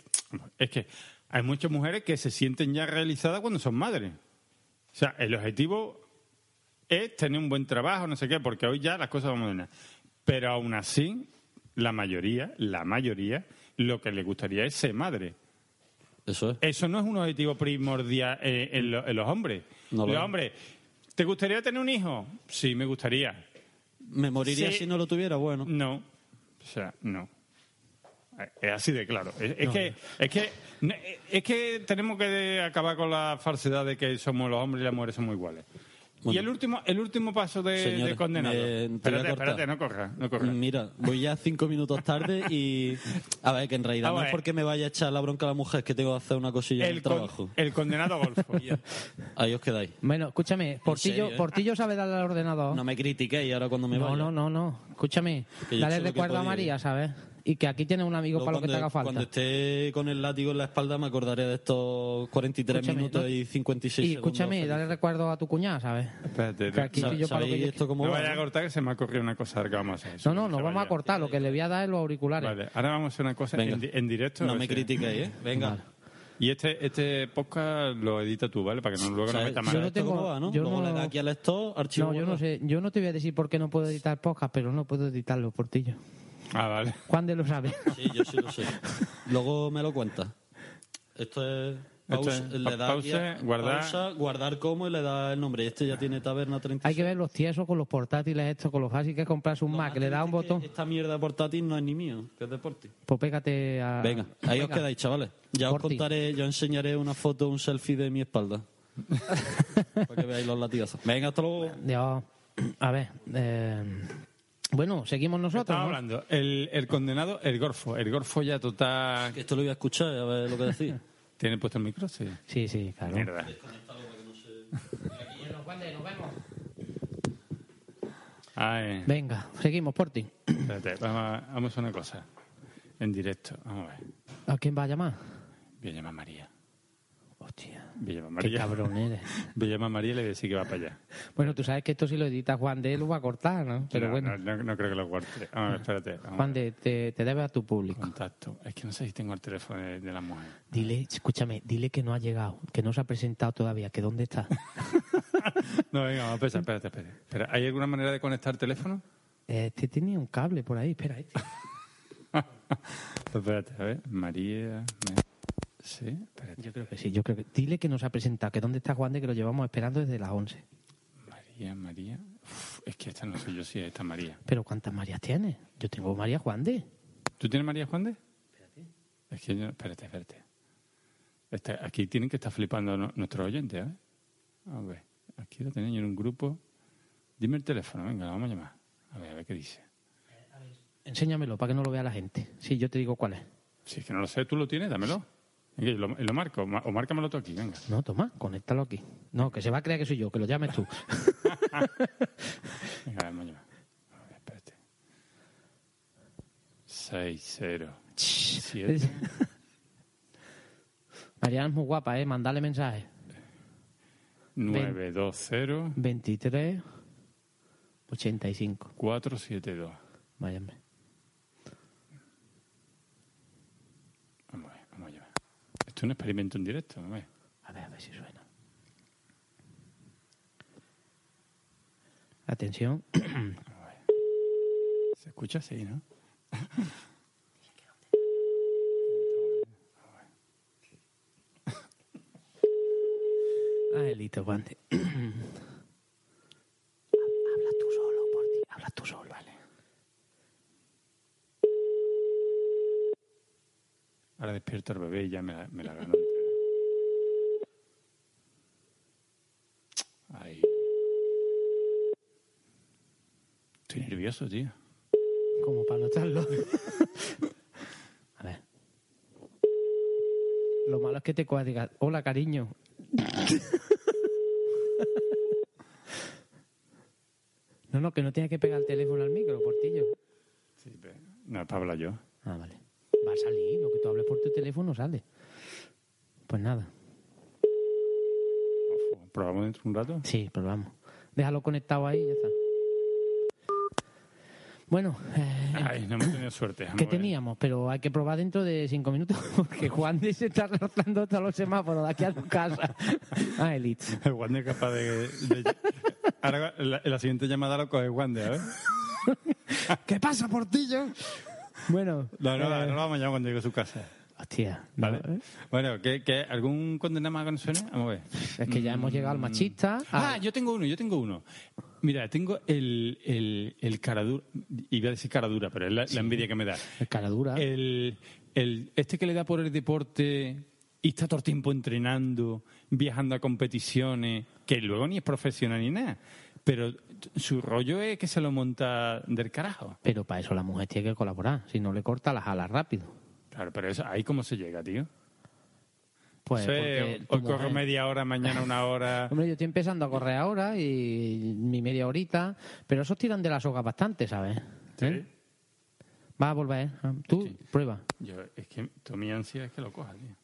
Speaker 2: es que hay muchas mujeres que se sienten ya realizadas cuando son madres. O sea, el objetivo es tener un buen trabajo, no sé qué, porque hoy ya las cosas van modernas. Pero aún así, la mayoría, la mayoría, lo que le gustaría es ser madre.
Speaker 4: Eso es.
Speaker 2: Eso no es un objetivo primordial eh, en, lo- en los hombres.
Speaker 4: No lo
Speaker 2: los
Speaker 4: es.
Speaker 2: hombres, ¿te gustaría tener un hijo? Sí, me gustaría.
Speaker 4: ¿Me moriría
Speaker 2: Sí. Mm,
Speaker 4: si no lo tuviera? Bueno.
Speaker 2: No. O O sea, no. Eh, Es así de claro. Es, es que, es, que, es que tenemos que acabar con la falsedad de que somos los hombres y las mujeres somos iguales. y
Speaker 4: Bueno.
Speaker 2: el último, el último paso de,
Speaker 4: Señores,
Speaker 2: de condenado.
Speaker 4: me- te voy a
Speaker 2: espérate,
Speaker 4: cortar.
Speaker 2: espérate, no corra, no corra.
Speaker 4: Mira, voy ya cinco minutos tarde y. A ver, que en realidad
Speaker 2: Vamos
Speaker 4: no
Speaker 2: a ver.
Speaker 4: es porque me vaya a echar la bronca a la mujer, es que tengo que hacer una cosilla en
Speaker 2: el,
Speaker 4: el
Speaker 2: con-
Speaker 4: trabajo.
Speaker 2: el condenado golfo.
Speaker 4: [laughs] Ahí os quedáis.
Speaker 3: Bueno, escúchame, Portillo,
Speaker 4: serio, eh?
Speaker 3: Portillo sabe darle al ordenador.
Speaker 4: No me critiquéis ahora cuando me
Speaker 3: no,
Speaker 4: vaya.
Speaker 3: no, no, no. Escúchame,
Speaker 4: Que yo he
Speaker 3: dale
Speaker 4: hecho lo que
Speaker 3: recuerdo a
Speaker 4: podía,
Speaker 3: María,
Speaker 4: eh.
Speaker 3: ¿sabes? Y que aquí tienes un amigo
Speaker 4: Luego
Speaker 3: para lo que te haga
Speaker 4: Cuando
Speaker 3: falta.
Speaker 4: esté con el látigo en la espalda me acordaré de estos 43
Speaker 3: Escúchame,
Speaker 4: minutos
Speaker 3: no-
Speaker 4: y 56
Speaker 3: Y escúchame,
Speaker 4: segundos.
Speaker 3: dale recuerdo a tu cuñada, ¿sabes?
Speaker 2: Espérate,
Speaker 3: Que aquí
Speaker 2: no,
Speaker 3: pillo para lo que
Speaker 4: ¿Sabéis
Speaker 3: yo-
Speaker 4: esto cómo
Speaker 2: no
Speaker 4: va?
Speaker 2: vaya a
Speaker 4: no?
Speaker 2: cortar que se me ha ocurrido una cosa ahora que vamos a hacer.
Speaker 3: No, no, nos
Speaker 2: Se
Speaker 3: vamos a
Speaker 2: vaya.
Speaker 3: cortar. Lo que le voy a dar es los auriculares.
Speaker 2: Vale, ahora vamos a hacer una cosa
Speaker 4: eh. Venga.
Speaker 2: en, di- en directo. a
Speaker 4: No
Speaker 2: ver
Speaker 4: me
Speaker 2: si-
Speaker 4: critiquéis, ¿eh? Venga.
Speaker 3: Vale.
Speaker 2: Y este, este podcast lo edita tú, ¿vale? Para que no, luego no
Speaker 4: ¿Sabes-
Speaker 2: meta
Speaker 4: sabes
Speaker 2: mano.
Speaker 3: no
Speaker 4: esto cómo
Speaker 3: tengo-
Speaker 4: va, no?
Speaker 3: yo
Speaker 4: Luego
Speaker 3: no-
Speaker 4: le das aquí al esto, archivo.
Speaker 3: No, yo no
Speaker 4: guardado.
Speaker 3: sé, yo no te voy a decir por qué no puedo editar podcast, pero no puedo editarlo, Portillo.
Speaker 2: Ah, vale.
Speaker 3: Juan de lo
Speaker 4: [laughs]
Speaker 3: sabe.
Speaker 4: Sí, yo sí lo sé. Luego me lo cuentas. Esto es.
Speaker 2: Esto
Speaker 4: Pausa,
Speaker 2: es
Speaker 4: le da aquí a-
Speaker 2: pausa, guardar.
Speaker 4: pausa, guardar como y le da el nombre. Este ya tiene taberna 30.
Speaker 3: Hay que ver los tiesos con los portátiles estos, con lo fácil que es comprarse un Mac. Le da un botón,
Speaker 4: Esta mierda portátil no es ni mío, que es deporte.
Speaker 3: pues pégate a...
Speaker 4: Venga, ahí os
Speaker 3: Venga.
Speaker 4: quedáis, chavales. Ya os
Speaker 3: Porti.
Speaker 4: contaré, yo enseñaré una foto, un selfie de mi espalda. para que veáis los latigazos. Venga, hasta luego.
Speaker 3: Ya, a ver. eh, bueno, seguimos nosotros.
Speaker 2: Estaba
Speaker 3: ¿no?
Speaker 2: hablando. El, el condenado, el Gorfo. El Gorfo ya total.
Speaker 4: Que Esto lo voy a escuchar, a ver lo que decís.
Speaker 2: ¿Tiene puesto el micro? Sí.
Speaker 3: Sí, sí, claro.
Speaker 2: Mierda. Ay,
Speaker 3: Venga, seguimos, Porti.
Speaker 2: espérate. Vamos a, vamos a hacer una cosa. En directo. Vamos a ver.
Speaker 3: ¿A quién va a llamar?
Speaker 2: Voy a llamar a María.
Speaker 3: Hostia,
Speaker 2: Voy a llamar a
Speaker 3: qué
Speaker 2: María.
Speaker 3: cabrón eres.
Speaker 2: Voy a llamar a María y le voy a decir que va para allá.
Speaker 3: Bueno, tú sabes que esto si lo edita Juan de lo va a cortar, ¿no? Pero
Speaker 2: no,
Speaker 3: bueno,
Speaker 2: No, no- no creo que lo guarde. Vamos a ver, espérate. Vamos a
Speaker 3: Juan
Speaker 2: ver.
Speaker 3: de, te, te debes a tu público.
Speaker 2: Contacto. Es que no sé si tengo el teléfono de, de la mujer.
Speaker 3: Dile, escúchame, dile que no ha llegado, que no se ha presentado todavía, que
Speaker 2: [laughs]
Speaker 3: dónde está.
Speaker 2: No, venga, vamos a pensar. Espérate, espérate. Espera, ¿Hay alguna manera de conectar el teléfono?
Speaker 3: Este tenía un cable por ahí, espera, este.
Speaker 2: Espérate, a ver. María. me- Sí, espérate.
Speaker 3: Yo creo que sí, yo creo que. Dile que nos ha presentado, que dónde está Juan de que lo llevamos esperando desde las 11.
Speaker 2: María, María. Uf, es que esta no soy yo, sí, esta es María.
Speaker 3: Pero ¿cuántas Marías tienes? Yo tengo María Juan de.
Speaker 2: ¿Tú tienes María Juan de? Espérate. Es que yo. Espérate, espérate. Esta- aquí tienen que estar flipando no- nuestros oyentes, ¿eh? A ver. Aquí lo tienen en un grupo. Dime el teléfono, venga, la vamos a llamar. A ver, a ver qué dice.
Speaker 3: Enséñamelo para que no lo vea la gente. Sí, yo te digo cuál es.
Speaker 2: Si es que no lo sé, tú lo tienes, dámelo. Venga, yo lo, lo marco, ma- o márcamelo tú aquí, venga.
Speaker 3: No, toma, conéctalo aquí. No, que se va a creer que soy yo, que lo llames tú.
Speaker 2: Venga, vamos a llamar. A ver, espérate. 6, 0, 7.
Speaker 3: [laughs] Mariana es muy guapa, ¿eh? Mandale mensaje.
Speaker 2: 9, 2, 0,
Speaker 3: 23 85.
Speaker 2: 4, 7, 2.
Speaker 3: Váyame.
Speaker 2: Vamos a ver, vamos a llevar. Esto es un experimento en directo, vamos a ver.
Speaker 3: A ver, a ver si suena. Atención.
Speaker 2: Se escucha así, ¿no?
Speaker 3: Angelito, guante. [clears throat] Habla tú solo, por ti. Habla tú solo. Vale.
Speaker 2: Ahora despierto al bebé y ya me la, me la gano. entera. Ay. Estoy nervioso, tío.
Speaker 3: Como para notarlo. [laughs] a ver. Lo malo es que te coja y diga, hola [laughs] cariño. no, no, que no tienes que pegar el teléfono al micro, portillo.
Speaker 2: No, es para hablar yo.
Speaker 3: Ah, vale. Va a salir, lo que tú hables por tu teléfono sale. Pues nada.
Speaker 2: Uf, ¿Probamos dentro un rato?
Speaker 3: Sí, pero vamos. Déjalo conectado ahí y ya está. Bueno, eh,
Speaker 2: Ay, no hemos tenido suerte. vamos
Speaker 3: que
Speaker 2: a ver.
Speaker 3: teníamos, pero hay que probar dentro de cinco minutos [laughs] porque Juan de se está rozando hasta los semáforos de aquí a tu [laughs] casa. Ah, Elite.
Speaker 2: [laughs] El Wander es capaz de... de- Ahora la, la siguiente llamada la coge Wander, a ver.
Speaker 3: ¿Qué pasa, Portillo? Bueno,
Speaker 2: No, no, no,
Speaker 3: eh,
Speaker 2: lo vamos a llamar cuando llegue a su casa.
Speaker 3: hostia, no,
Speaker 2: ¿Vale?
Speaker 3: eh.
Speaker 2: Bueno, ¿qué, qué, algún condenado más que nos suene? Vamos a ver. Mm.
Speaker 3: es que ya hemos llegado al machista.
Speaker 2: Ah,
Speaker 3: al-
Speaker 2: yo tengo uno, yo tengo uno. mira, tengo el, el, el cara dura, iba a decir cara dura, pero es la, la envidia que me da.
Speaker 3: El cara dura.
Speaker 2: Eh. El, el- este que le da por el deporte y está todo el tiempo entrenando, viajando a competiciones, que luego ni es profesional ni nada, pero t- su rollo es que se lo monta del carajo.
Speaker 3: Pero para eso la mujer tiene que colaborar. Si no le corta las alas rápido.
Speaker 2: Claro, pero eso, ahí cómo se llega, tío.
Speaker 3: Pues
Speaker 2: Sí,
Speaker 3: porque tu
Speaker 2: hoy corro
Speaker 3: mujer-
Speaker 2: media hora, mañana una hora.
Speaker 3: Hombre, yo estoy empezando a correr ahora y mi media horita, pero esos tiran de la soga bastante, ¿sabes? ¿Eh? Va a volver. ¿eh? Tú prueba,
Speaker 2: Yo, es que tu mi ansia es que lo coja, tío.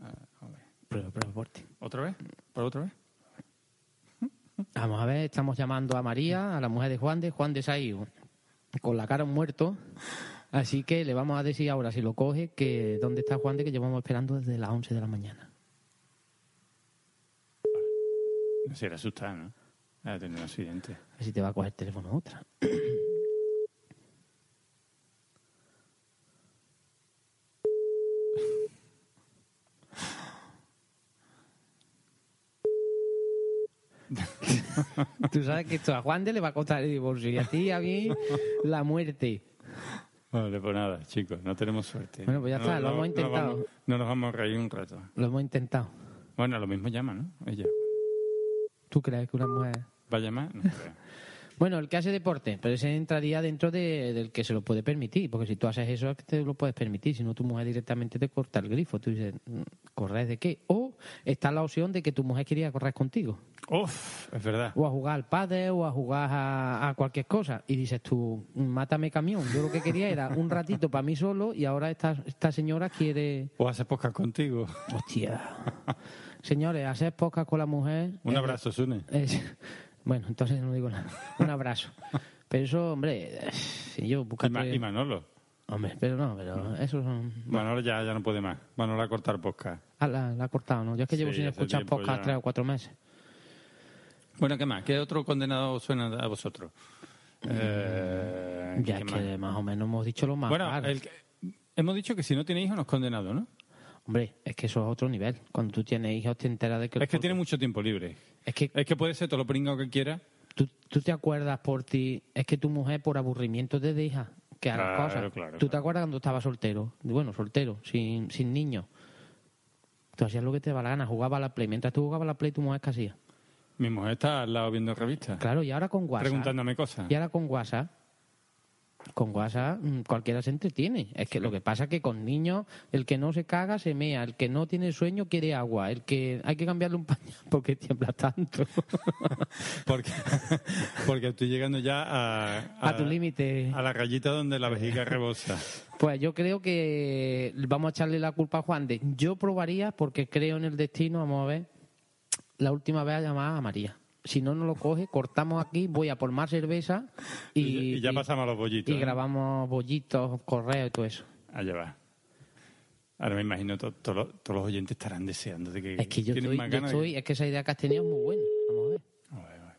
Speaker 2: Ah, a ver.
Speaker 3: prueba, prueba por ti.
Speaker 2: ¿Otra vez? ¿Por otra vez?
Speaker 3: Vamos a ver, estamos llamando a María, a la mujer de Juan de Juan de Saío, con la cara muerto. Así que le vamos a decir ahora, si lo coge, que dónde está Juan de que llevamos esperando desde las 11 de la mañana.
Speaker 2: No sé, era asustada, ¿no? Ha tenido un accidente.
Speaker 3: A ver si te va a coger el teléfono otra. Tú sabes que esto a Juan de le va a costar el divorcio y a ti, a mí, la muerte.
Speaker 2: Vale, pues nada, chicos, no tenemos suerte.
Speaker 3: Bueno, pues ya está, lo hemos intentado.
Speaker 2: vamos- No nos vamos a reír un rato.
Speaker 3: Lo hemos intentado.
Speaker 2: Bueno, lo mismo llama, ¿no? Ella.
Speaker 3: ¿Tú crees que una mujer...
Speaker 2: ¿Va a llamar? No creo.
Speaker 3: Bueno, el que hace deporte, pero ese entraría dentro de- del que se lo puede permitir, porque si tú haces eso, es que te lo puedes permitir, si no, tu mujer directamente te corta el grifo. Tú dices, mm, ¿correr de qué? O está la opción de que tu mujer quería correr contigo,
Speaker 2: [laughs] Uf, es verdad.
Speaker 3: o a jugar al padre, o a jugar a, a cualquier cosa. Y dices tú, mátame camión. Yo lo que quería era un ratito para mí solo, y ahora esta, esta señora quiere.
Speaker 2: O hace podcast contigo.
Speaker 3: Hostia. Señores, hacer pocas con la mujer.
Speaker 2: Un
Speaker 3: es-
Speaker 2: abrazo, Sune.
Speaker 3: es- [laughs] bueno, entonces no digo nada. Un abrazo. Pero eso, hombre, eh, si yo
Speaker 2: Y,
Speaker 3: buscando.
Speaker 2: Ma- y Manolo.
Speaker 3: Hombre, pero no, pero eso son.
Speaker 2: Manolo ya, ya no puede más. Manolo a cortar podcast.
Speaker 3: Ah, la, la ha cortado, ¿no? Yo es que llevo
Speaker 2: Sí,
Speaker 3: sin
Speaker 2: hace
Speaker 3: escuchar
Speaker 2: tiempo
Speaker 3: podcast
Speaker 2: ya. Eh,
Speaker 3: tres o cuatro meses.
Speaker 2: Bueno, ¿qué más? ¿Qué otro condenado os suena a vosotros? Eh,
Speaker 3: Ya
Speaker 2: ¿qué
Speaker 3: es
Speaker 2: más?
Speaker 3: que más o menos hemos dicho lo más.
Speaker 2: Bueno,
Speaker 3: raro.
Speaker 2: el que- hemos dicho que si no tiene hijos no es condenado, ¿no?
Speaker 3: Hombre, es que eso es otro nivel. Cuando tú tienes hijos, te enteras de que. el
Speaker 2: Es que
Speaker 3: cuerpo-
Speaker 2: tiene mucho tiempo libre.
Speaker 3: Es que
Speaker 2: Es que puede ser todo lo pringado que quiera.
Speaker 3: tú, tú te acuerdas por ti. Es que tu mujer, por aburrimiento, te deja que hagas
Speaker 2: Claro,
Speaker 3: cosas.
Speaker 2: claro,
Speaker 3: tú te
Speaker 2: claro.
Speaker 3: acuerdas cuando estaba soltero. Bueno, soltero, sin, sin niño. Tú hacías lo que te daba la gana, jugaba a la play. Mientras tú jugabas a la play, tu mujer, ¿qué hacía?
Speaker 2: Mi mujer está al lado viendo revistas,
Speaker 3: Claro, y ahora con WhatsApp.
Speaker 2: preguntándome cosas.
Speaker 3: Y ahora con WhatsApp. Con WhatsApp mm, cualquiera se entretiene. Es que lo que pasa es que con niños, el que no se caga se mea, el que no tiene sueño quiere agua, el que hay que cambiarle un [laughs] pañal porque tiembla tanto. [laughs]
Speaker 2: Porque, [laughs] porque estoy llegando ya a,
Speaker 3: A tu límite.
Speaker 2: A la rayita donde la vejiga rebosa.
Speaker 3: Pues yo creo que vamos a echarle la culpa a Juan de. Yo probaría porque creo en el destino, vamos a ver. La última vez a llamar a María. Si no, no lo coge, cortamos aquí, voy a por más cerveza y,
Speaker 2: Y, ya ¿eh? pasamos a los bollitos.
Speaker 3: y
Speaker 2: ¿no?
Speaker 3: grabamos bollitos, correos y todo eso.
Speaker 2: Allá va. Ahora me imagino to- to lo- todos los oyentes estarán deseando de que,
Speaker 3: Es que yo
Speaker 2: tienen
Speaker 3: estoy,
Speaker 2: más
Speaker 3: yo
Speaker 2: ganas.
Speaker 3: estoy- es que esa idea que has tenido es muy buena. Vamos a ver.
Speaker 2: A ver, a ver.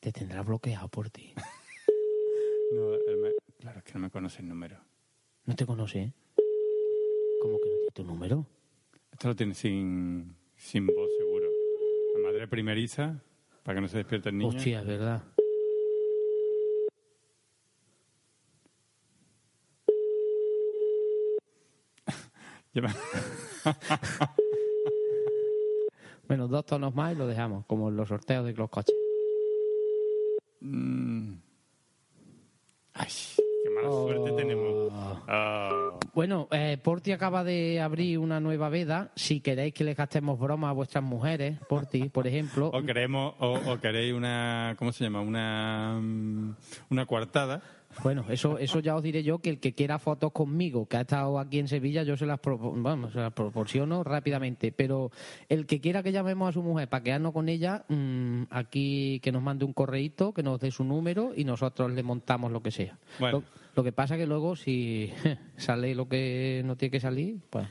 Speaker 3: Te tendrá bloqueado por ti.
Speaker 2: No, él me- claro, es que no me conoce el número.
Speaker 3: No te conoce, ¿eh? ¿Cómo que no tiene tu número?
Speaker 2: Esto lo tiene sin, sin voz, seguro. La madre primeriza, para que no se despierte el niño.
Speaker 3: Hostia, es verdad.
Speaker 2: Ya me-
Speaker 3: Bueno, dos tonos más y lo dejamos, como en los sorteos de los coches.
Speaker 2: Mm. Ay, qué mala suerte tenemos.
Speaker 3: Oh.
Speaker 2: Ah.
Speaker 3: Bueno, eh, Porti acaba de abrir una nueva veda. Si queréis que les gastemos bromas a vuestras mujeres, Porti,
Speaker 2: [laughs]
Speaker 3: por ejemplo.
Speaker 2: O queremos, o, o queréis una, ¿cómo se llama? Una, mm, una coartada.
Speaker 3: Bueno, eso, eso ya os diré yo que el que quiera fotos conmigo, que ha estado aquí en Sevilla, yo se las, propo- vamos, se las proporciono rápidamente. Pero el que quiera que llamemos a su mujer para quedarnos con ella, mm, aquí que nos mande un correíto, que nos dé su número y nosotros le montamos lo que sea.
Speaker 2: Bueno.
Speaker 3: Lo, lo que pasa que luego si [laughs] sale lo que no tiene que salir, pues...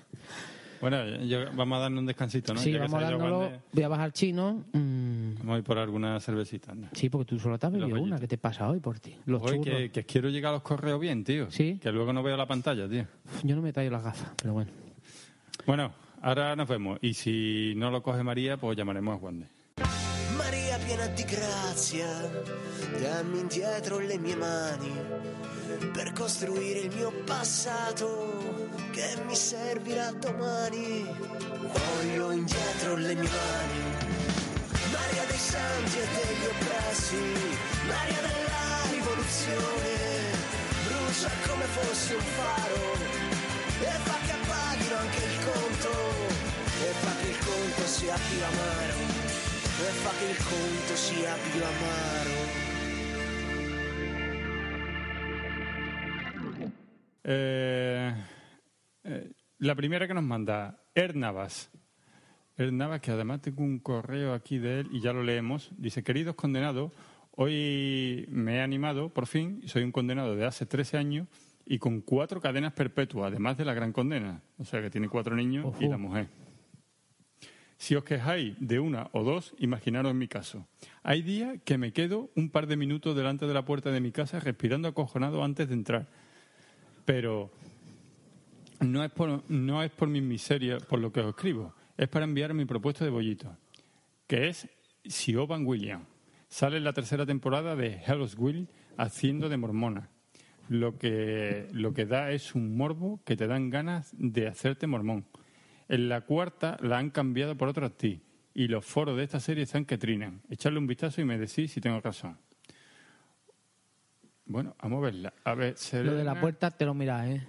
Speaker 2: Bueno, yo- vamos a darnos un descansito, ¿no?
Speaker 3: sí,
Speaker 2: Ya que
Speaker 3: vamos
Speaker 2: se ha ido
Speaker 3: dándolo,
Speaker 2: Juan de-
Speaker 3: voy a bajar chino. mm,
Speaker 2: Vamos a ir por alguna cervecita. anda.
Speaker 3: sí, porque tú solo te has
Speaker 2: Los
Speaker 3: bebido una.
Speaker 2: rollitos.
Speaker 3: ¿Qué te pasa hoy por ti? Los
Speaker 2: Oye,
Speaker 3: churros.
Speaker 2: que, que quiero llegar a los correos bien, tío.
Speaker 3: Sí.
Speaker 2: Que luego no veo la pantalla, tío.
Speaker 3: Yo no me traigo las gafas, pero bueno.
Speaker 2: Bueno, ahora nos vemos. Y si no lo coge María, pues llamaremos a Juan de.
Speaker 8: Maria piena di grazia, dammi indietro le mie mani per costruire il mio passato che mi servirà domani. Voglio indietro le mie mani. Maria dei santi e degli oppressi, Maria della rivoluzione, brucia come fosse un faro e fa che appaghino anche il conto e fa che il conto sia più amaro e fa che il conto sia più amaro.
Speaker 2: Eh, eh, la primera que nos manda, Ernavas. Ernavas, que además tengo un correo aquí de él y ya lo leemos. Dice, queridos condenados, hoy me he animado, por fin, soy un condenado de hace 13 años y con cuatro cadenas perpetuas, además de la gran condena. O sea que tiene cuatro niños y la mujer. Si os quejáis de una o dos, imaginaros mi caso. Hay días que me quedo un par de minutos delante de la puerta de mi casa respirando acojonado antes de entrar. Pero no es por, no es por mis miserias, por lo que os escribo. Es para enviar mi propuesta de bollito, que es Siobhan William. Sale en la tercera temporada de Hell's Will haciendo de mormona. Lo que, lo que da es un morbo que te dan ganas de hacerte mormón. En la cuarta la han cambiado por otra actriz y los foros de esta serie están que trinan. Echarle un vistazo y me decís si tengo razón. Bueno, vamos a verla. A ver,
Speaker 3: Lo de la
Speaker 2: Selena-
Speaker 3: puerta te lo
Speaker 2: [laughs]
Speaker 3: miras, ¿eh?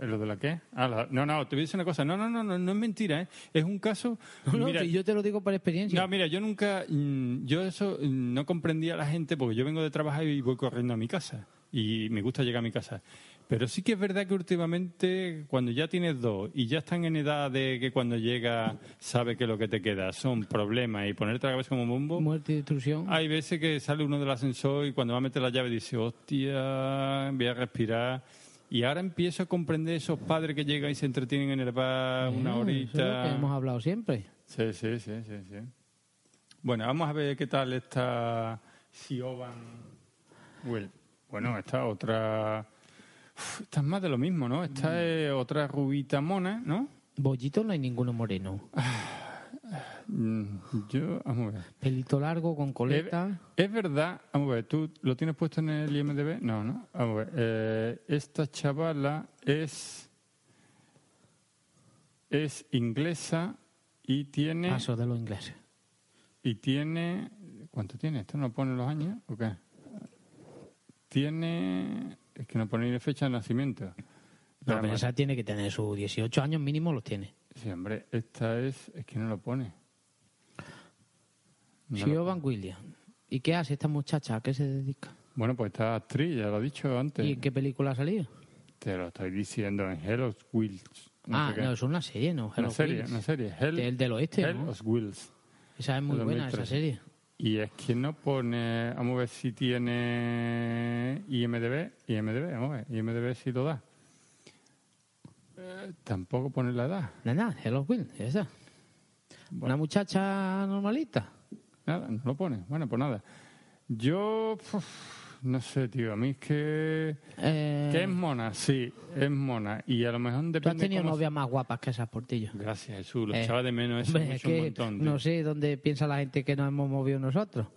Speaker 2: ¿Lo de la qué? Ah, la- no, no, te voy a decir una cosa. No, no, no, no, no es mentira, ¿eh? Es un caso...
Speaker 3: [laughs] No,
Speaker 2: mira,
Speaker 3: que yo te lo digo por experiencia.
Speaker 2: no, mira, yo nunca... mm, Yo eso mm, no comprendía a la gente porque yo vengo de trabajar y voy corriendo a mi casa. Y me gusta llegar a mi casa. Pero sí que es verdad que últimamente, cuando ya tienes dos y ya están en edad de que cuando llega sabe que lo que te queda son problemas y ponerte la cabeza como un bombo...
Speaker 3: Muerte y destrucción.
Speaker 2: Hay veces que sale uno del ascensor y cuando va a meter la llave dice, hostia, voy a respirar. Y ahora empiezo a comprender esos padres que llegan y se entretienen en el bar una
Speaker 3: Ah, eso es lo que
Speaker 2: horita.
Speaker 3: hemos hablado siempre.
Speaker 2: Sí, sí, sí, sí, sí. Bueno, vamos a ver qué tal está Siobhan Well. Bueno, esta otra... Uf, esta es más de lo mismo, ¿no? Esta es otra rubita mona, ¿no?
Speaker 3: Bollito no hay ninguno moreno.
Speaker 2: Mm, Yo, vamos a ver.
Speaker 3: Pelito largo con
Speaker 2: Es-
Speaker 3: coleta.
Speaker 2: Es verdad, vamos a ver, ¿tú lo tienes puesto en el IMDB? No, no. Vamos a ver, eh, esta chavala es. Es inglesa y tiene.
Speaker 3: Paso de los ingleses.
Speaker 2: Y tiene. ¿Cuánto tiene? ¿Esto no pone los años o qué? Tiene. Es que no pone ni fecha de nacimiento.
Speaker 3: No,
Speaker 2: Nada
Speaker 3: pero
Speaker 2: más.
Speaker 3: esa tiene que tener sus 18 años mínimo, los tiene.
Speaker 2: Sí, hombre, esta es. Es que no lo pone. No lo
Speaker 3: Siobhan Williams. ¿Y qué hace esta muchacha? ¿A qué se dedica?
Speaker 2: Bueno, pues esta actriz, ya lo he dicho antes.
Speaker 3: ¿Y en qué película ha salido?
Speaker 2: Te lo estoy diciendo en Hellos Wheels.
Speaker 3: ah,
Speaker 2: sé qué.
Speaker 3: no, es una serie, ¿no? Hello
Speaker 2: una serie,
Speaker 3: Wheels.
Speaker 2: una serie. Hell,
Speaker 3: Del- del oeste,
Speaker 2: Hell
Speaker 3: ¿no?
Speaker 2: of Wheels.
Speaker 3: Esa es muy
Speaker 2: de
Speaker 3: buena, esa
Speaker 2: 2013.
Speaker 3: serie.
Speaker 2: Y es que no pone. Vamos a ver si tiene IMDB. IMDB, vamos a ver. IMDB si lo da. Eh, tampoco pone la edad.
Speaker 3: Nada, Hello Queen, esa. Una muchacha normalita.
Speaker 2: Nada, no lo pone. Bueno, pues nada. Yo. uf, no sé, tío. A mí es que.
Speaker 3: Eh,
Speaker 2: Que es mona, sí, es mona. Y a lo mejor depende.
Speaker 3: Tú has tenido
Speaker 2: cómo-
Speaker 3: novias más guapas que esas, Portillo.
Speaker 2: Gracias, Jesús. Lo
Speaker 3: Eh,
Speaker 2: echaba de menos eso
Speaker 3: hombre,
Speaker 2: mucho
Speaker 3: es
Speaker 2: un
Speaker 3: que
Speaker 2: montón. tío.
Speaker 3: No sé dónde piensa la gente que nos hemos movido nosotros.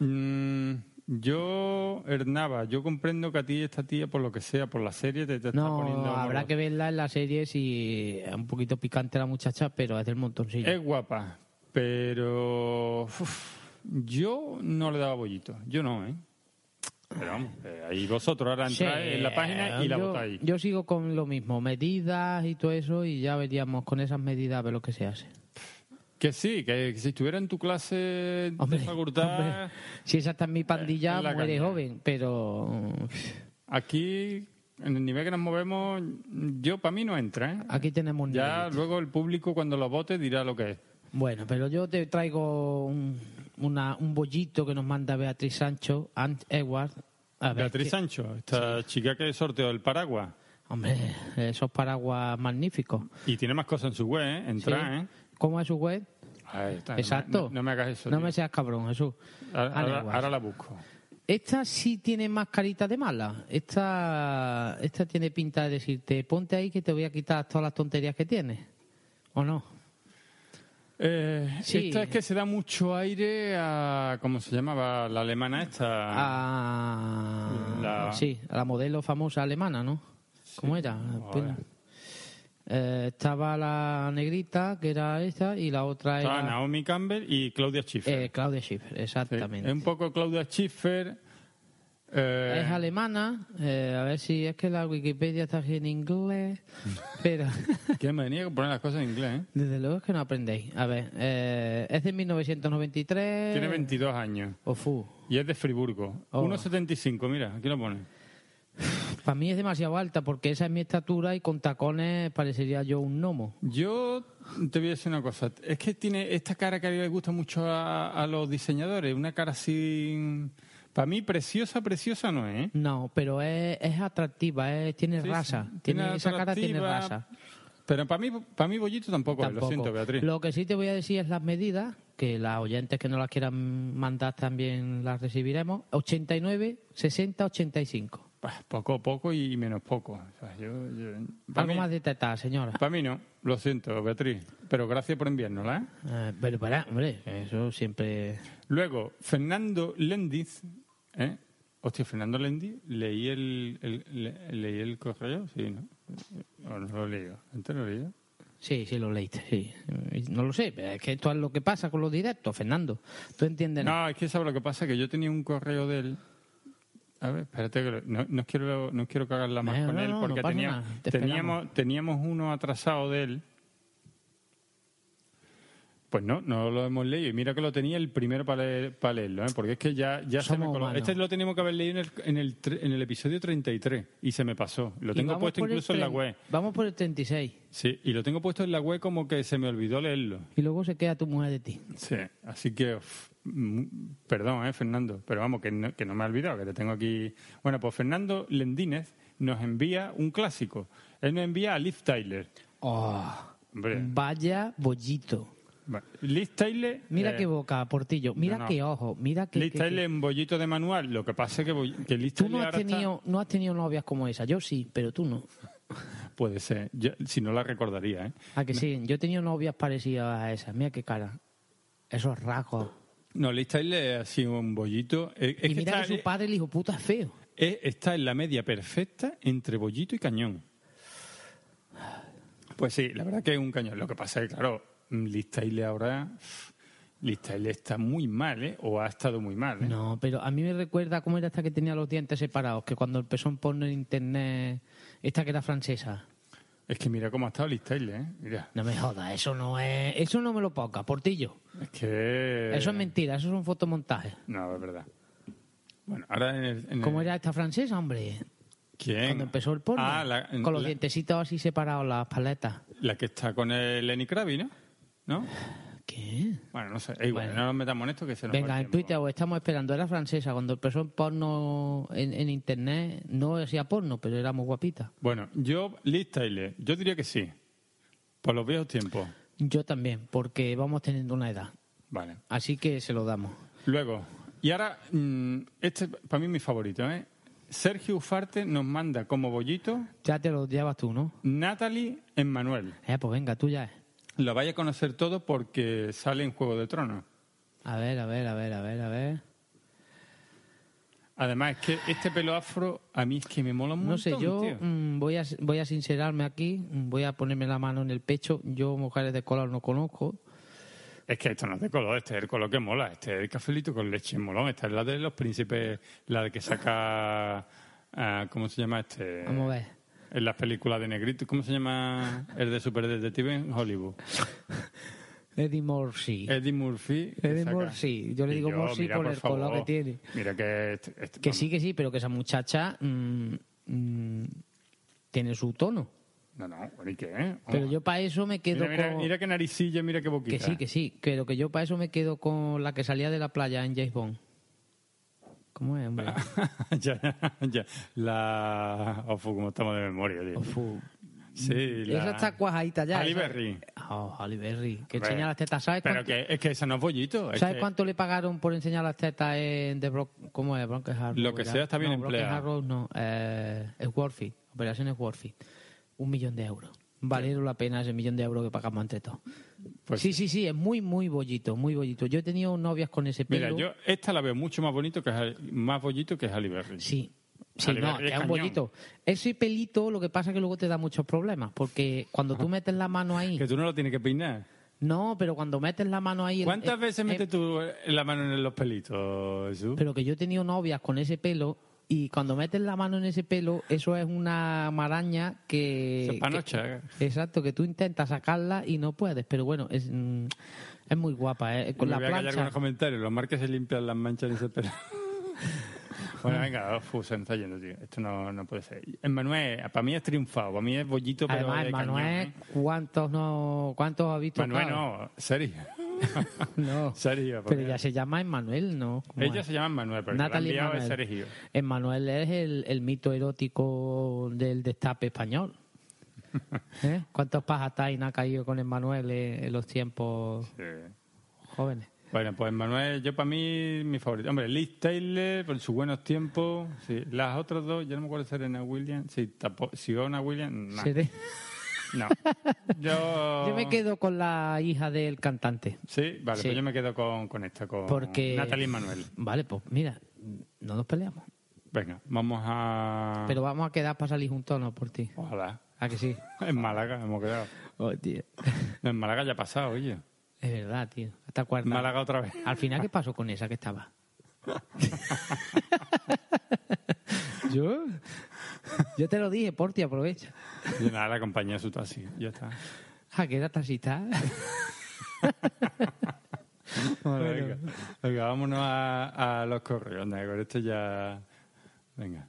Speaker 2: Mm, yo, Hernaba, yo comprendo que a ti esta tía, por lo que sea, por la serie, te, te está poniendo...
Speaker 3: No, habrá
Speaker 2: amoroso.
Speaker 3: que verla en la serie si es un poquito picante la muchacha, pero es del montoncillo.
Speaker 2: Es guapa, pero... uf, yo no le daba bollito. Yo no, ¿eh? Pero vamos, eh, ahí vosotros ahora
Speaker 3: Sí,
Speaker 2: entráis en la página y la
Speaker 3: yo,
Speaker 2: votáis.
Speaker 3: Yo sigo con lo mismo, medidas y todo eso, y ya veríamos con esas medidas a ver lo que se hace.
Speaker 2: Que sí, que, que si estuviera en tu clase
Speaker 3: Hombre,
Speaker 2: de facultad...
Speaker 3: hombre, si esa está en mi pandilla,
Speaker 2: en la
Speaker 3: muere
Speaker 2: caña.
Speaker 3: joven, pero... mm,
Speaker 2: Aquí, en el nivel que nos movemos, yo para mí no entra, ¿eh?
Speaker 3: Aquí tenemos un
Speaker 2: Ya
Speaker 3: nivelito.
Speaker 2: luego el público cuando lo vote dirá lo que es.
Speaker 3: Bueno, pero yo te traigo un, una- un bollito que nos manda Beatriz Sancho, Ant Edward. A ver,
Speaker 2: Beatriz
Speaker 3: que-
Speaker 2: Sancho, esta chica que sorteó el paraguas.
Speaker 3: Hombre, esos paraguas magníficos.
Speaker 2: Y tiene más cosas en su web, ¿eh? Entra,
Speaker 3: Sí. ¿Cómo es su web?
Speaker 2: ¿eh? Ahí está, no me-
Speaker 3: Exacto.
Speaker 2: No, no me hagas eso.
Speaker 3: No
Speaker 2: tío.
Speaker 3: me seas cabrón, Jesús.
Speaker 2: ahora,
Speaker 3: Ant
Speaker 2: ahora-
Speaker 3: Edward.
Speaker 2: ahora la busco.
Speaker 3: Esta sí tiene más carita de mala. Esta, esta tiene pinta de decirte, ponte ahí que te voy a quitar todas las tonterías que tienes. ¿O no?
Speaker 2: Eh,
Speaker 3: Sí.
Speaker 2: Esta es que se da mucho aire a. ¿Cómo se llamaba? La alemana esta.
Speaker 3: A...
Speaker 2: Ah. La-
Speaker 3: Sí, a la modelo famosa alemana, ¿no? ¿Cómo era? Espera. Eh, estaba la negrita, que era esta, y la otra
Speaker 2: Estaba
Speaker 3: era
Speaker 2: Naomi Campbell y Claudia Schiffer.
Speaker 3: eh, Claudia Schiffer,
Speaker 2: Sí,
Speaker 3: exactamente.
Speaker 2: Es un poco Claudia Schiffer. eh,
Speaker 3: Es alemana, eh, a ver si es que la Wikipedia está
Speaker 2: [laughs]
Speaker 3: en inglés, pero [laughs]
Speaker 2: que me venía a poner las cosas en inglés, ¿eh?
Speaker 3: desde luego es que no aprendéis. A ver, eh, es de 1993.
Speaker 2: Tiene 22 años
Speaker 3: Ofu,
Speaker 2: y es de Friburgo.
Speaker 3: Oh.
Speaker 2: 1,75, mira, aquí lo pone.
Speaker 3: para mí es demasiado alta porque esa es mi estatura y con tacones parecería yo un gnomo.
Speaker 2: Yo te voy a decir una cosa. Es que tiene esta cara que a mí le gusta mucho a, a los diseñadores. Una cara así. Para mí, preciosa, preciosa no es. ¿eh?
Speaker 3: No, pero es, es atractiva, es- tiene
Speaker 2: Sí,
Speaker 3: rasa.
Speaker 2: sí.
Speaker 3: Tiene, esa cara tiene
Speaker 2: atractiva,
Speaker 3: rasa.
Speaker 2: Pero para mí, para mí bollito tampoco, es,
Speaker 3: Tampoco.
Speaker 2: lo siento, Beatriz.
Speaker 3: Lo que sí te voy a decir es las medidas, que las oyentes que no las quieran mandar también las recibiremos. 89, 60, 85.
Speaker 2: Bah, Poco, poco y menos poco. O sea, yo- yo- para,
Speaker 3: Algo
Speaker 2: mí,
Speaker 3: más de teta, señora.
Speaker 2: para mí no, lo siento, Beatriz. Pero gracias por enviárnosla. ¿eh?
Speaker 3: Eh, pero para, hombre, eso siempre...
Speaker 2: Luego, Fernando Lendiz. ¿eh? Hostia, Fernando Lendiz, leí el, el- le- leí el correo, sí, ¿no? O no lo he leído. ¿Antes lo he leído?
Speaker 3: Sí, sí, lo leíste, sí. Eh, No lo sé, pero es que esto es lo que pasa con los directos, Fernando. ¿Tú entiendes?
Speaker 2: No, es que sabes lo que pasa, que yo tenía un correo de él. A ver, espérate, que lo- no, no quiero, no quiero cagarla más
Speaker 3: Eh,
Speaker 2: con
Speaker 3: no,
Speaker 2: él,
Speaker 3: no,
Speaker 2: porque
Speaker 3: no pasa
Speaker 2: tenía-
Speaker 3: nada, te
Speaker 2: teníamos, teníamos uno atrasado de él. Pues no, no lo hemos leído. Y mira que lo tenía el primero para, leer- para leerlo, ¿eh? porque es que ya, ya se me
Speaker 3: Somos
Speaker 2: coló.
Speaker 3: humanos.
Speaker 2: Este lo teníamos que haber leído en el, en, el, tre- en el episodio 33 y se me pasó. Lo
Speaker 3: Y
Speaker 2: tengo
Speaker 3: vamos
Speaker 2: puesto
Speaker 3: por este. el
Speaker 2: incluso en la
Speaker 3: tren-
Speaker 2: web.
Speaker 3: Vamos por el 36
Speaker 2: Sí, y lo tengo puesto en la web como que se me olvidó leerlo.
Speaker 3: y luego se queda tu mujer de ti.
Speaker 2: Sí, así que, uf, mm, perdón, eh, Fernando, pero vamos, que no, que no me he olvidado, que te tengo aquí. Bueno, pues Fernando Lendínez nos envía un clásico. Él nos envía a Liv Tyler.
Speaker 3: Oh,
Speaker 2: Hombre.
Speaker 3: vaya bollito.
Speaker 2: Bueno, Liv Tyler.
Speaker 3: Mira
Speaker 2: eh,
Speaker 3: qué boca, Portillo. Mira
Speaker 2: no, no.
Speaker 3: qué ojo. Mira qué.
Speaker 2: Liv
Speaker 3: qué-
Speaker 2: Tyler en bollito de manual. Lo que pasa es que, boll- que Liv
Speaker 3: Tú
Speaker 2: Tyler
Speaker 3: no has,
Speaker 2: ahora está-
Speaker 3: tenido, no has tenido novias como esa. Yo sí, pero tú no.
Speaker 2: Puede ser, Yo- si no la recordaría, ¿eh?
Speaker 3: A que sí. Yo he tenido novias parecidas a esas. Mira qué cara. Esos rasgos.
Speaker 2: No, Liz Tyler ha sido un bollito. Eh, es
Speaker 3: y
Speaker 2: que
Speaker 3: mira
Speaker 2: está,
Speaker 3: que su padre, el hijo puta, es feo.
Speaker 2: eh, está en la media perfecta entre bollito y cañón. Pues sí, la verdad que es un cañón. Lo que pasa es que, claro, Liz Taylor ahora. Liz Taylor está muy mal, ¿eh? O ha estado muy mal, ¿eh?
Speaker 3: No, pero a mí me recuerda cómo era esta que tenía los dientes separados. Que cuando empezó a poner en internet. Esta que era francesa.
Speaker 2: Es que mira cómo ha estado Liz Taylor, ¿eh? Mira.
Speaker 3: No me jodas, eso no es. Eso no me lo ponga, Portillo.
Speaker 2: Es que.
Speaker 3: Eso es mentira, eso es un fotomontaje.
Speaker 2: No, es verdad. Bueno, ahora en el. en el-
Speaker 3: ¿Cómo era esta francesa, hombre?
Speaker 2: ¿Quién?
Speaker 3: Cuando empezó el porno.
Speaker 2: Ah, la,
Speaker 3: con los
Speaker 2: la-
Speaker 3: dientecitos así separados, las paletas.
Speaker 2: la que está con el Lenny Krabi, ¿no? ¿No?
Speaker 3: ¿Qué?
Speaker 2: Bueno, no sé. Es igual,
Speaker 3: Bueno.
Speaker 2: no nos metamos en esto que se nos va
Speaker 3: Venga,
Speaker 2: el
Speaker 3: en
Speaker 2: tiempo.
Speaker 3: Twitter os estamos esperando. Era francesa. Cuando empezó el porno en, en internet, no hacía porno, pero era muy guapita.
Speaker 2: Bueno, yo, Liz Taylor, yo diría que sí. Por los viejos tiempos.
Speaker 3: Yo también, porque vamos teniendo una edad.
Speaker 2: Vale.
Speaker 3: Así que se lo damos.
Speaker 2: Luego, y ahora, mm, este para mí es mi favorito, ¿eh? Sergio Ufarte nos manda como bollito
Speaker 3: Ya te lo llevas tú, ¿no?
Speaker 2: Natalie Emmanuel.
Speaker 3: Eh, pues venga, tú ya.
Speaker 2: Lo vais a conocer todo porque sale en Juego de Tronos.
Speaker 3: A ver, a ver, a ver, a ver, a ver.
Speaker 2: Además, es que este pelo afro a mí es que me mola un
Speaker 3: No sé,
Speaker 2: montón,
Speaker 3: yo
Speaker 2: tío.
Speaker 3: mm, voy, a, voy a sincerarme aquí, mm, voy a ponerme la mano en el pecho. Yo mujeres de color no conozco.
Speaker 2: Es que esto no es de color, este es el color que mola, este es el cafelito con leche molón, esta es la de los príncipes, la de que saca, ah, ¿cómo se llama este?
Speaker 3: Vamos a ver.
Speaker 2: En las películas de Negrito, ¿cómo se llama el de Superdetective en Hollywood?
Speaker 3: Eddie Morsi.
Speaker 2: Eddie Murphy. que
Speaker 3: Eddie
Speaker 2: saca-
Speaker 3: Murphy. Yo le
Speaker 2: Y
Speaker 3: digo Murphy por el color que tiene.
Speaker 2: Mira que... este- este-
Speaker 3: Que
Speaker 2: vamos,
Speaker 3: sí, que sí, pero que esa muchacha mm, mm, tiene su tono.
Speaker 2: No, no, bueno, ¿y qué? Vamos.
Speaker 3: Pero yo para eso me quedo
Speaker 2: Ah. mira, mira,
Speaker 3: con...
Speaker 2: mira qué naricilla, mira qué boquita.
Speaker 3: que sí, que sí, pero que yo para eso me quedo con la que salía de la playa en James Bond. ¿Cómo es,
Speaker 2: [laughs]
Speaker 3: hombre?
Speaker 2: [laughs] ya, ya. La... Ofu, como estamos de memoria, tío.
Speaker 3: Ofu.
Speaker 2: Sí, la...
Speaker 3: Esa está cuajadita ya.
Speaker 2: Halle
Speaker 3: esa-
Speaker 2: Berry.
Speaker 3: Oh, Halle Berry, que
Speaker 2: Hombre,
Speaker 3: enseña las tetas. ¿Sabes,
Speaker 2: Pero
Speaker 3: cuánto,
Speaker 2: que es que esa no es bollito. es
Speaker 3: ¿sabes
Speaker 2: que
Speaker 3: cuánto le pagaron por enseñar las tetas en The Brock? ¿Cómo es? Broken Arrow,
Speaker 2: Lo que
Speaker 3: ya.
Speaker 2: sea está bien
Speaker 3: no, Broken
Speaker 2: empleado.
Speaker 3: Arrow no. Eh, es worth it. Operación es worth it. Un millón de euros. Valieron la pena ese millón de euros que pagamos entre todos.
Speaker 2: Pues-
Speaker 3: sí, sí, sí, es muy, muy bollito, muy bollito. Yo he tenido novias con ese pelo.
Speaker 2: Mira, yo esta la veo mucho más bonito que Hal- más bollito que Halle Berry.
Speaker 3: Sí. Sí,
Speaker 2: Halle
Speaker 3: no,
Speaker 2: Berry
Speaker 3: es
Speaker 2: es
Speaker 3: un
Speaker 2: cañón.
Speaker 3: bollito. Ese pelito, lo que pasa es que luego te da muchos problemas, porque cuando tú metes la mano ahí...
Speaker 2: Que tú no lo tienes que peinar.
Speaker 3: No, pero cuando metes la mano ahí... el-
Speaker 2: ¿Cuántas
Speaker 3: eh,
Speaker 2: veces
Speaker 3: eh,
Speaker 2: metes tú la mano en los pelitos, Jesús?
Speaker 3: Pero que yo he tenido novias con ese pelo y cuando metes la mano en ese pelo, eso es una maraña que...
Speaker 2: Eso es panocha,
Speaker 3: que-
Speaker 2: eh.
Speaker 3: exacto, que tú intentas sacarla y no puedes, pero bueno, es, mm, es muy guapa, ¿eh? Con
Speaker 2: Me
Speaker 3: la
Speaker 2: voy a callar con
Speaker 3: plancha...
Speaker 2: los comentarios. Los marques se limpian las manchas en ese pelo. [laughs] bueno, venga, uf, se me está yendo, tío. Esto no, no puede ser. Emmanuel, para mí es triunfado. Para mí es bollito, pero
Speaker 3: Además,
Speaker 2: de
Speaker 3: Manuel,
Speaker 2: cañón, ¿eh?
Speaker 3: ¿cuántos no cuántos ha visto?
Speaker 2: Manuel no, Sergio.
Speaker 3: [laughs] No.
Speaker 2: Sergio. porque-
Speaker 3: Pero ya se llama Emmanuel, ¿no? ¿Cómo
Speaker 2: Ella
Speaker 3: es?
Speaker 2: se llama Manuel, pero el que la ha
Speaker 3: Natalie
Speaker 2: enviado es
Speaker 3: Emmanuel.
Speaker 2: Sergio.
Speaker 3: Emmanuel es el, el mito erótico del
Speaker 2: [laughs]
Speaker 3: destape español. ¿Eh? ¿Cuántos pajatain ha caído con Emmanuel en, en los tiempos
Speaker 2: Sí.
Speaker 3: jóvenes?
Speaker 2: Bueno, pues Manuel, yo para mí, mi favorito. Hombre, Liz Taylor, por sus buenos tiempos. Sí. Las otras dos, yo no me acuerdo si Serena Williams. Sí, tampoco. Siona Williams, nah,
Speaker 3: Seré- [laughs]
Speaker 2: no. Yo...
Speaker 3: Yo me quedo con la hija del cantante.
Speaker 2: Sí, vale,
Speaker 3: Sí.
Speaker 2: pues yo me quedo con, con esta, con
Speaker 3: Porque...
Speaker 2: Natalie Manuel.
Speaker 3: Vale, pues mira, no nos peleamos.
Speaker 2: Venga, vamos a.
Speaker 3: Pero vamos a quedar para salir juntos, ¿no? Por ti.
Speaker 2: Ojalá.
Speaker 3: ¿A
Speaker 2: [laughs]
Speaker 3: que sí?
Speaker 2: En Málaga hemos quedado.
Speaker 3: Oh, tío.
Speaker 2: No, en Málaga ya ha pasado, oye.
Speaker 3: Es verdad, tío. Hasta cuarta.
Speaker 2: En Málaga otra
Speaker 3: [laughs]
Speaker 2: vez.
Speaker 3: Al final, ¿qué pasó con esa que estaba?
Speaker 2: [laughs]
Speaker 3: Yo, yo te lo dije, Porti, aprovecha.
Speaker 2: Y nada, la compañía su taxi. Ya está.
Speaker 3: Ah, que era taxista.
Speaker 2: Venga, Venga, vámonos a, a los correos. Anda, con esto ya. Venga.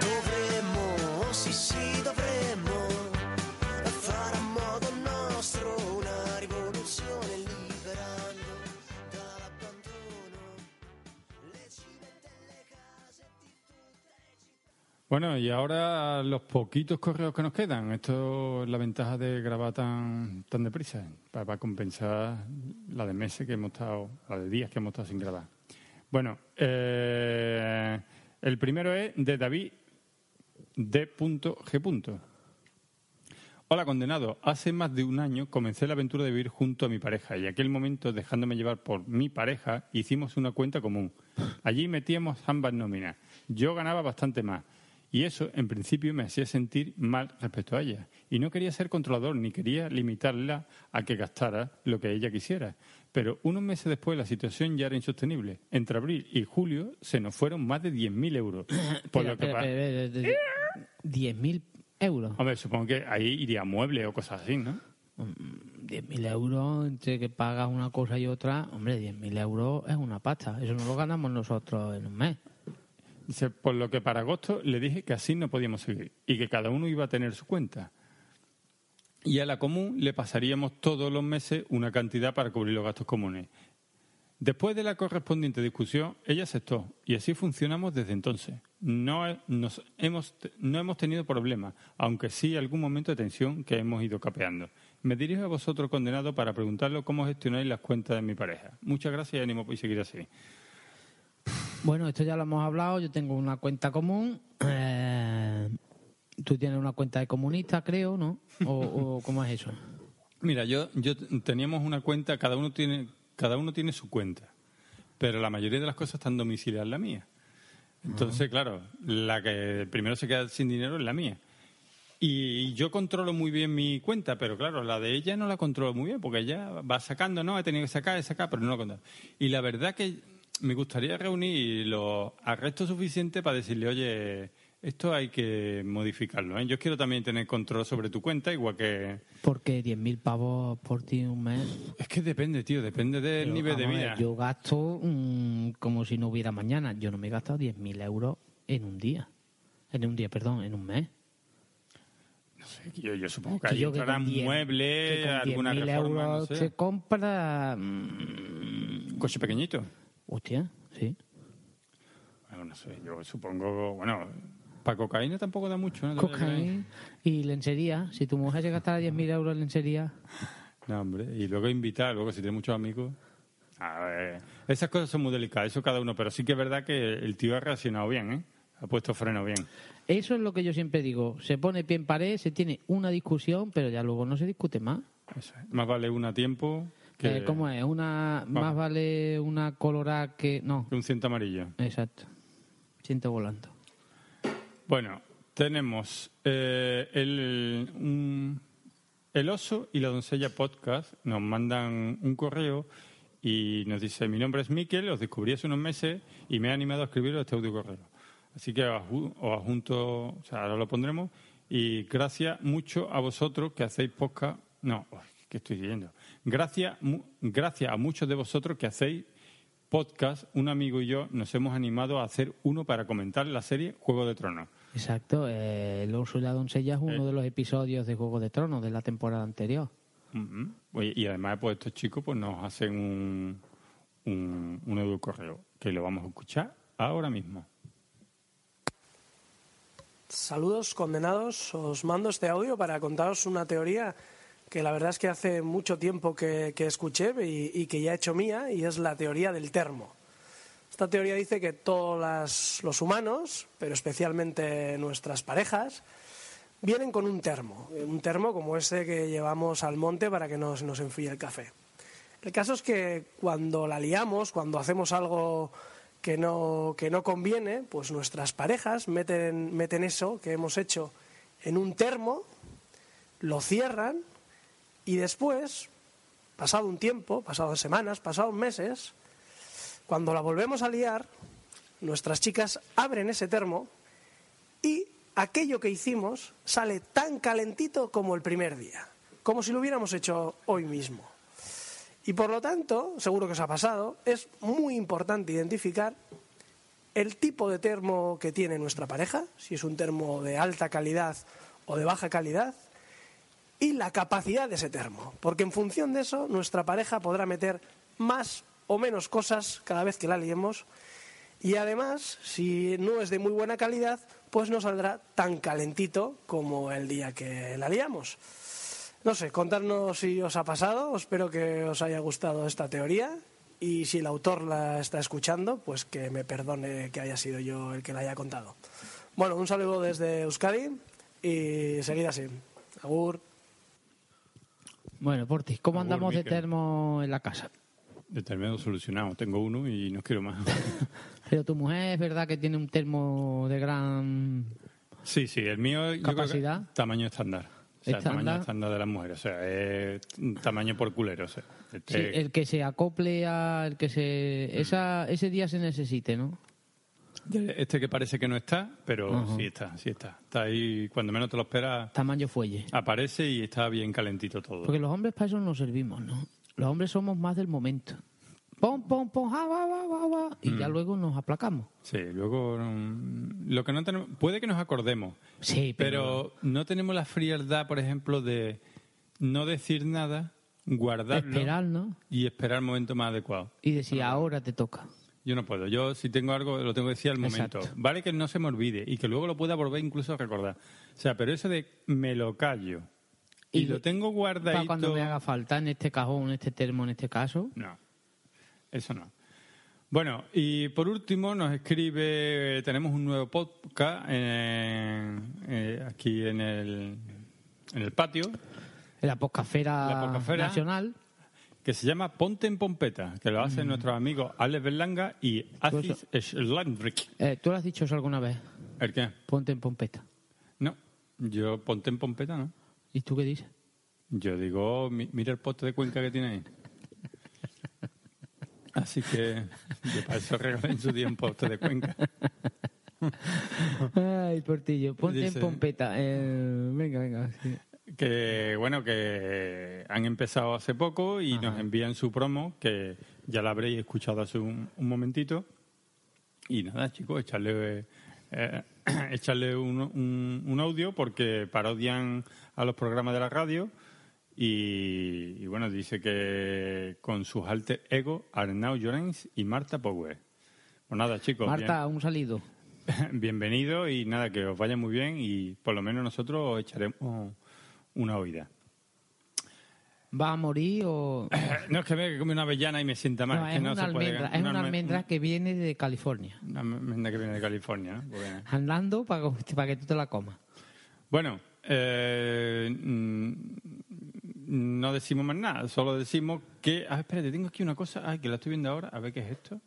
Speaker 8: Dovremmo, oh sì sì dovremmo, fare a modo nostro una rivoluzione liberando dall'abbandono le civette e le case di tutte le città.
Speaker 2: Bueno, y ahora los poquitos correos que nos quedan. Esto es la ventaja de grabar tan, tan deprisa, para, para compensar la de meses que hemos estado, la de días que hemos estado sin grabar. Bueno, eh, el primero es de David D.G. Hola, condenado. Hace más de un año comencé la aventura de vivir junto a mi pareja y aquel momento, dejándome llevar por mi pareja, hicimos una cuenta común. Allí metíamos ambas nóminas. Yo ganaba bastante más y eso, en principio, me hacía sentir mal respecto a ella. Y no quería ser controlador ni quería limitarla a que gastara lo que ella quisiera. Pero unos meses después la situación ya era insostenible. Entre abril y julio se nos fueron más de 10.000
Speaker 3: [coughs]
Speaker 2: euros. Por
Speaker 3: Espera,
Speaker 2: lo que
Speaker 3: espera, eh,
Speaker 2: pa-
Speaker 3: espera, espera, espera. 10.000 euros.
Speaker 2: Hombre, supongo que ahí iría a muebles o cosas así, ¿no?
Speaker 3: 10.000 euros entre que pagas una cosa y otra. Hombre, 10.000 euros es una pasta. Eso no lo ganamos nosotros en un mes.
Speaker 2: Dice, por lo que para agosto le dije que así no podíamos seguir y que cada uno iba a tener su cuenta. Y a la común le pasaríamos todos los meses una cantidad para cubrir los gastos comunes. Después de la correspondiente discusión, ella aceptó y así funcionamos desde entonces. No, he- nos hemos, te- no hemos tenido problemas, aunque sí algún momento de tensión que hemos ido capeando. Me dirijo a vosotros, condenado, para preguntarlo cómo gestionáis las cuentas de mi pareja. Muchas gracias y ánimo y seguir así.
Speaker 3: Bueno, esto ya lo hemos hablado. Yo tengo una cuenta común. Eh, tú tienes una cuenta de comunista, creo, ¿no? ¿O, o cómo es eso?
Speaker 2: Mira, yo, yo teníamos una cuenta, cada uno tiene, cada uno tiene su cuenta, pero la mayoría de las cosas están domiciliadas en la mía. Entonces, claro, la que primero se queda sin dinero es la mía. Y yo controlo muy bien mi cuenta, pero claro, la de ella no la controlo muy bien, porque ella va sacando, no, he tenido que sacar, he sacado, pero no lo controlo. Y la verdad que me gustaría reunir los arrestos suficientes para decirle, oye, esto hay que modificarlo. ¿eh? Yo quiero también tener control sobre tu cuenta, igual que
Speaker 3: Porque 10.000 pavos por ti en un mes.
Speaker 2: es que depende, tío, depende del
Speaker 3: Pero,
Speaker 2: nivel de
Speaker 3: vamos a
Speaker 2: vida.
Speaker 3: ver, Yo gasto mm, como si no hubiera mañana. Yo no me he gastado 10.000 euros en un día. En un día, perdón, en un mes.
Speaker 2: No sé, yo, yo supongo que
Speaker 3: Que
Speaker 2: ahí
Speaker 3: yo que
Speaker 2: entrarán
Speaker 3: con 10
Speaker 2: muebles,
Speaker 3: que con
Speaker 2: alguna
Speaker 3: 10.000
Speaker 2: reforma,
Speaker 3: euros
Speaker 2: no sé.
Speaker 3: se compra... mm,
Speaker 2: Un coche pequeñito.
Speaker 3: hostia, sí.
Speaker 2: Bueno, no sé, yo supongo, bueno, para cocaína tampoco da mucho, ¿no?
Speaker 3: Cocaína y lencería. Si tu mujer se gastara 10.000 euros en lencería...
Speaker 2: No, hombre. Y luego invitar, luego si tiene muchos amigos. A ver. Esas cosas son muy delicadas, eso cada uno. Pero sí que es verdad que el tío ha reaccionado bien, ¿eh? Ha puesto freno bien.
Speaker 3: Eso es lo que yo siempre digo. Se pone pie en pared, se tiene una discusión, pero ya luego no se discute más.
Speaker 2: Eso es. Más vale una a tiempo que,
Speaker 3: Eh, ¿Cómo es? Una, más vale una colorada que... No,
Speaker 2: que un ciento amarillo.
Speaker 3: exacto. Siento volando.
Speaker 2: Bueno, tenemos eh, el, un- el oso y la doncella podcast. Nos mandan un correo y nos dice, mi nombre es Miquel, os descubrí hace unos meses y me he animado a escribiros este audio correo. Así que os aju- os adjunto, o sea, ahora lo pondremos. Y gracias mucho a vosotros que hacéis podcast. No, uy, ¿qué estoy diciendo? Gracias, mu- gracias a muchos de vosotros que hacéis podcast, un amigo y yo nos hemos animado a hacer uno para comentar la serie Juego de Tronos.
Speaker 3: Exacto. eh, el oso y la doncella es uno
Speaker 2: Eh.
Speaker 3: de los episodios de Juego de Tronos de la temporada anterior.
Speaker 2: Ujú. Oye, Y además, pues estos chicos pues, nos hacen un, un, un audio correo que lo vamos a escuchar ahora mismo.
Speaker 9: Saludos condenados, os mando este audio para contaros una teoría que la verdad es que hace mucho tiempo que, que escuché y, y que ya he hecho mía, y es la teoría del termo. Esta teoría dice que todos las- los humanos, pero especialmente nuestras parejas, vienen con un termo, un termo como ese que llevamos al monte para que nos, nos enfríe el café. El caso es que cuando la liamos, cuando hacemos algo que no, que no conviene, pues nuestras parejas meten, meten eso que hemos hecho en un termo, lo cierran y después, pasado un tiempo, pasado semanas, pasados meses, cuando la volvemos a liar, nuestras chicas abren ese termo y aquello que hicimos sale tan calentito como el primer día, como si lo hubiéramos hecho hoy mismo. Y por lo tanto, seguro que os ha pasado, es muy importante identificar el tipo de termo que tiene nuestra pareja, si es un termo de alta calidad o de baja calidad, y la capacidad de ese termo, porque en función de eso nuestra pareja podrá meter más o menos cosas cada vez que la liemos y además, si no es de muy buena calidad, pues no saldrá tan calentito como el día que la liamos. No sé, contadnos si os ha pasado, espero que os haya gustado esta teoría y si el autor la está escuchando, pues que me perdone que haya sido yo el que la haya contado. Bueno, un saludo desde Euskadi y seguid así. Agur.
Speaker 3: Bueno, Portis, ¿cómo
Speaker 2: Agur,
Speaker 3: andamos de
Speaker 2: Miquel.
Speaker 3: termo en la casa?
Speaker 2: Determinado solucionado. Tengo uno y no quiero más. [laughs]
Speaker 3: Pero tu mujer es verdad que tiene un termo de gran...
Speaker 2: sí, sí, el mío. yo creo que
Speaker 3: Capacidad.
Speaker 2: tamaño estándar. O sea, tamaño
Speaker 3: Estándar.
Speaker 2: estándar de las mujeres. O sea, es un tamaño por culero. O sea,
Speaker 3: Sí,
Speaker 2: este-
Speaker 3: el que se acople a... El que
Speaker 2: Mm.
Speaker 3: se... Esa, ese día se necesite, ¿no?
Speaker 2: este que parece que no está, pero sí está, sí está. Está ahí, cuando menos te lo esperas,
Speaker 3: Tamaño fuelle.
Speaker 2: aparece y está bien calentito todo.
Speaker 3: Porque los hombres para eso no servimos, ¿no? Los hombres somos más del momento. Pon, pon, pon, ja, va, va, va, va, y
Speaker 2: Mm.
Speaker 3: ya luego nos aplacamos.
Speaker 2: Sí, luego mm, lo que no tenemos, puede que nos acordemos,
Speaker 3: Sí, pero...
Speaker 2: pero no tenemos la frialdad, por ejemplo, de no decir nada, guardarlo
Speaker 3: esperar, ¿no?
Speaker 2: y esperar el momento más adecuado.
Speaker 3: Y decir, ahora te toca.
Speaker 2: Yo no puedo. Yo si tengo algo lo tengo que decir al momento.
Speaker 3: Exacto.
Speaker 2: Vale que no se me olvide y que luego lo pueda volver incluso a recordar. O sea, pero eso de me lo callo y,
Speaker 3: Y
Speaker 2: lo tengo guardadito.
Speaker 3: Para cuando me haga falta, en este cajón, en este termo, en este caso.
Speaker 2: No, eso no. Bueno, y por último nos escribe, tenemos un nuevo podcast eh, eh, aquí en el, en el patio
Speaker 3: En la poscafera,
Speaker 2: La poscafera.
Speaker 3: nacional.
Speaker 2: que se llama Ponte en Pompeta, que lo hacen nuestros amigos Alex Berlanga y Aziz Schlandrick.
Speaker 3: Eh, ¿Tú lo has dicho eso alguna vez?
Speaker 2: ¿El qué?
Speaker 3: Ponte en pompeta.
Speaker 2: No, yo Ponte en Pompeta, ¿no?
Speaker 3: ¿Y tú qué
Speaker 2: [laughs]
Speaker 3: dices?
Speaker 2: Yo digo, mi- mira el poste de cuenca que tiene ahí. Así que yo para eso regalé en su día un poste de cuenca.
Speaker 3: Ay, Portillo, ponte
Speaker 2: Dice-
Speaker 3: en pompeta. Eh, venga, venga. sí.
Speaker 2: que bueno que han empezado hace poco y nos envían su promo que ya la habréis escuchado hace un, un momentito y nada chicos echarle eh, eh, [clears throat] echarle un, un- un audio porque parodian a los programas de la radio y, y, bueno dice que con sus alter ego Arnau Llorens y Marta Power pues nada chicos bien-
Speaker 3: Marta, un salido.
Speaker 2: [laughs] Bienvenido y nada, que os vaya muy bien y por lo menos nosotros os echaremos una oída.
Speaker 3: va a morir o...
Speaker 2: No es que me come una avellana y me sienta mal.
Speaker 3: No,
Speaker 2: que
Speaker 3: es,
Speaker 2: no
Speaker 3: una
Speaker 2: se puede-
Speaker 3: almendra, es una
Speaker 2: alme-
Speaker 3: almendra que viene de California,
Speaker 2: Una almendra que viene de California. ¿no? Pues viene.
Speaker 3: andando para que, para que tú te la comas.
Speaker 2: Bueno, eh, mm, no decimos más nada, solo decimos que... Ah, espérate, tengo aquí una cosa, ay, que la estoy viendo ahora, a ver qué es esto.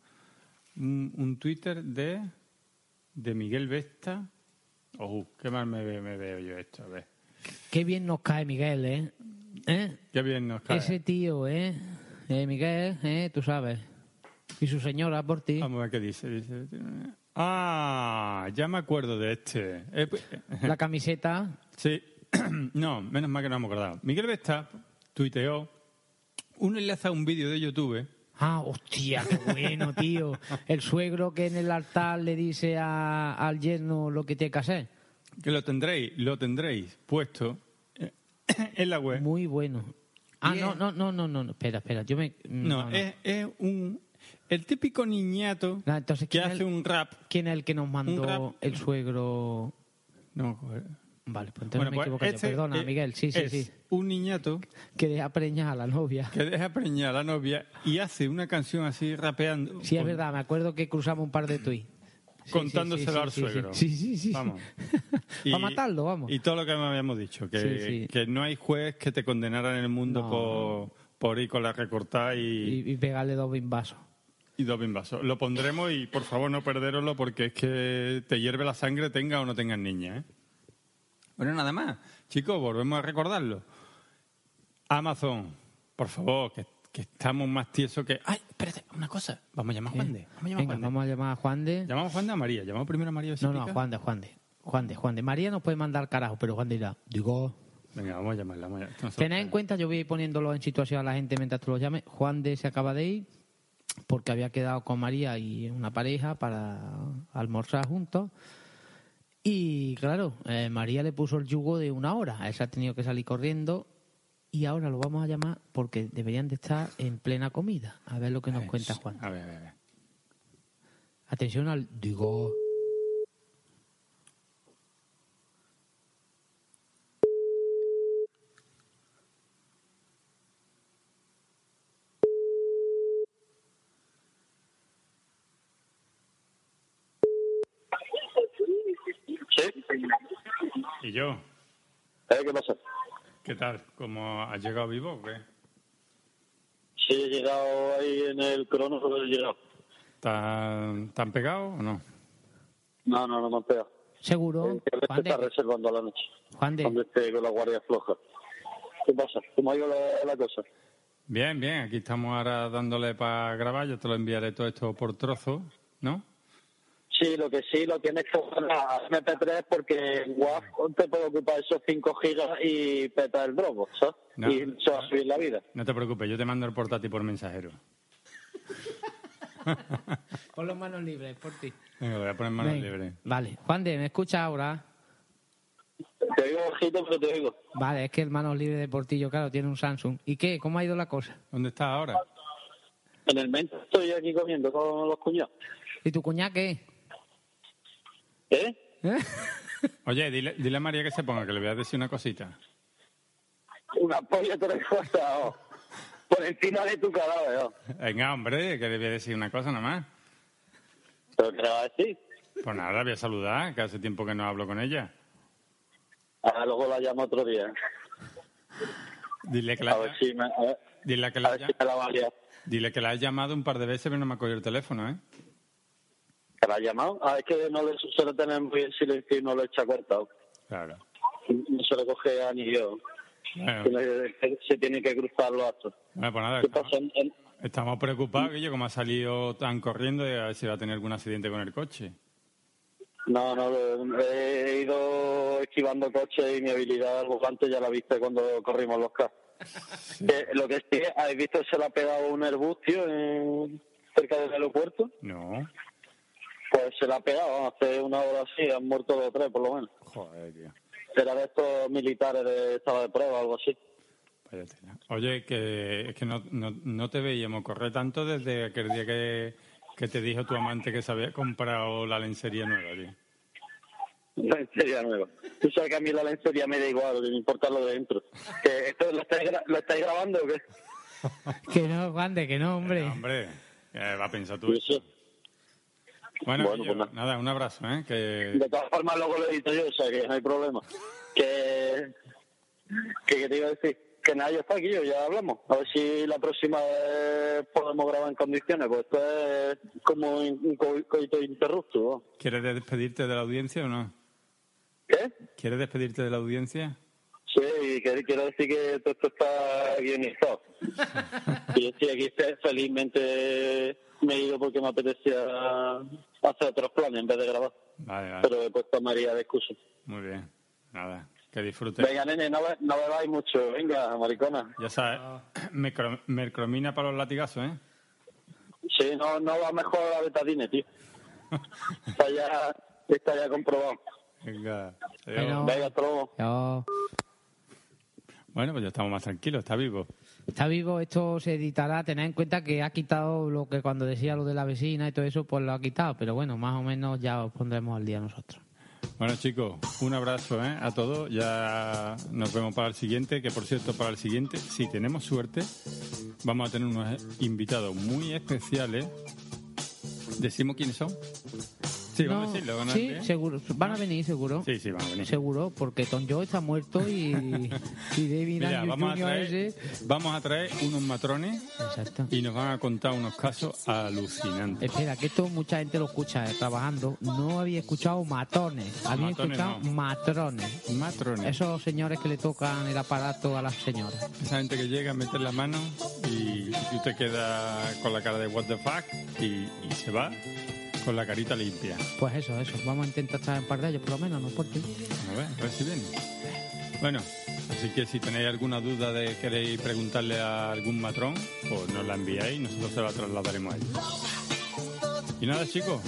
Speaker 2: Un, un Twitter de, de Miguel Vesta. Oh, qué mal me, ve- me veo yo esto, a ver.
Speaker 3: Qué bien nos cae Miguel, ¿eh? ¿Eh?
Speaker 2: Qué bien nos cae.
Speaker 3: Ese tío, ¿eh? Eh, Miguel, ¿eh? Tú sabes. Y su señora por ti.
Speaker 2: Vamos a ver qué dice. dice ah, ya me acuerdo de este. Eh, pues-
Speaker 3: La camiseta
Speaker 2: Sí, [clears throat] no, menos mal que no hemos acordado. Miguel Vesta tuiteó un enlace a un vídeo de YouTube.
Speaker 3: Ah, hostia, qué
Speaker 2: [laughs]
Speaker 3: bueno, tío. El suegro que en el altar le dice a- al yerno lo que tiene que hacer.
Speaker 2: Que lo tendréis, lo tendréis puesto eh, [clears throat] en la web.
Speaker 3: Muy bueno. Ah,
Speaker 2: Y
Speaker 3: no,
Speaker 2: es-
Speaker 3: no, no, no, no, no, espera, espera, yo me... mm,
Speaker 2: No, Es, es un el típico niñato
Speaker 3: Ah, entonces,
Speaker 2: que
Speaker 3: ¿quién es
Speaker 2: hace
Speaker 3: el-
Speaker 2: un rap.
Speaker 3: ¿Quién es el que nos mandó
Speaker 2: rap.
Speaker 3: el suegro?
Speaker 2: No, joder.
Speaker 3: Vale, pues entonces
Speaker 2: Bueno,
Speaker 3: me
Speaker 2: pues
Speaker 3: equivoqué yo.
Speaker 2: este,
Speaker 3: Perdona,
Speaker 2: eh,
Speaker 3: Miguel, sí, sí,
Speaker 2: es
Speaker 3: sí.
Speaker 2: Un niñato
Speaker 3: Que deja preñar a la novia.
Speaker 2: que deja preñar a la novia y hace una canción así rapeando.
Speaker 3: Sí, es
Speaker 2: con-
Speaker 3: verdad, me acuerdo que cruzamos un par de tuits. Sí,
Speaker 2: contándoselo
Speaker 3: sí,
Speaker 2: al
Speaker 3: sí, sí, sí.
Speaker 2: suegro.
Speaker 3: Sí, sí, sí. [laughs]
Speaker 2: Vamos.
Speaker 3: Va a matarlo, vamos.
Speaker 2: Y todo lo que me habíamos dicho, que,
Speaker 3: Sí, sí.
Speaker 2: que no hay juez que te condenara en el mundo
Speaker 3: No.
Speaker 2: por, por ir con la recortada y,
Speaker 3: Y, y pegarle dos bimbazos. ¿eh?
Speaker 2: y dos bimbazos. Lo pondremos y por favor no perderoslo porque es que te hierve la sangre, tenga o no tengas niña. ¿eh? Bueno, nada más. Chicos, volvemos a recordarlo. Amazon, por favor, que, que estamos más tiesos que... ¡Ay, espérate! Una cosa. Vamos a llamar a Juan de. Vamos a llamar a
Speaker 3: Venga,
Speaker 2: Juan de.
Speaker 3: vamos a llamar a Juan de.
Speaker 2: Llamamos a Juan de a María. Llamamos primero a María. a ver si
Speaker 3: No, no,
Speaker 2: pica.
Speaker 3: Juan de, Juan de. Juan de, Juan de. María nos puede mandar carajo, pero Juan de irá. Digo.
Speaker 2: Venga, vamos a llamarla. Vamos a llamar- Nosotros-
Speaker 3: Tened en cuenta, yo voy a ir poniéndolo en situación a la gente mientras tú lo llames. Juan de se acaba de ir porque había quedado con María y una pareja para almorzar juntos. Y claro, eh, María le puso el yugo de una hora. Él se ha tenido que salir corriendo y ahora lo vamos a llamar porque deberían de estar en plena comida. A ver lo que nos cuenta Juan.
Speaker 2: A ver, a ver, a ver.
Speaker 3: Atención al... Digo.
Speaker 2: ¿Y yo?
Speaker 4: [laughs] ¿Eh? ¿Qué pasa?
Speaker 2: ¿Qué tal? ¿Cómo has llegado vivo o qué?
Speaker 4: Sí, he llegado ahí en el crono, pero he llegado.
Speaker 2: ¿Tan, tan pegado o no?
Speaker 4: No, no, no me han pegado.
Speaker 3: Seguro.
Speaker 4: El resto
Speaker 3: Juan
Speaker 4: está
Speaker 3: de,
Speaker 4: reservando a la noche.
Speaker 3: Juan de,
Speaker 4: Cuando esté con la guardia floja. ¿Qué pasa? ¿Cómo ha ido la, la cosa?
Speaker 2: Bien, bien. Aquí estamos ahora dándole para grabar. Yo te lo enviaré todo esto por trozos, ¿no?
Speaker 4: Sí, lo que sí, lo tienes que poner a MP3 porque en WAF te puede ocupar esos 5 gigas y peta el drogo, ¿sabes?
Speaker 2: No.
Speaker 4: Y se va a subir la vida.
Speaker 2: No te preocupes, yo te mando el portátil por mensajero.
Speaker 3: Pon las manos libres, por ti.
Speaker 2: Venga, lo voy a poner en manos
Speaker 3: Venga.
Speaker 2: libres.
Speaker 3: Vale, Juan de, ¿me escucha ahora?
Speaker 4: Te oigo bajito, pero te oigo.
Speaker 3: Vale, es que el manos libre de Portillo, claro, tiene un Samsung. ¿Y qué? ¿Cómo ha ido la cosa?
Speaker 2: ¿Dónde estás ahora?
Speaker 4: En el momento estoy aquí comiendo con los cuñados.
Speaker 3: ¿Y tu cuñá qué?
Speaker 4: ¿Eh?
Speaker 3: ¿Eh?
Speaker 2: Oye, dile, dile a María que se ponga, que le voy a decir una cosita.
Speaker 4: Una polla te lo he cortado. Por encima de tu cadáver, ¿no?
Speaker 2: Venga, hombre, que le voy a decir una cosa nomás.
Speaker 4: ¿Pero qué le vas a decir?
Speaker 2: Pues nada, la voy a saludar, que hace tiempo que no hablo con ella.
Speaker 4: Ahora luego la llamo otro día.
Speaker 2: Dile que la,
Speaker 4: A ver si me, a ver,
Speaker 2: dile que
Speaker 4: a
Speaker 2: la,
Speaker 4: ver si me la va a liar.
Speaker 2: dile que la has llamado un par de veces, pero no me ha cogido el teléfono, ¿eh?
Speaker 4: ¿Te la ha llamado? Ah, es que no le suele tener muy en silencio y no lo echa cortado.
Speaker 2: Claro.
Speaker 4: No se lo coge a ni yo.
Speaker 2: Bueno,
Speaker 4: Se le- Se tiene que cruzar los actos.
Speaker 2: bueno, pues nada,
Speaker 4: ¿Qué pasa?
Speaker 2: estamos,
Speaker 4: En- en-
Speaker 2: estamos preocupados, Guillo, como ha salido tan corriendo, y a ver si va a tener algún accidente con el coche.
Speaker 4: No, no, lo- he ido esquivando coches y mi habilidad al volante ya la viste cuando corrimos los carros. Que Lo que sí, ¿habéis visto? Se le ha pegado un herbustio en- cerca del aeropuerto.
Speaker 2: No.
Speaker 4: Pues se la ha pegado, vamos, hace una hora así, han muerto dos o tres por lo menos.
Speaker 2: Joder, tío.
Speaker 4: Será de estos militares de estado de prueba o algo así. [laughs]
Speaker 2: Vaya tela. Oye, que es que no, no, no te veíamos correr tanto desde aquel día que, que te dijo tu amante que se había comprado la lencería nueva, tío.
Speaker 4: Lencería nueva. Tú sabes que a mí la lencería me da igual, que me importa lo de dentro. Que ¿Esto lo estáis, gra- lo estáis grabando o qué?
Speaker 3: [laughs] Que no, Juan, de que no, hombre.
Speaker 2: Hombre, eh, va a pensar tú eso. Bueno, Guillo, nada, un abrazo, ¿eh? Que...
Speaker 4: De todas formas, luego lo edito yo, o sea que no hay problema. Que, que, que te iba a decir, que nadie está aquí, yo ya hablamos. A ver si la próxima vez eh, podemos grabar en condiciones, pues esto es como un un co- coito interrupto. ¿no?
Speaker 2: ¿Quieres despedirte de la audiencia o no?
Speaker 4: ¿Qué?
Speaker 2: ¿Quieres despedirte de la audiencia?
Speaker 4: Sí, y que- quiero decir que todo esto está guionizado. y yo estoy aquí fe- felizmente me he ido porque me apetecía hacer otros planes en vez de grabar.
Speaker 2: Vale, vale.
Speaker 4: Pero he puesto a María de excusa.
Speaker 2: Muy bien. Nada, que disfrutes.
Speaker 4: Venga, nene, no, be- no bebáis mucho. Venga, maricona.
Speaker 2: Ya sabes, [clears throat] mercro- mercromina para los latigazos, ¿eh?
Speaker 4: Sí, no, no va mejor la betadine, tío. Está ya, está ya comprobado.
Speaker 2: Venga.
Speaker 4: Venga, hasta luego.
Speaker 3: Yo-
Speaker 2: Bueno, pues ya estamos más tranquilos, está vivo.
Speaker 3: Está vivo, esto se editará. Tened en cuenta que ha quitado lo que cuando decía lo de la vecina y todo eso, pues lo ha quitado. Pero bueno, más o menos ya os pondremos al día nosotros.
Speaker 2: Bueno, chicos, un abrazo ¿eh? a todos. Ya nos vemos para el siguiente, que por cierto, para el siguiente, si tenemos suerte, vamos a tener unos invitados muy especiales. ¿Decimos quiénes son? Sí, vamos a
Speaker 3: No,
Speaker 2: decirlo. ¿no? ¿Eh?
Speaker 3: sí, seguro. Van a venir, seguro.
Speaker 2: Sí, sí, van a venir.
Speaker 3: Seguro, porque Tom Joe está muerto y,
Speaker 2: [laughs]
Speaker 3: y David
Speaker 2: Mira,
Speaker 3: Andrews
Speaker 2: vamos a,
Speaker 3: Jr.
Speaker 2: traer,
Speaker 3: ese.
Speaker 2: vamos a traer unos matrones y nos van a contar unos casos alucinantes.
Speaker 3: Espera, que esto mucha gente lo escucha eh, trabajando. No había escuchado matones, había
Speaker 2: Matones
Speaker 3: escuchado
Speaker 2: no.
Speaker 3: matrones.
Speaker 2: Matrones.
Speaker 3: Esos señores que le tocan el aparato a las señoras.
Speaker 2: Esa gente que llega, mete la mano y, y usted queda con la cara de what the fuck y, y se va con la carita limpia.
Speaker 3: Pues eso, eso. Vamos a intentar traer un par de ellos, por lo menos, ¿no? Porque...
Speaker 2: A ver, a ver si viene. Bueno, así que si tenéis alguna duda de queréis preguntarle a algún matrón, pues nos la enviáis y nosotros se la trasladaremos a ellos. Y nada, chicos,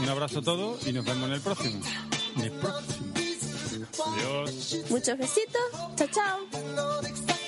Speaker 2: un abrazo a todos y nos vemos en el próximo. En el próximo. Adiós.
Speaker 1: Muchos besitos. Chao, chao.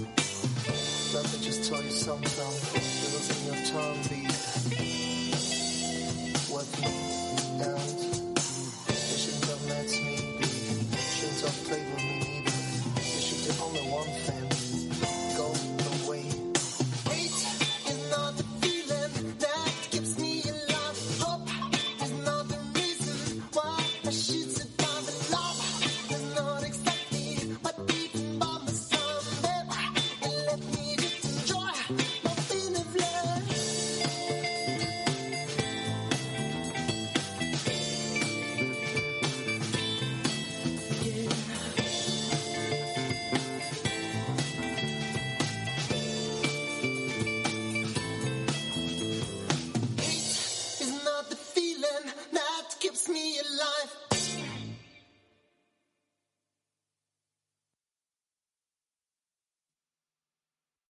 Speaker 10: Let me just tell you something. You're losing your tongue, lead. What you don't. You should have let me be. Shouldn't have played with me neither. You should do only one thing. Go away. Wait, you're not the feeling that gives me a lot of hope. There's not the reason why I should.